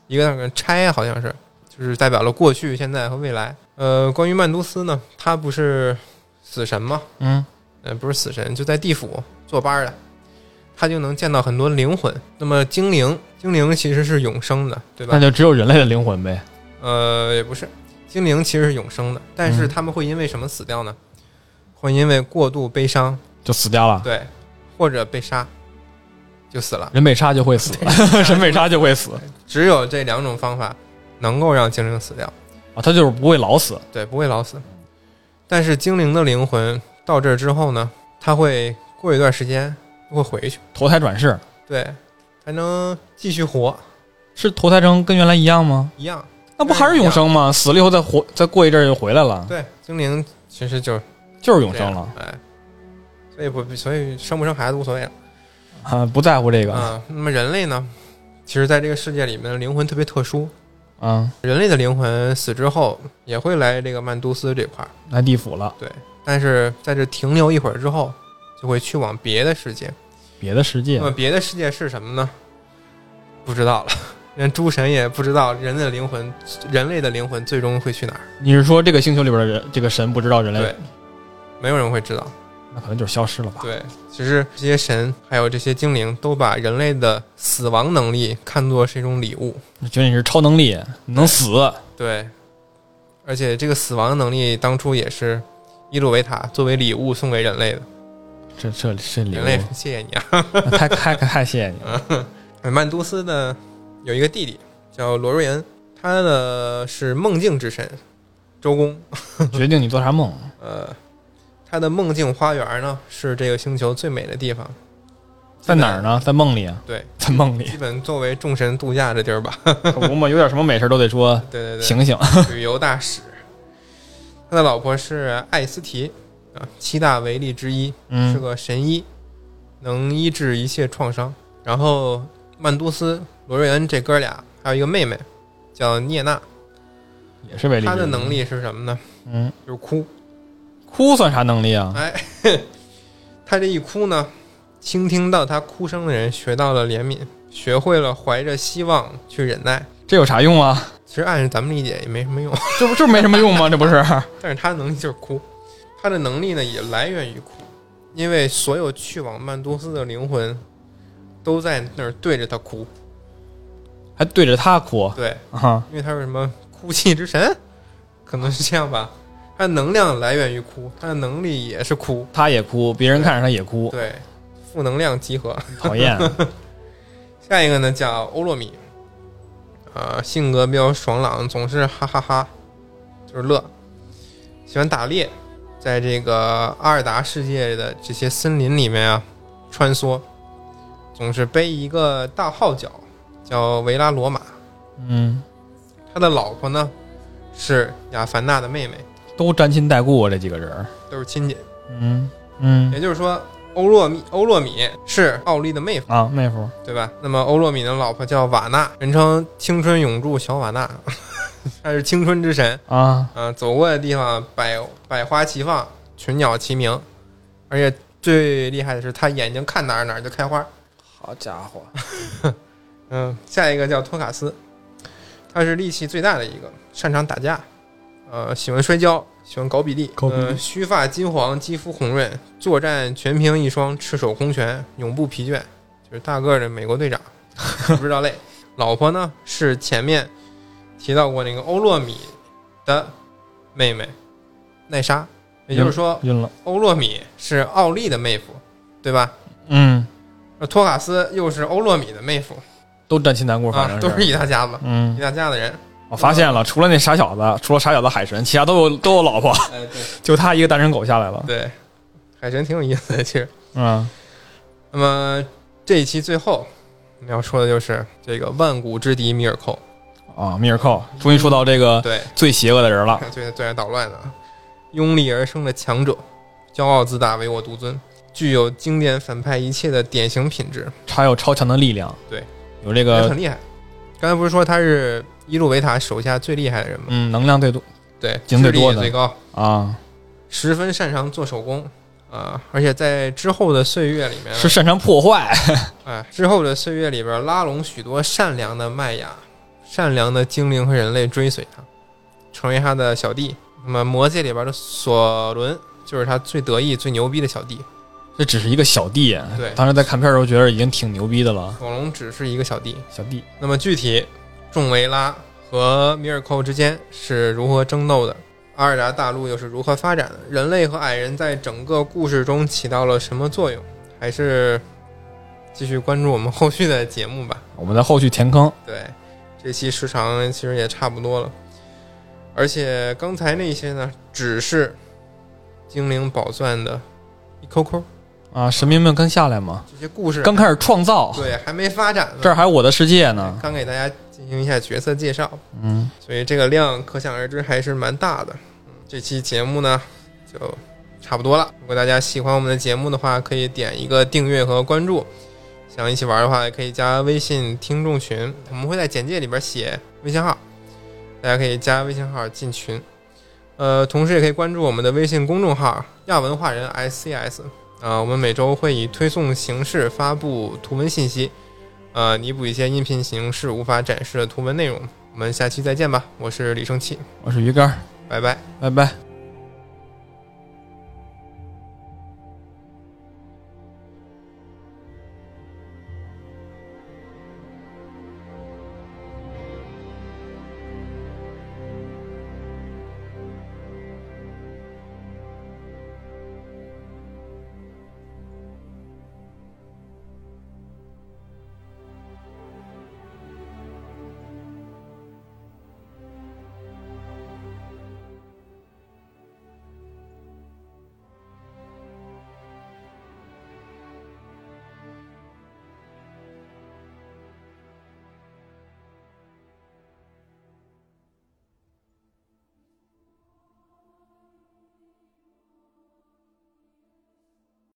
Speaker 1: 一个那个钗，好像是，就是代表了过去、现在和未来。呃，关于曼都斯呢，他不是死神吗？
Speaker 2: 嗯，
Speaker 1: 呃，不是死神，就在地府坐班儿的，他就能见到很多灵魂。那么精灵，精灵其实是永生的，对吧
Speaker 2: 那？就只有人类的灵魂呗，
Speaker 1: 呃，也不是，精灵其实是永生的，但是
Speaker 2: 嗯
Speaker 1: 他们会因为什么死掉呢？会因为过度悲伤，
Speaker 2: 就死掉了，
Speaker 1: 对，或者被杀，就死了。
Speaker 2: 人被杀就会 <laughs> 死，人被杀就会死
Speaker 1: 只有这两种方法能够让精灵死掉，
Speaker 2: 啊，他就是不会老死，
Speaker 1: 对，不会老死。但是精灵的灵魂到这儿之后呢，它会过一段时间会回去，
Speaker 2: 投胎转世
Speaker 1: 对，才能继续活，
Speaker 2: 是投胎成跟原来一样吗？
Speaker 1: 一样。
Speaker 2: 那不还是永生吗？死了以后再活，再过一阵儿就回来了，
Speaker 1: 对，精灵其实就是
Speaker 2: 就
Speaker 1: 这
Speaker 2: 是永生
Speaker 1: 样
Speaker 2: 了，
Speaker 1: 哎，所以不，所以生不生孩子无所谓了。
Speaker 2: 啊，不在乎这个，
Speaker 1: 啊，那么人类呢？其实，在这个世界里面的灵魂特别特殊，
Speaker 2: 嗯，
Speaker 1: 人类的灵魂死之后也会来这个曼都斯这块儿，
Speaker 2: 来地府了，
Speaker 1: 但是在这停留一会儿之后，就会去往别的世界。
Speaker 2: 别的世界
Speaker 1: 那么别的世界是什么呢？不知道了， <laughs> 连诸神也不知道人的灵魂，人类的灵魂最终会去哪儿？
Speaker 2: 你是说这个星球里边的人，这个神不知道人类，
Speaker 1: 对，没有人会知道。
Speaker 2: 那可能就是消失了吧？
Speaker 1: 对，其实这些神还有这些精灵都把人类的死亡能力看作是一种礼物。
Speaker 2: 你觉得你是超能力，你能死，
Speaker 1: 对，而且这个死亡能力当初也是伊鲁维塔作为礼物送给人类的，
Speaker 2: 这这这礼
Speaker 1: 人类
Speaker 2: 物
Speaker 1: 说，谢谢你啊。 <laughs>
Speaker 2: 太太太谢谢你了。
Speaker 1: 曼都斯呢有一个弟弟叫罗瑞恩，他呢是梦境之神周公，
Speaker 2: 决定你做啥梦，
Speaker 1: 呃，他的梦境花园呢是这个星球最美的地方，
Speaker 2: 在哪儿呢？在梦里啊，
Speaker 1: 对，
Speaker 2: 在梦里
Speaker 1: 基，本作为众神度假的地儿吧。 <laughs>
Speaker 2: 可不嘛，有点什么美事都得说，啊
Speaker 1: 对对对，
Speaker 2: 醒醒。
Speaker 1: 旅游大使。他的老婆是艾斯提，啊，七大为力之一，是
Speaker 2: 嗯
Speaker 1: 个神医，能医治一切创伤。然后曼都斯、罗瑞恩这哥俩，还有一个妹妹叫聂娜，
Speaker 2: 也是为力。
Speaker 1: 她的能，力是什么呢？
Speaker 2: 嗯，
Speaker 1: 就是哭。
Speaker 2: 哭算啥能力啊？
Speaker 1: 哎，她这一哭呢，倾听到她哭声的人学到了怜悯，学会了怀着希望去忍耐。
Speaker 2: 这有啥用啊？
Speaker 1: 其实按咱们理解也没什么用， <laughs>
Speaker 2: 这不这不没什么用吗？这不是？
Speaker 1: 但是她的能力就是哭，她的能力呢也来源于哭，因为所有去往曼都斯的灵魂都在那儿对着她哭。
Speaker 2: 还对着他哭
Speaker 1: 对，
Speaker 2: 啊？
Speaker 1: 因为他是什么哭泣之神，可能是这样吧。他能量来源于哭，他的能力也是哭，
Speaker 2: 他也哭，别人看着他也哭，
Speaker 1: 对，负能量集合。
Speaker 2: 讨
Speaker 1: <laughs>
Speaker 2: 厌。
Speaker 1: 下一个呢叫欧洛米，呃，性格比较爽朗，总是哈哈哈就是乐，喜欢打猎，在这个阿尔达世界的这些森林里面啊穿梭，总是背一个大号角，叫维拉罗马。
Speaker 2: 嗯，
Speaker 1: 他的老婆呢是亚凡娜的妹妹，
Speaker 2: 都沾亲带故啊，这几个人儿。
Speaker 1: 都是亲姐。
Speaker 2: 嗯嗯
Speaker 1: 也就是说，欧洛米欧洛米是奥利的妹夫，
Speaker 2: 啊，妹夫，
Speaker 1: 对吧？那么欧洛米的老婆叫瓦纳，人称青春永驻小瓦纳， <laughs> 她是青春之神
Speaker 2: 啊，
Speaker 1: 啊、走过的地方百百花齐放，群鸟齐鸣，而且最厉害的是，她眼睛看哪儿哪儿就开花。
Speaker 2: 好家伙，
Speaker 1: 嗯，下一个叫托卡斯，他是力气最大的一个，擅长打架，呃，喜欢摔跤，喜欢搞比例，
Speaker 2: 搞比例
Speaker 1: 呃须发金黄，肌肤红润，作战全凭一双赤手空拳，永不疲倦，就是大个儿的美国队长，不知道累。 <laughs> 老婆呢是前面提到过那个欧洛米的妹妹奈莎，也就是说，
Speaker 2: 晕了。
Speaker 1: 欧洛米是奥利的妹夫，对吧？
Speaker 2: 嗯，
Speaker 1: 而托卡斯又是欧洛米的妹夫
Speaker 2: 都沾亲带故，反
Speaker 1: 啊，
Speaker 2: 正
Speaker 1: 都是一大家子。
Speaker 2: 嗯
Speaker 1: 一，大家的人。
Speaker 2: 我发现了，除了那傻小子，除了傻小子海神，其他都有都有老婆，
Speaker 1: 哎，对
Speaker 2: <laughs> 就他一个单身狗下来了。
Speaker 1: 对，海神挺有意思的，其实。
Speaker 2: 嗯，
Speaker 1: 那么这一期最后我们要说的就是这个万古之敌米尔寇，
Speaker 2: 啊，密尔寇，终于说到这个
Speaker 1: 对，
Speaker 2: 最邪恶的人了。
Speaker 1: 最最爱捣乱的，啊拥立而生的强者，骄傲自大，唯我独尊，具有经典反派一切的典型品质，
Speaker 2: 他有超强的力量，
Speaker 1: 对，
Speaker 2: 有这
Speaker 1: 也
Speaker 2: 个
Speaker 1: 很厉害。刚才不是说他是伊路维塔手下最厉害的人吗？
Speaker 2: 嗯能量最多
Speaker 1: 对，
Speaker 2: 经
Speaker 1: 智
Speaker 2: 最
Speaker 1: 力
Speaker 2: 多
Speaker 1: 也
Speaker 2: 的
Speaker 1: 最高，
Speaker 2: 啊，
Speaker 1: 十分擅长做手工啊、而且在之后的岁月里面啊呢，
Speaker 2: 是擅长破坏。
Speaker 1: 哎，之后的岁月里边，拉拢许多善良的麦雅、善良的精灵和人类追随他，成为他的小弟。那么魔界里边的索伦就是他最得意、最牛逼的小弟。
Speaker 2: 这只是一个小弟，
Speaker 1: 对
Speaker 2: 当时在看片儿的时候觉得已经挺牛逼的了。
Speaker 1: 索隆只是一个小弟。
Speaker 2: 小弟，
Speaker 1: 那么具体，众维拉和米尔寇之间是如何争斗的？阿尔达大陆又是如何发展的？人类和矮人在整个故事中起到了什么作用？还是继续关注我们后续的节目吧。
Speaker 2: 我们在后续填坑。
Speaker 1: 对，这期时长其实也差不多了，而且刚才那些呢，只是精灵宝钻的一抠抠，
Speaker 2: 啊，神明们刚下来嘛，
Speaker 1: 这些故事
Speaker 2: 刚开始创造，
Speaker 1: 对还没发展呢，
Speaker 2: 这儿还有我的世界呢。
Speaker 1: 刚给大家进行一下角色介绍，
Speaker 2: 嗯，
Speaker 1: 所以这个量可想而知还是蛮大的。嗯这期节目呢就差不多了，如果大家喜欢我们的节目的话，可以点一个订阅和关注。想一起玩的话，也可以加微信听众群，我们会在简介里边写微信号，大家可以加微信号进群。呃，同时也可以关注我们的微信公众号“亚文化人 SCS”。啊、我们每周会以推送形式发布图文信息，呃，弥补一些音频形式无法展示的图文内容。我们下期再见吧，我是李生气，
Speaker 2: 我是鱼竿儿，
Speaker 1: 拜拜。
Speaker 2: 拜拜。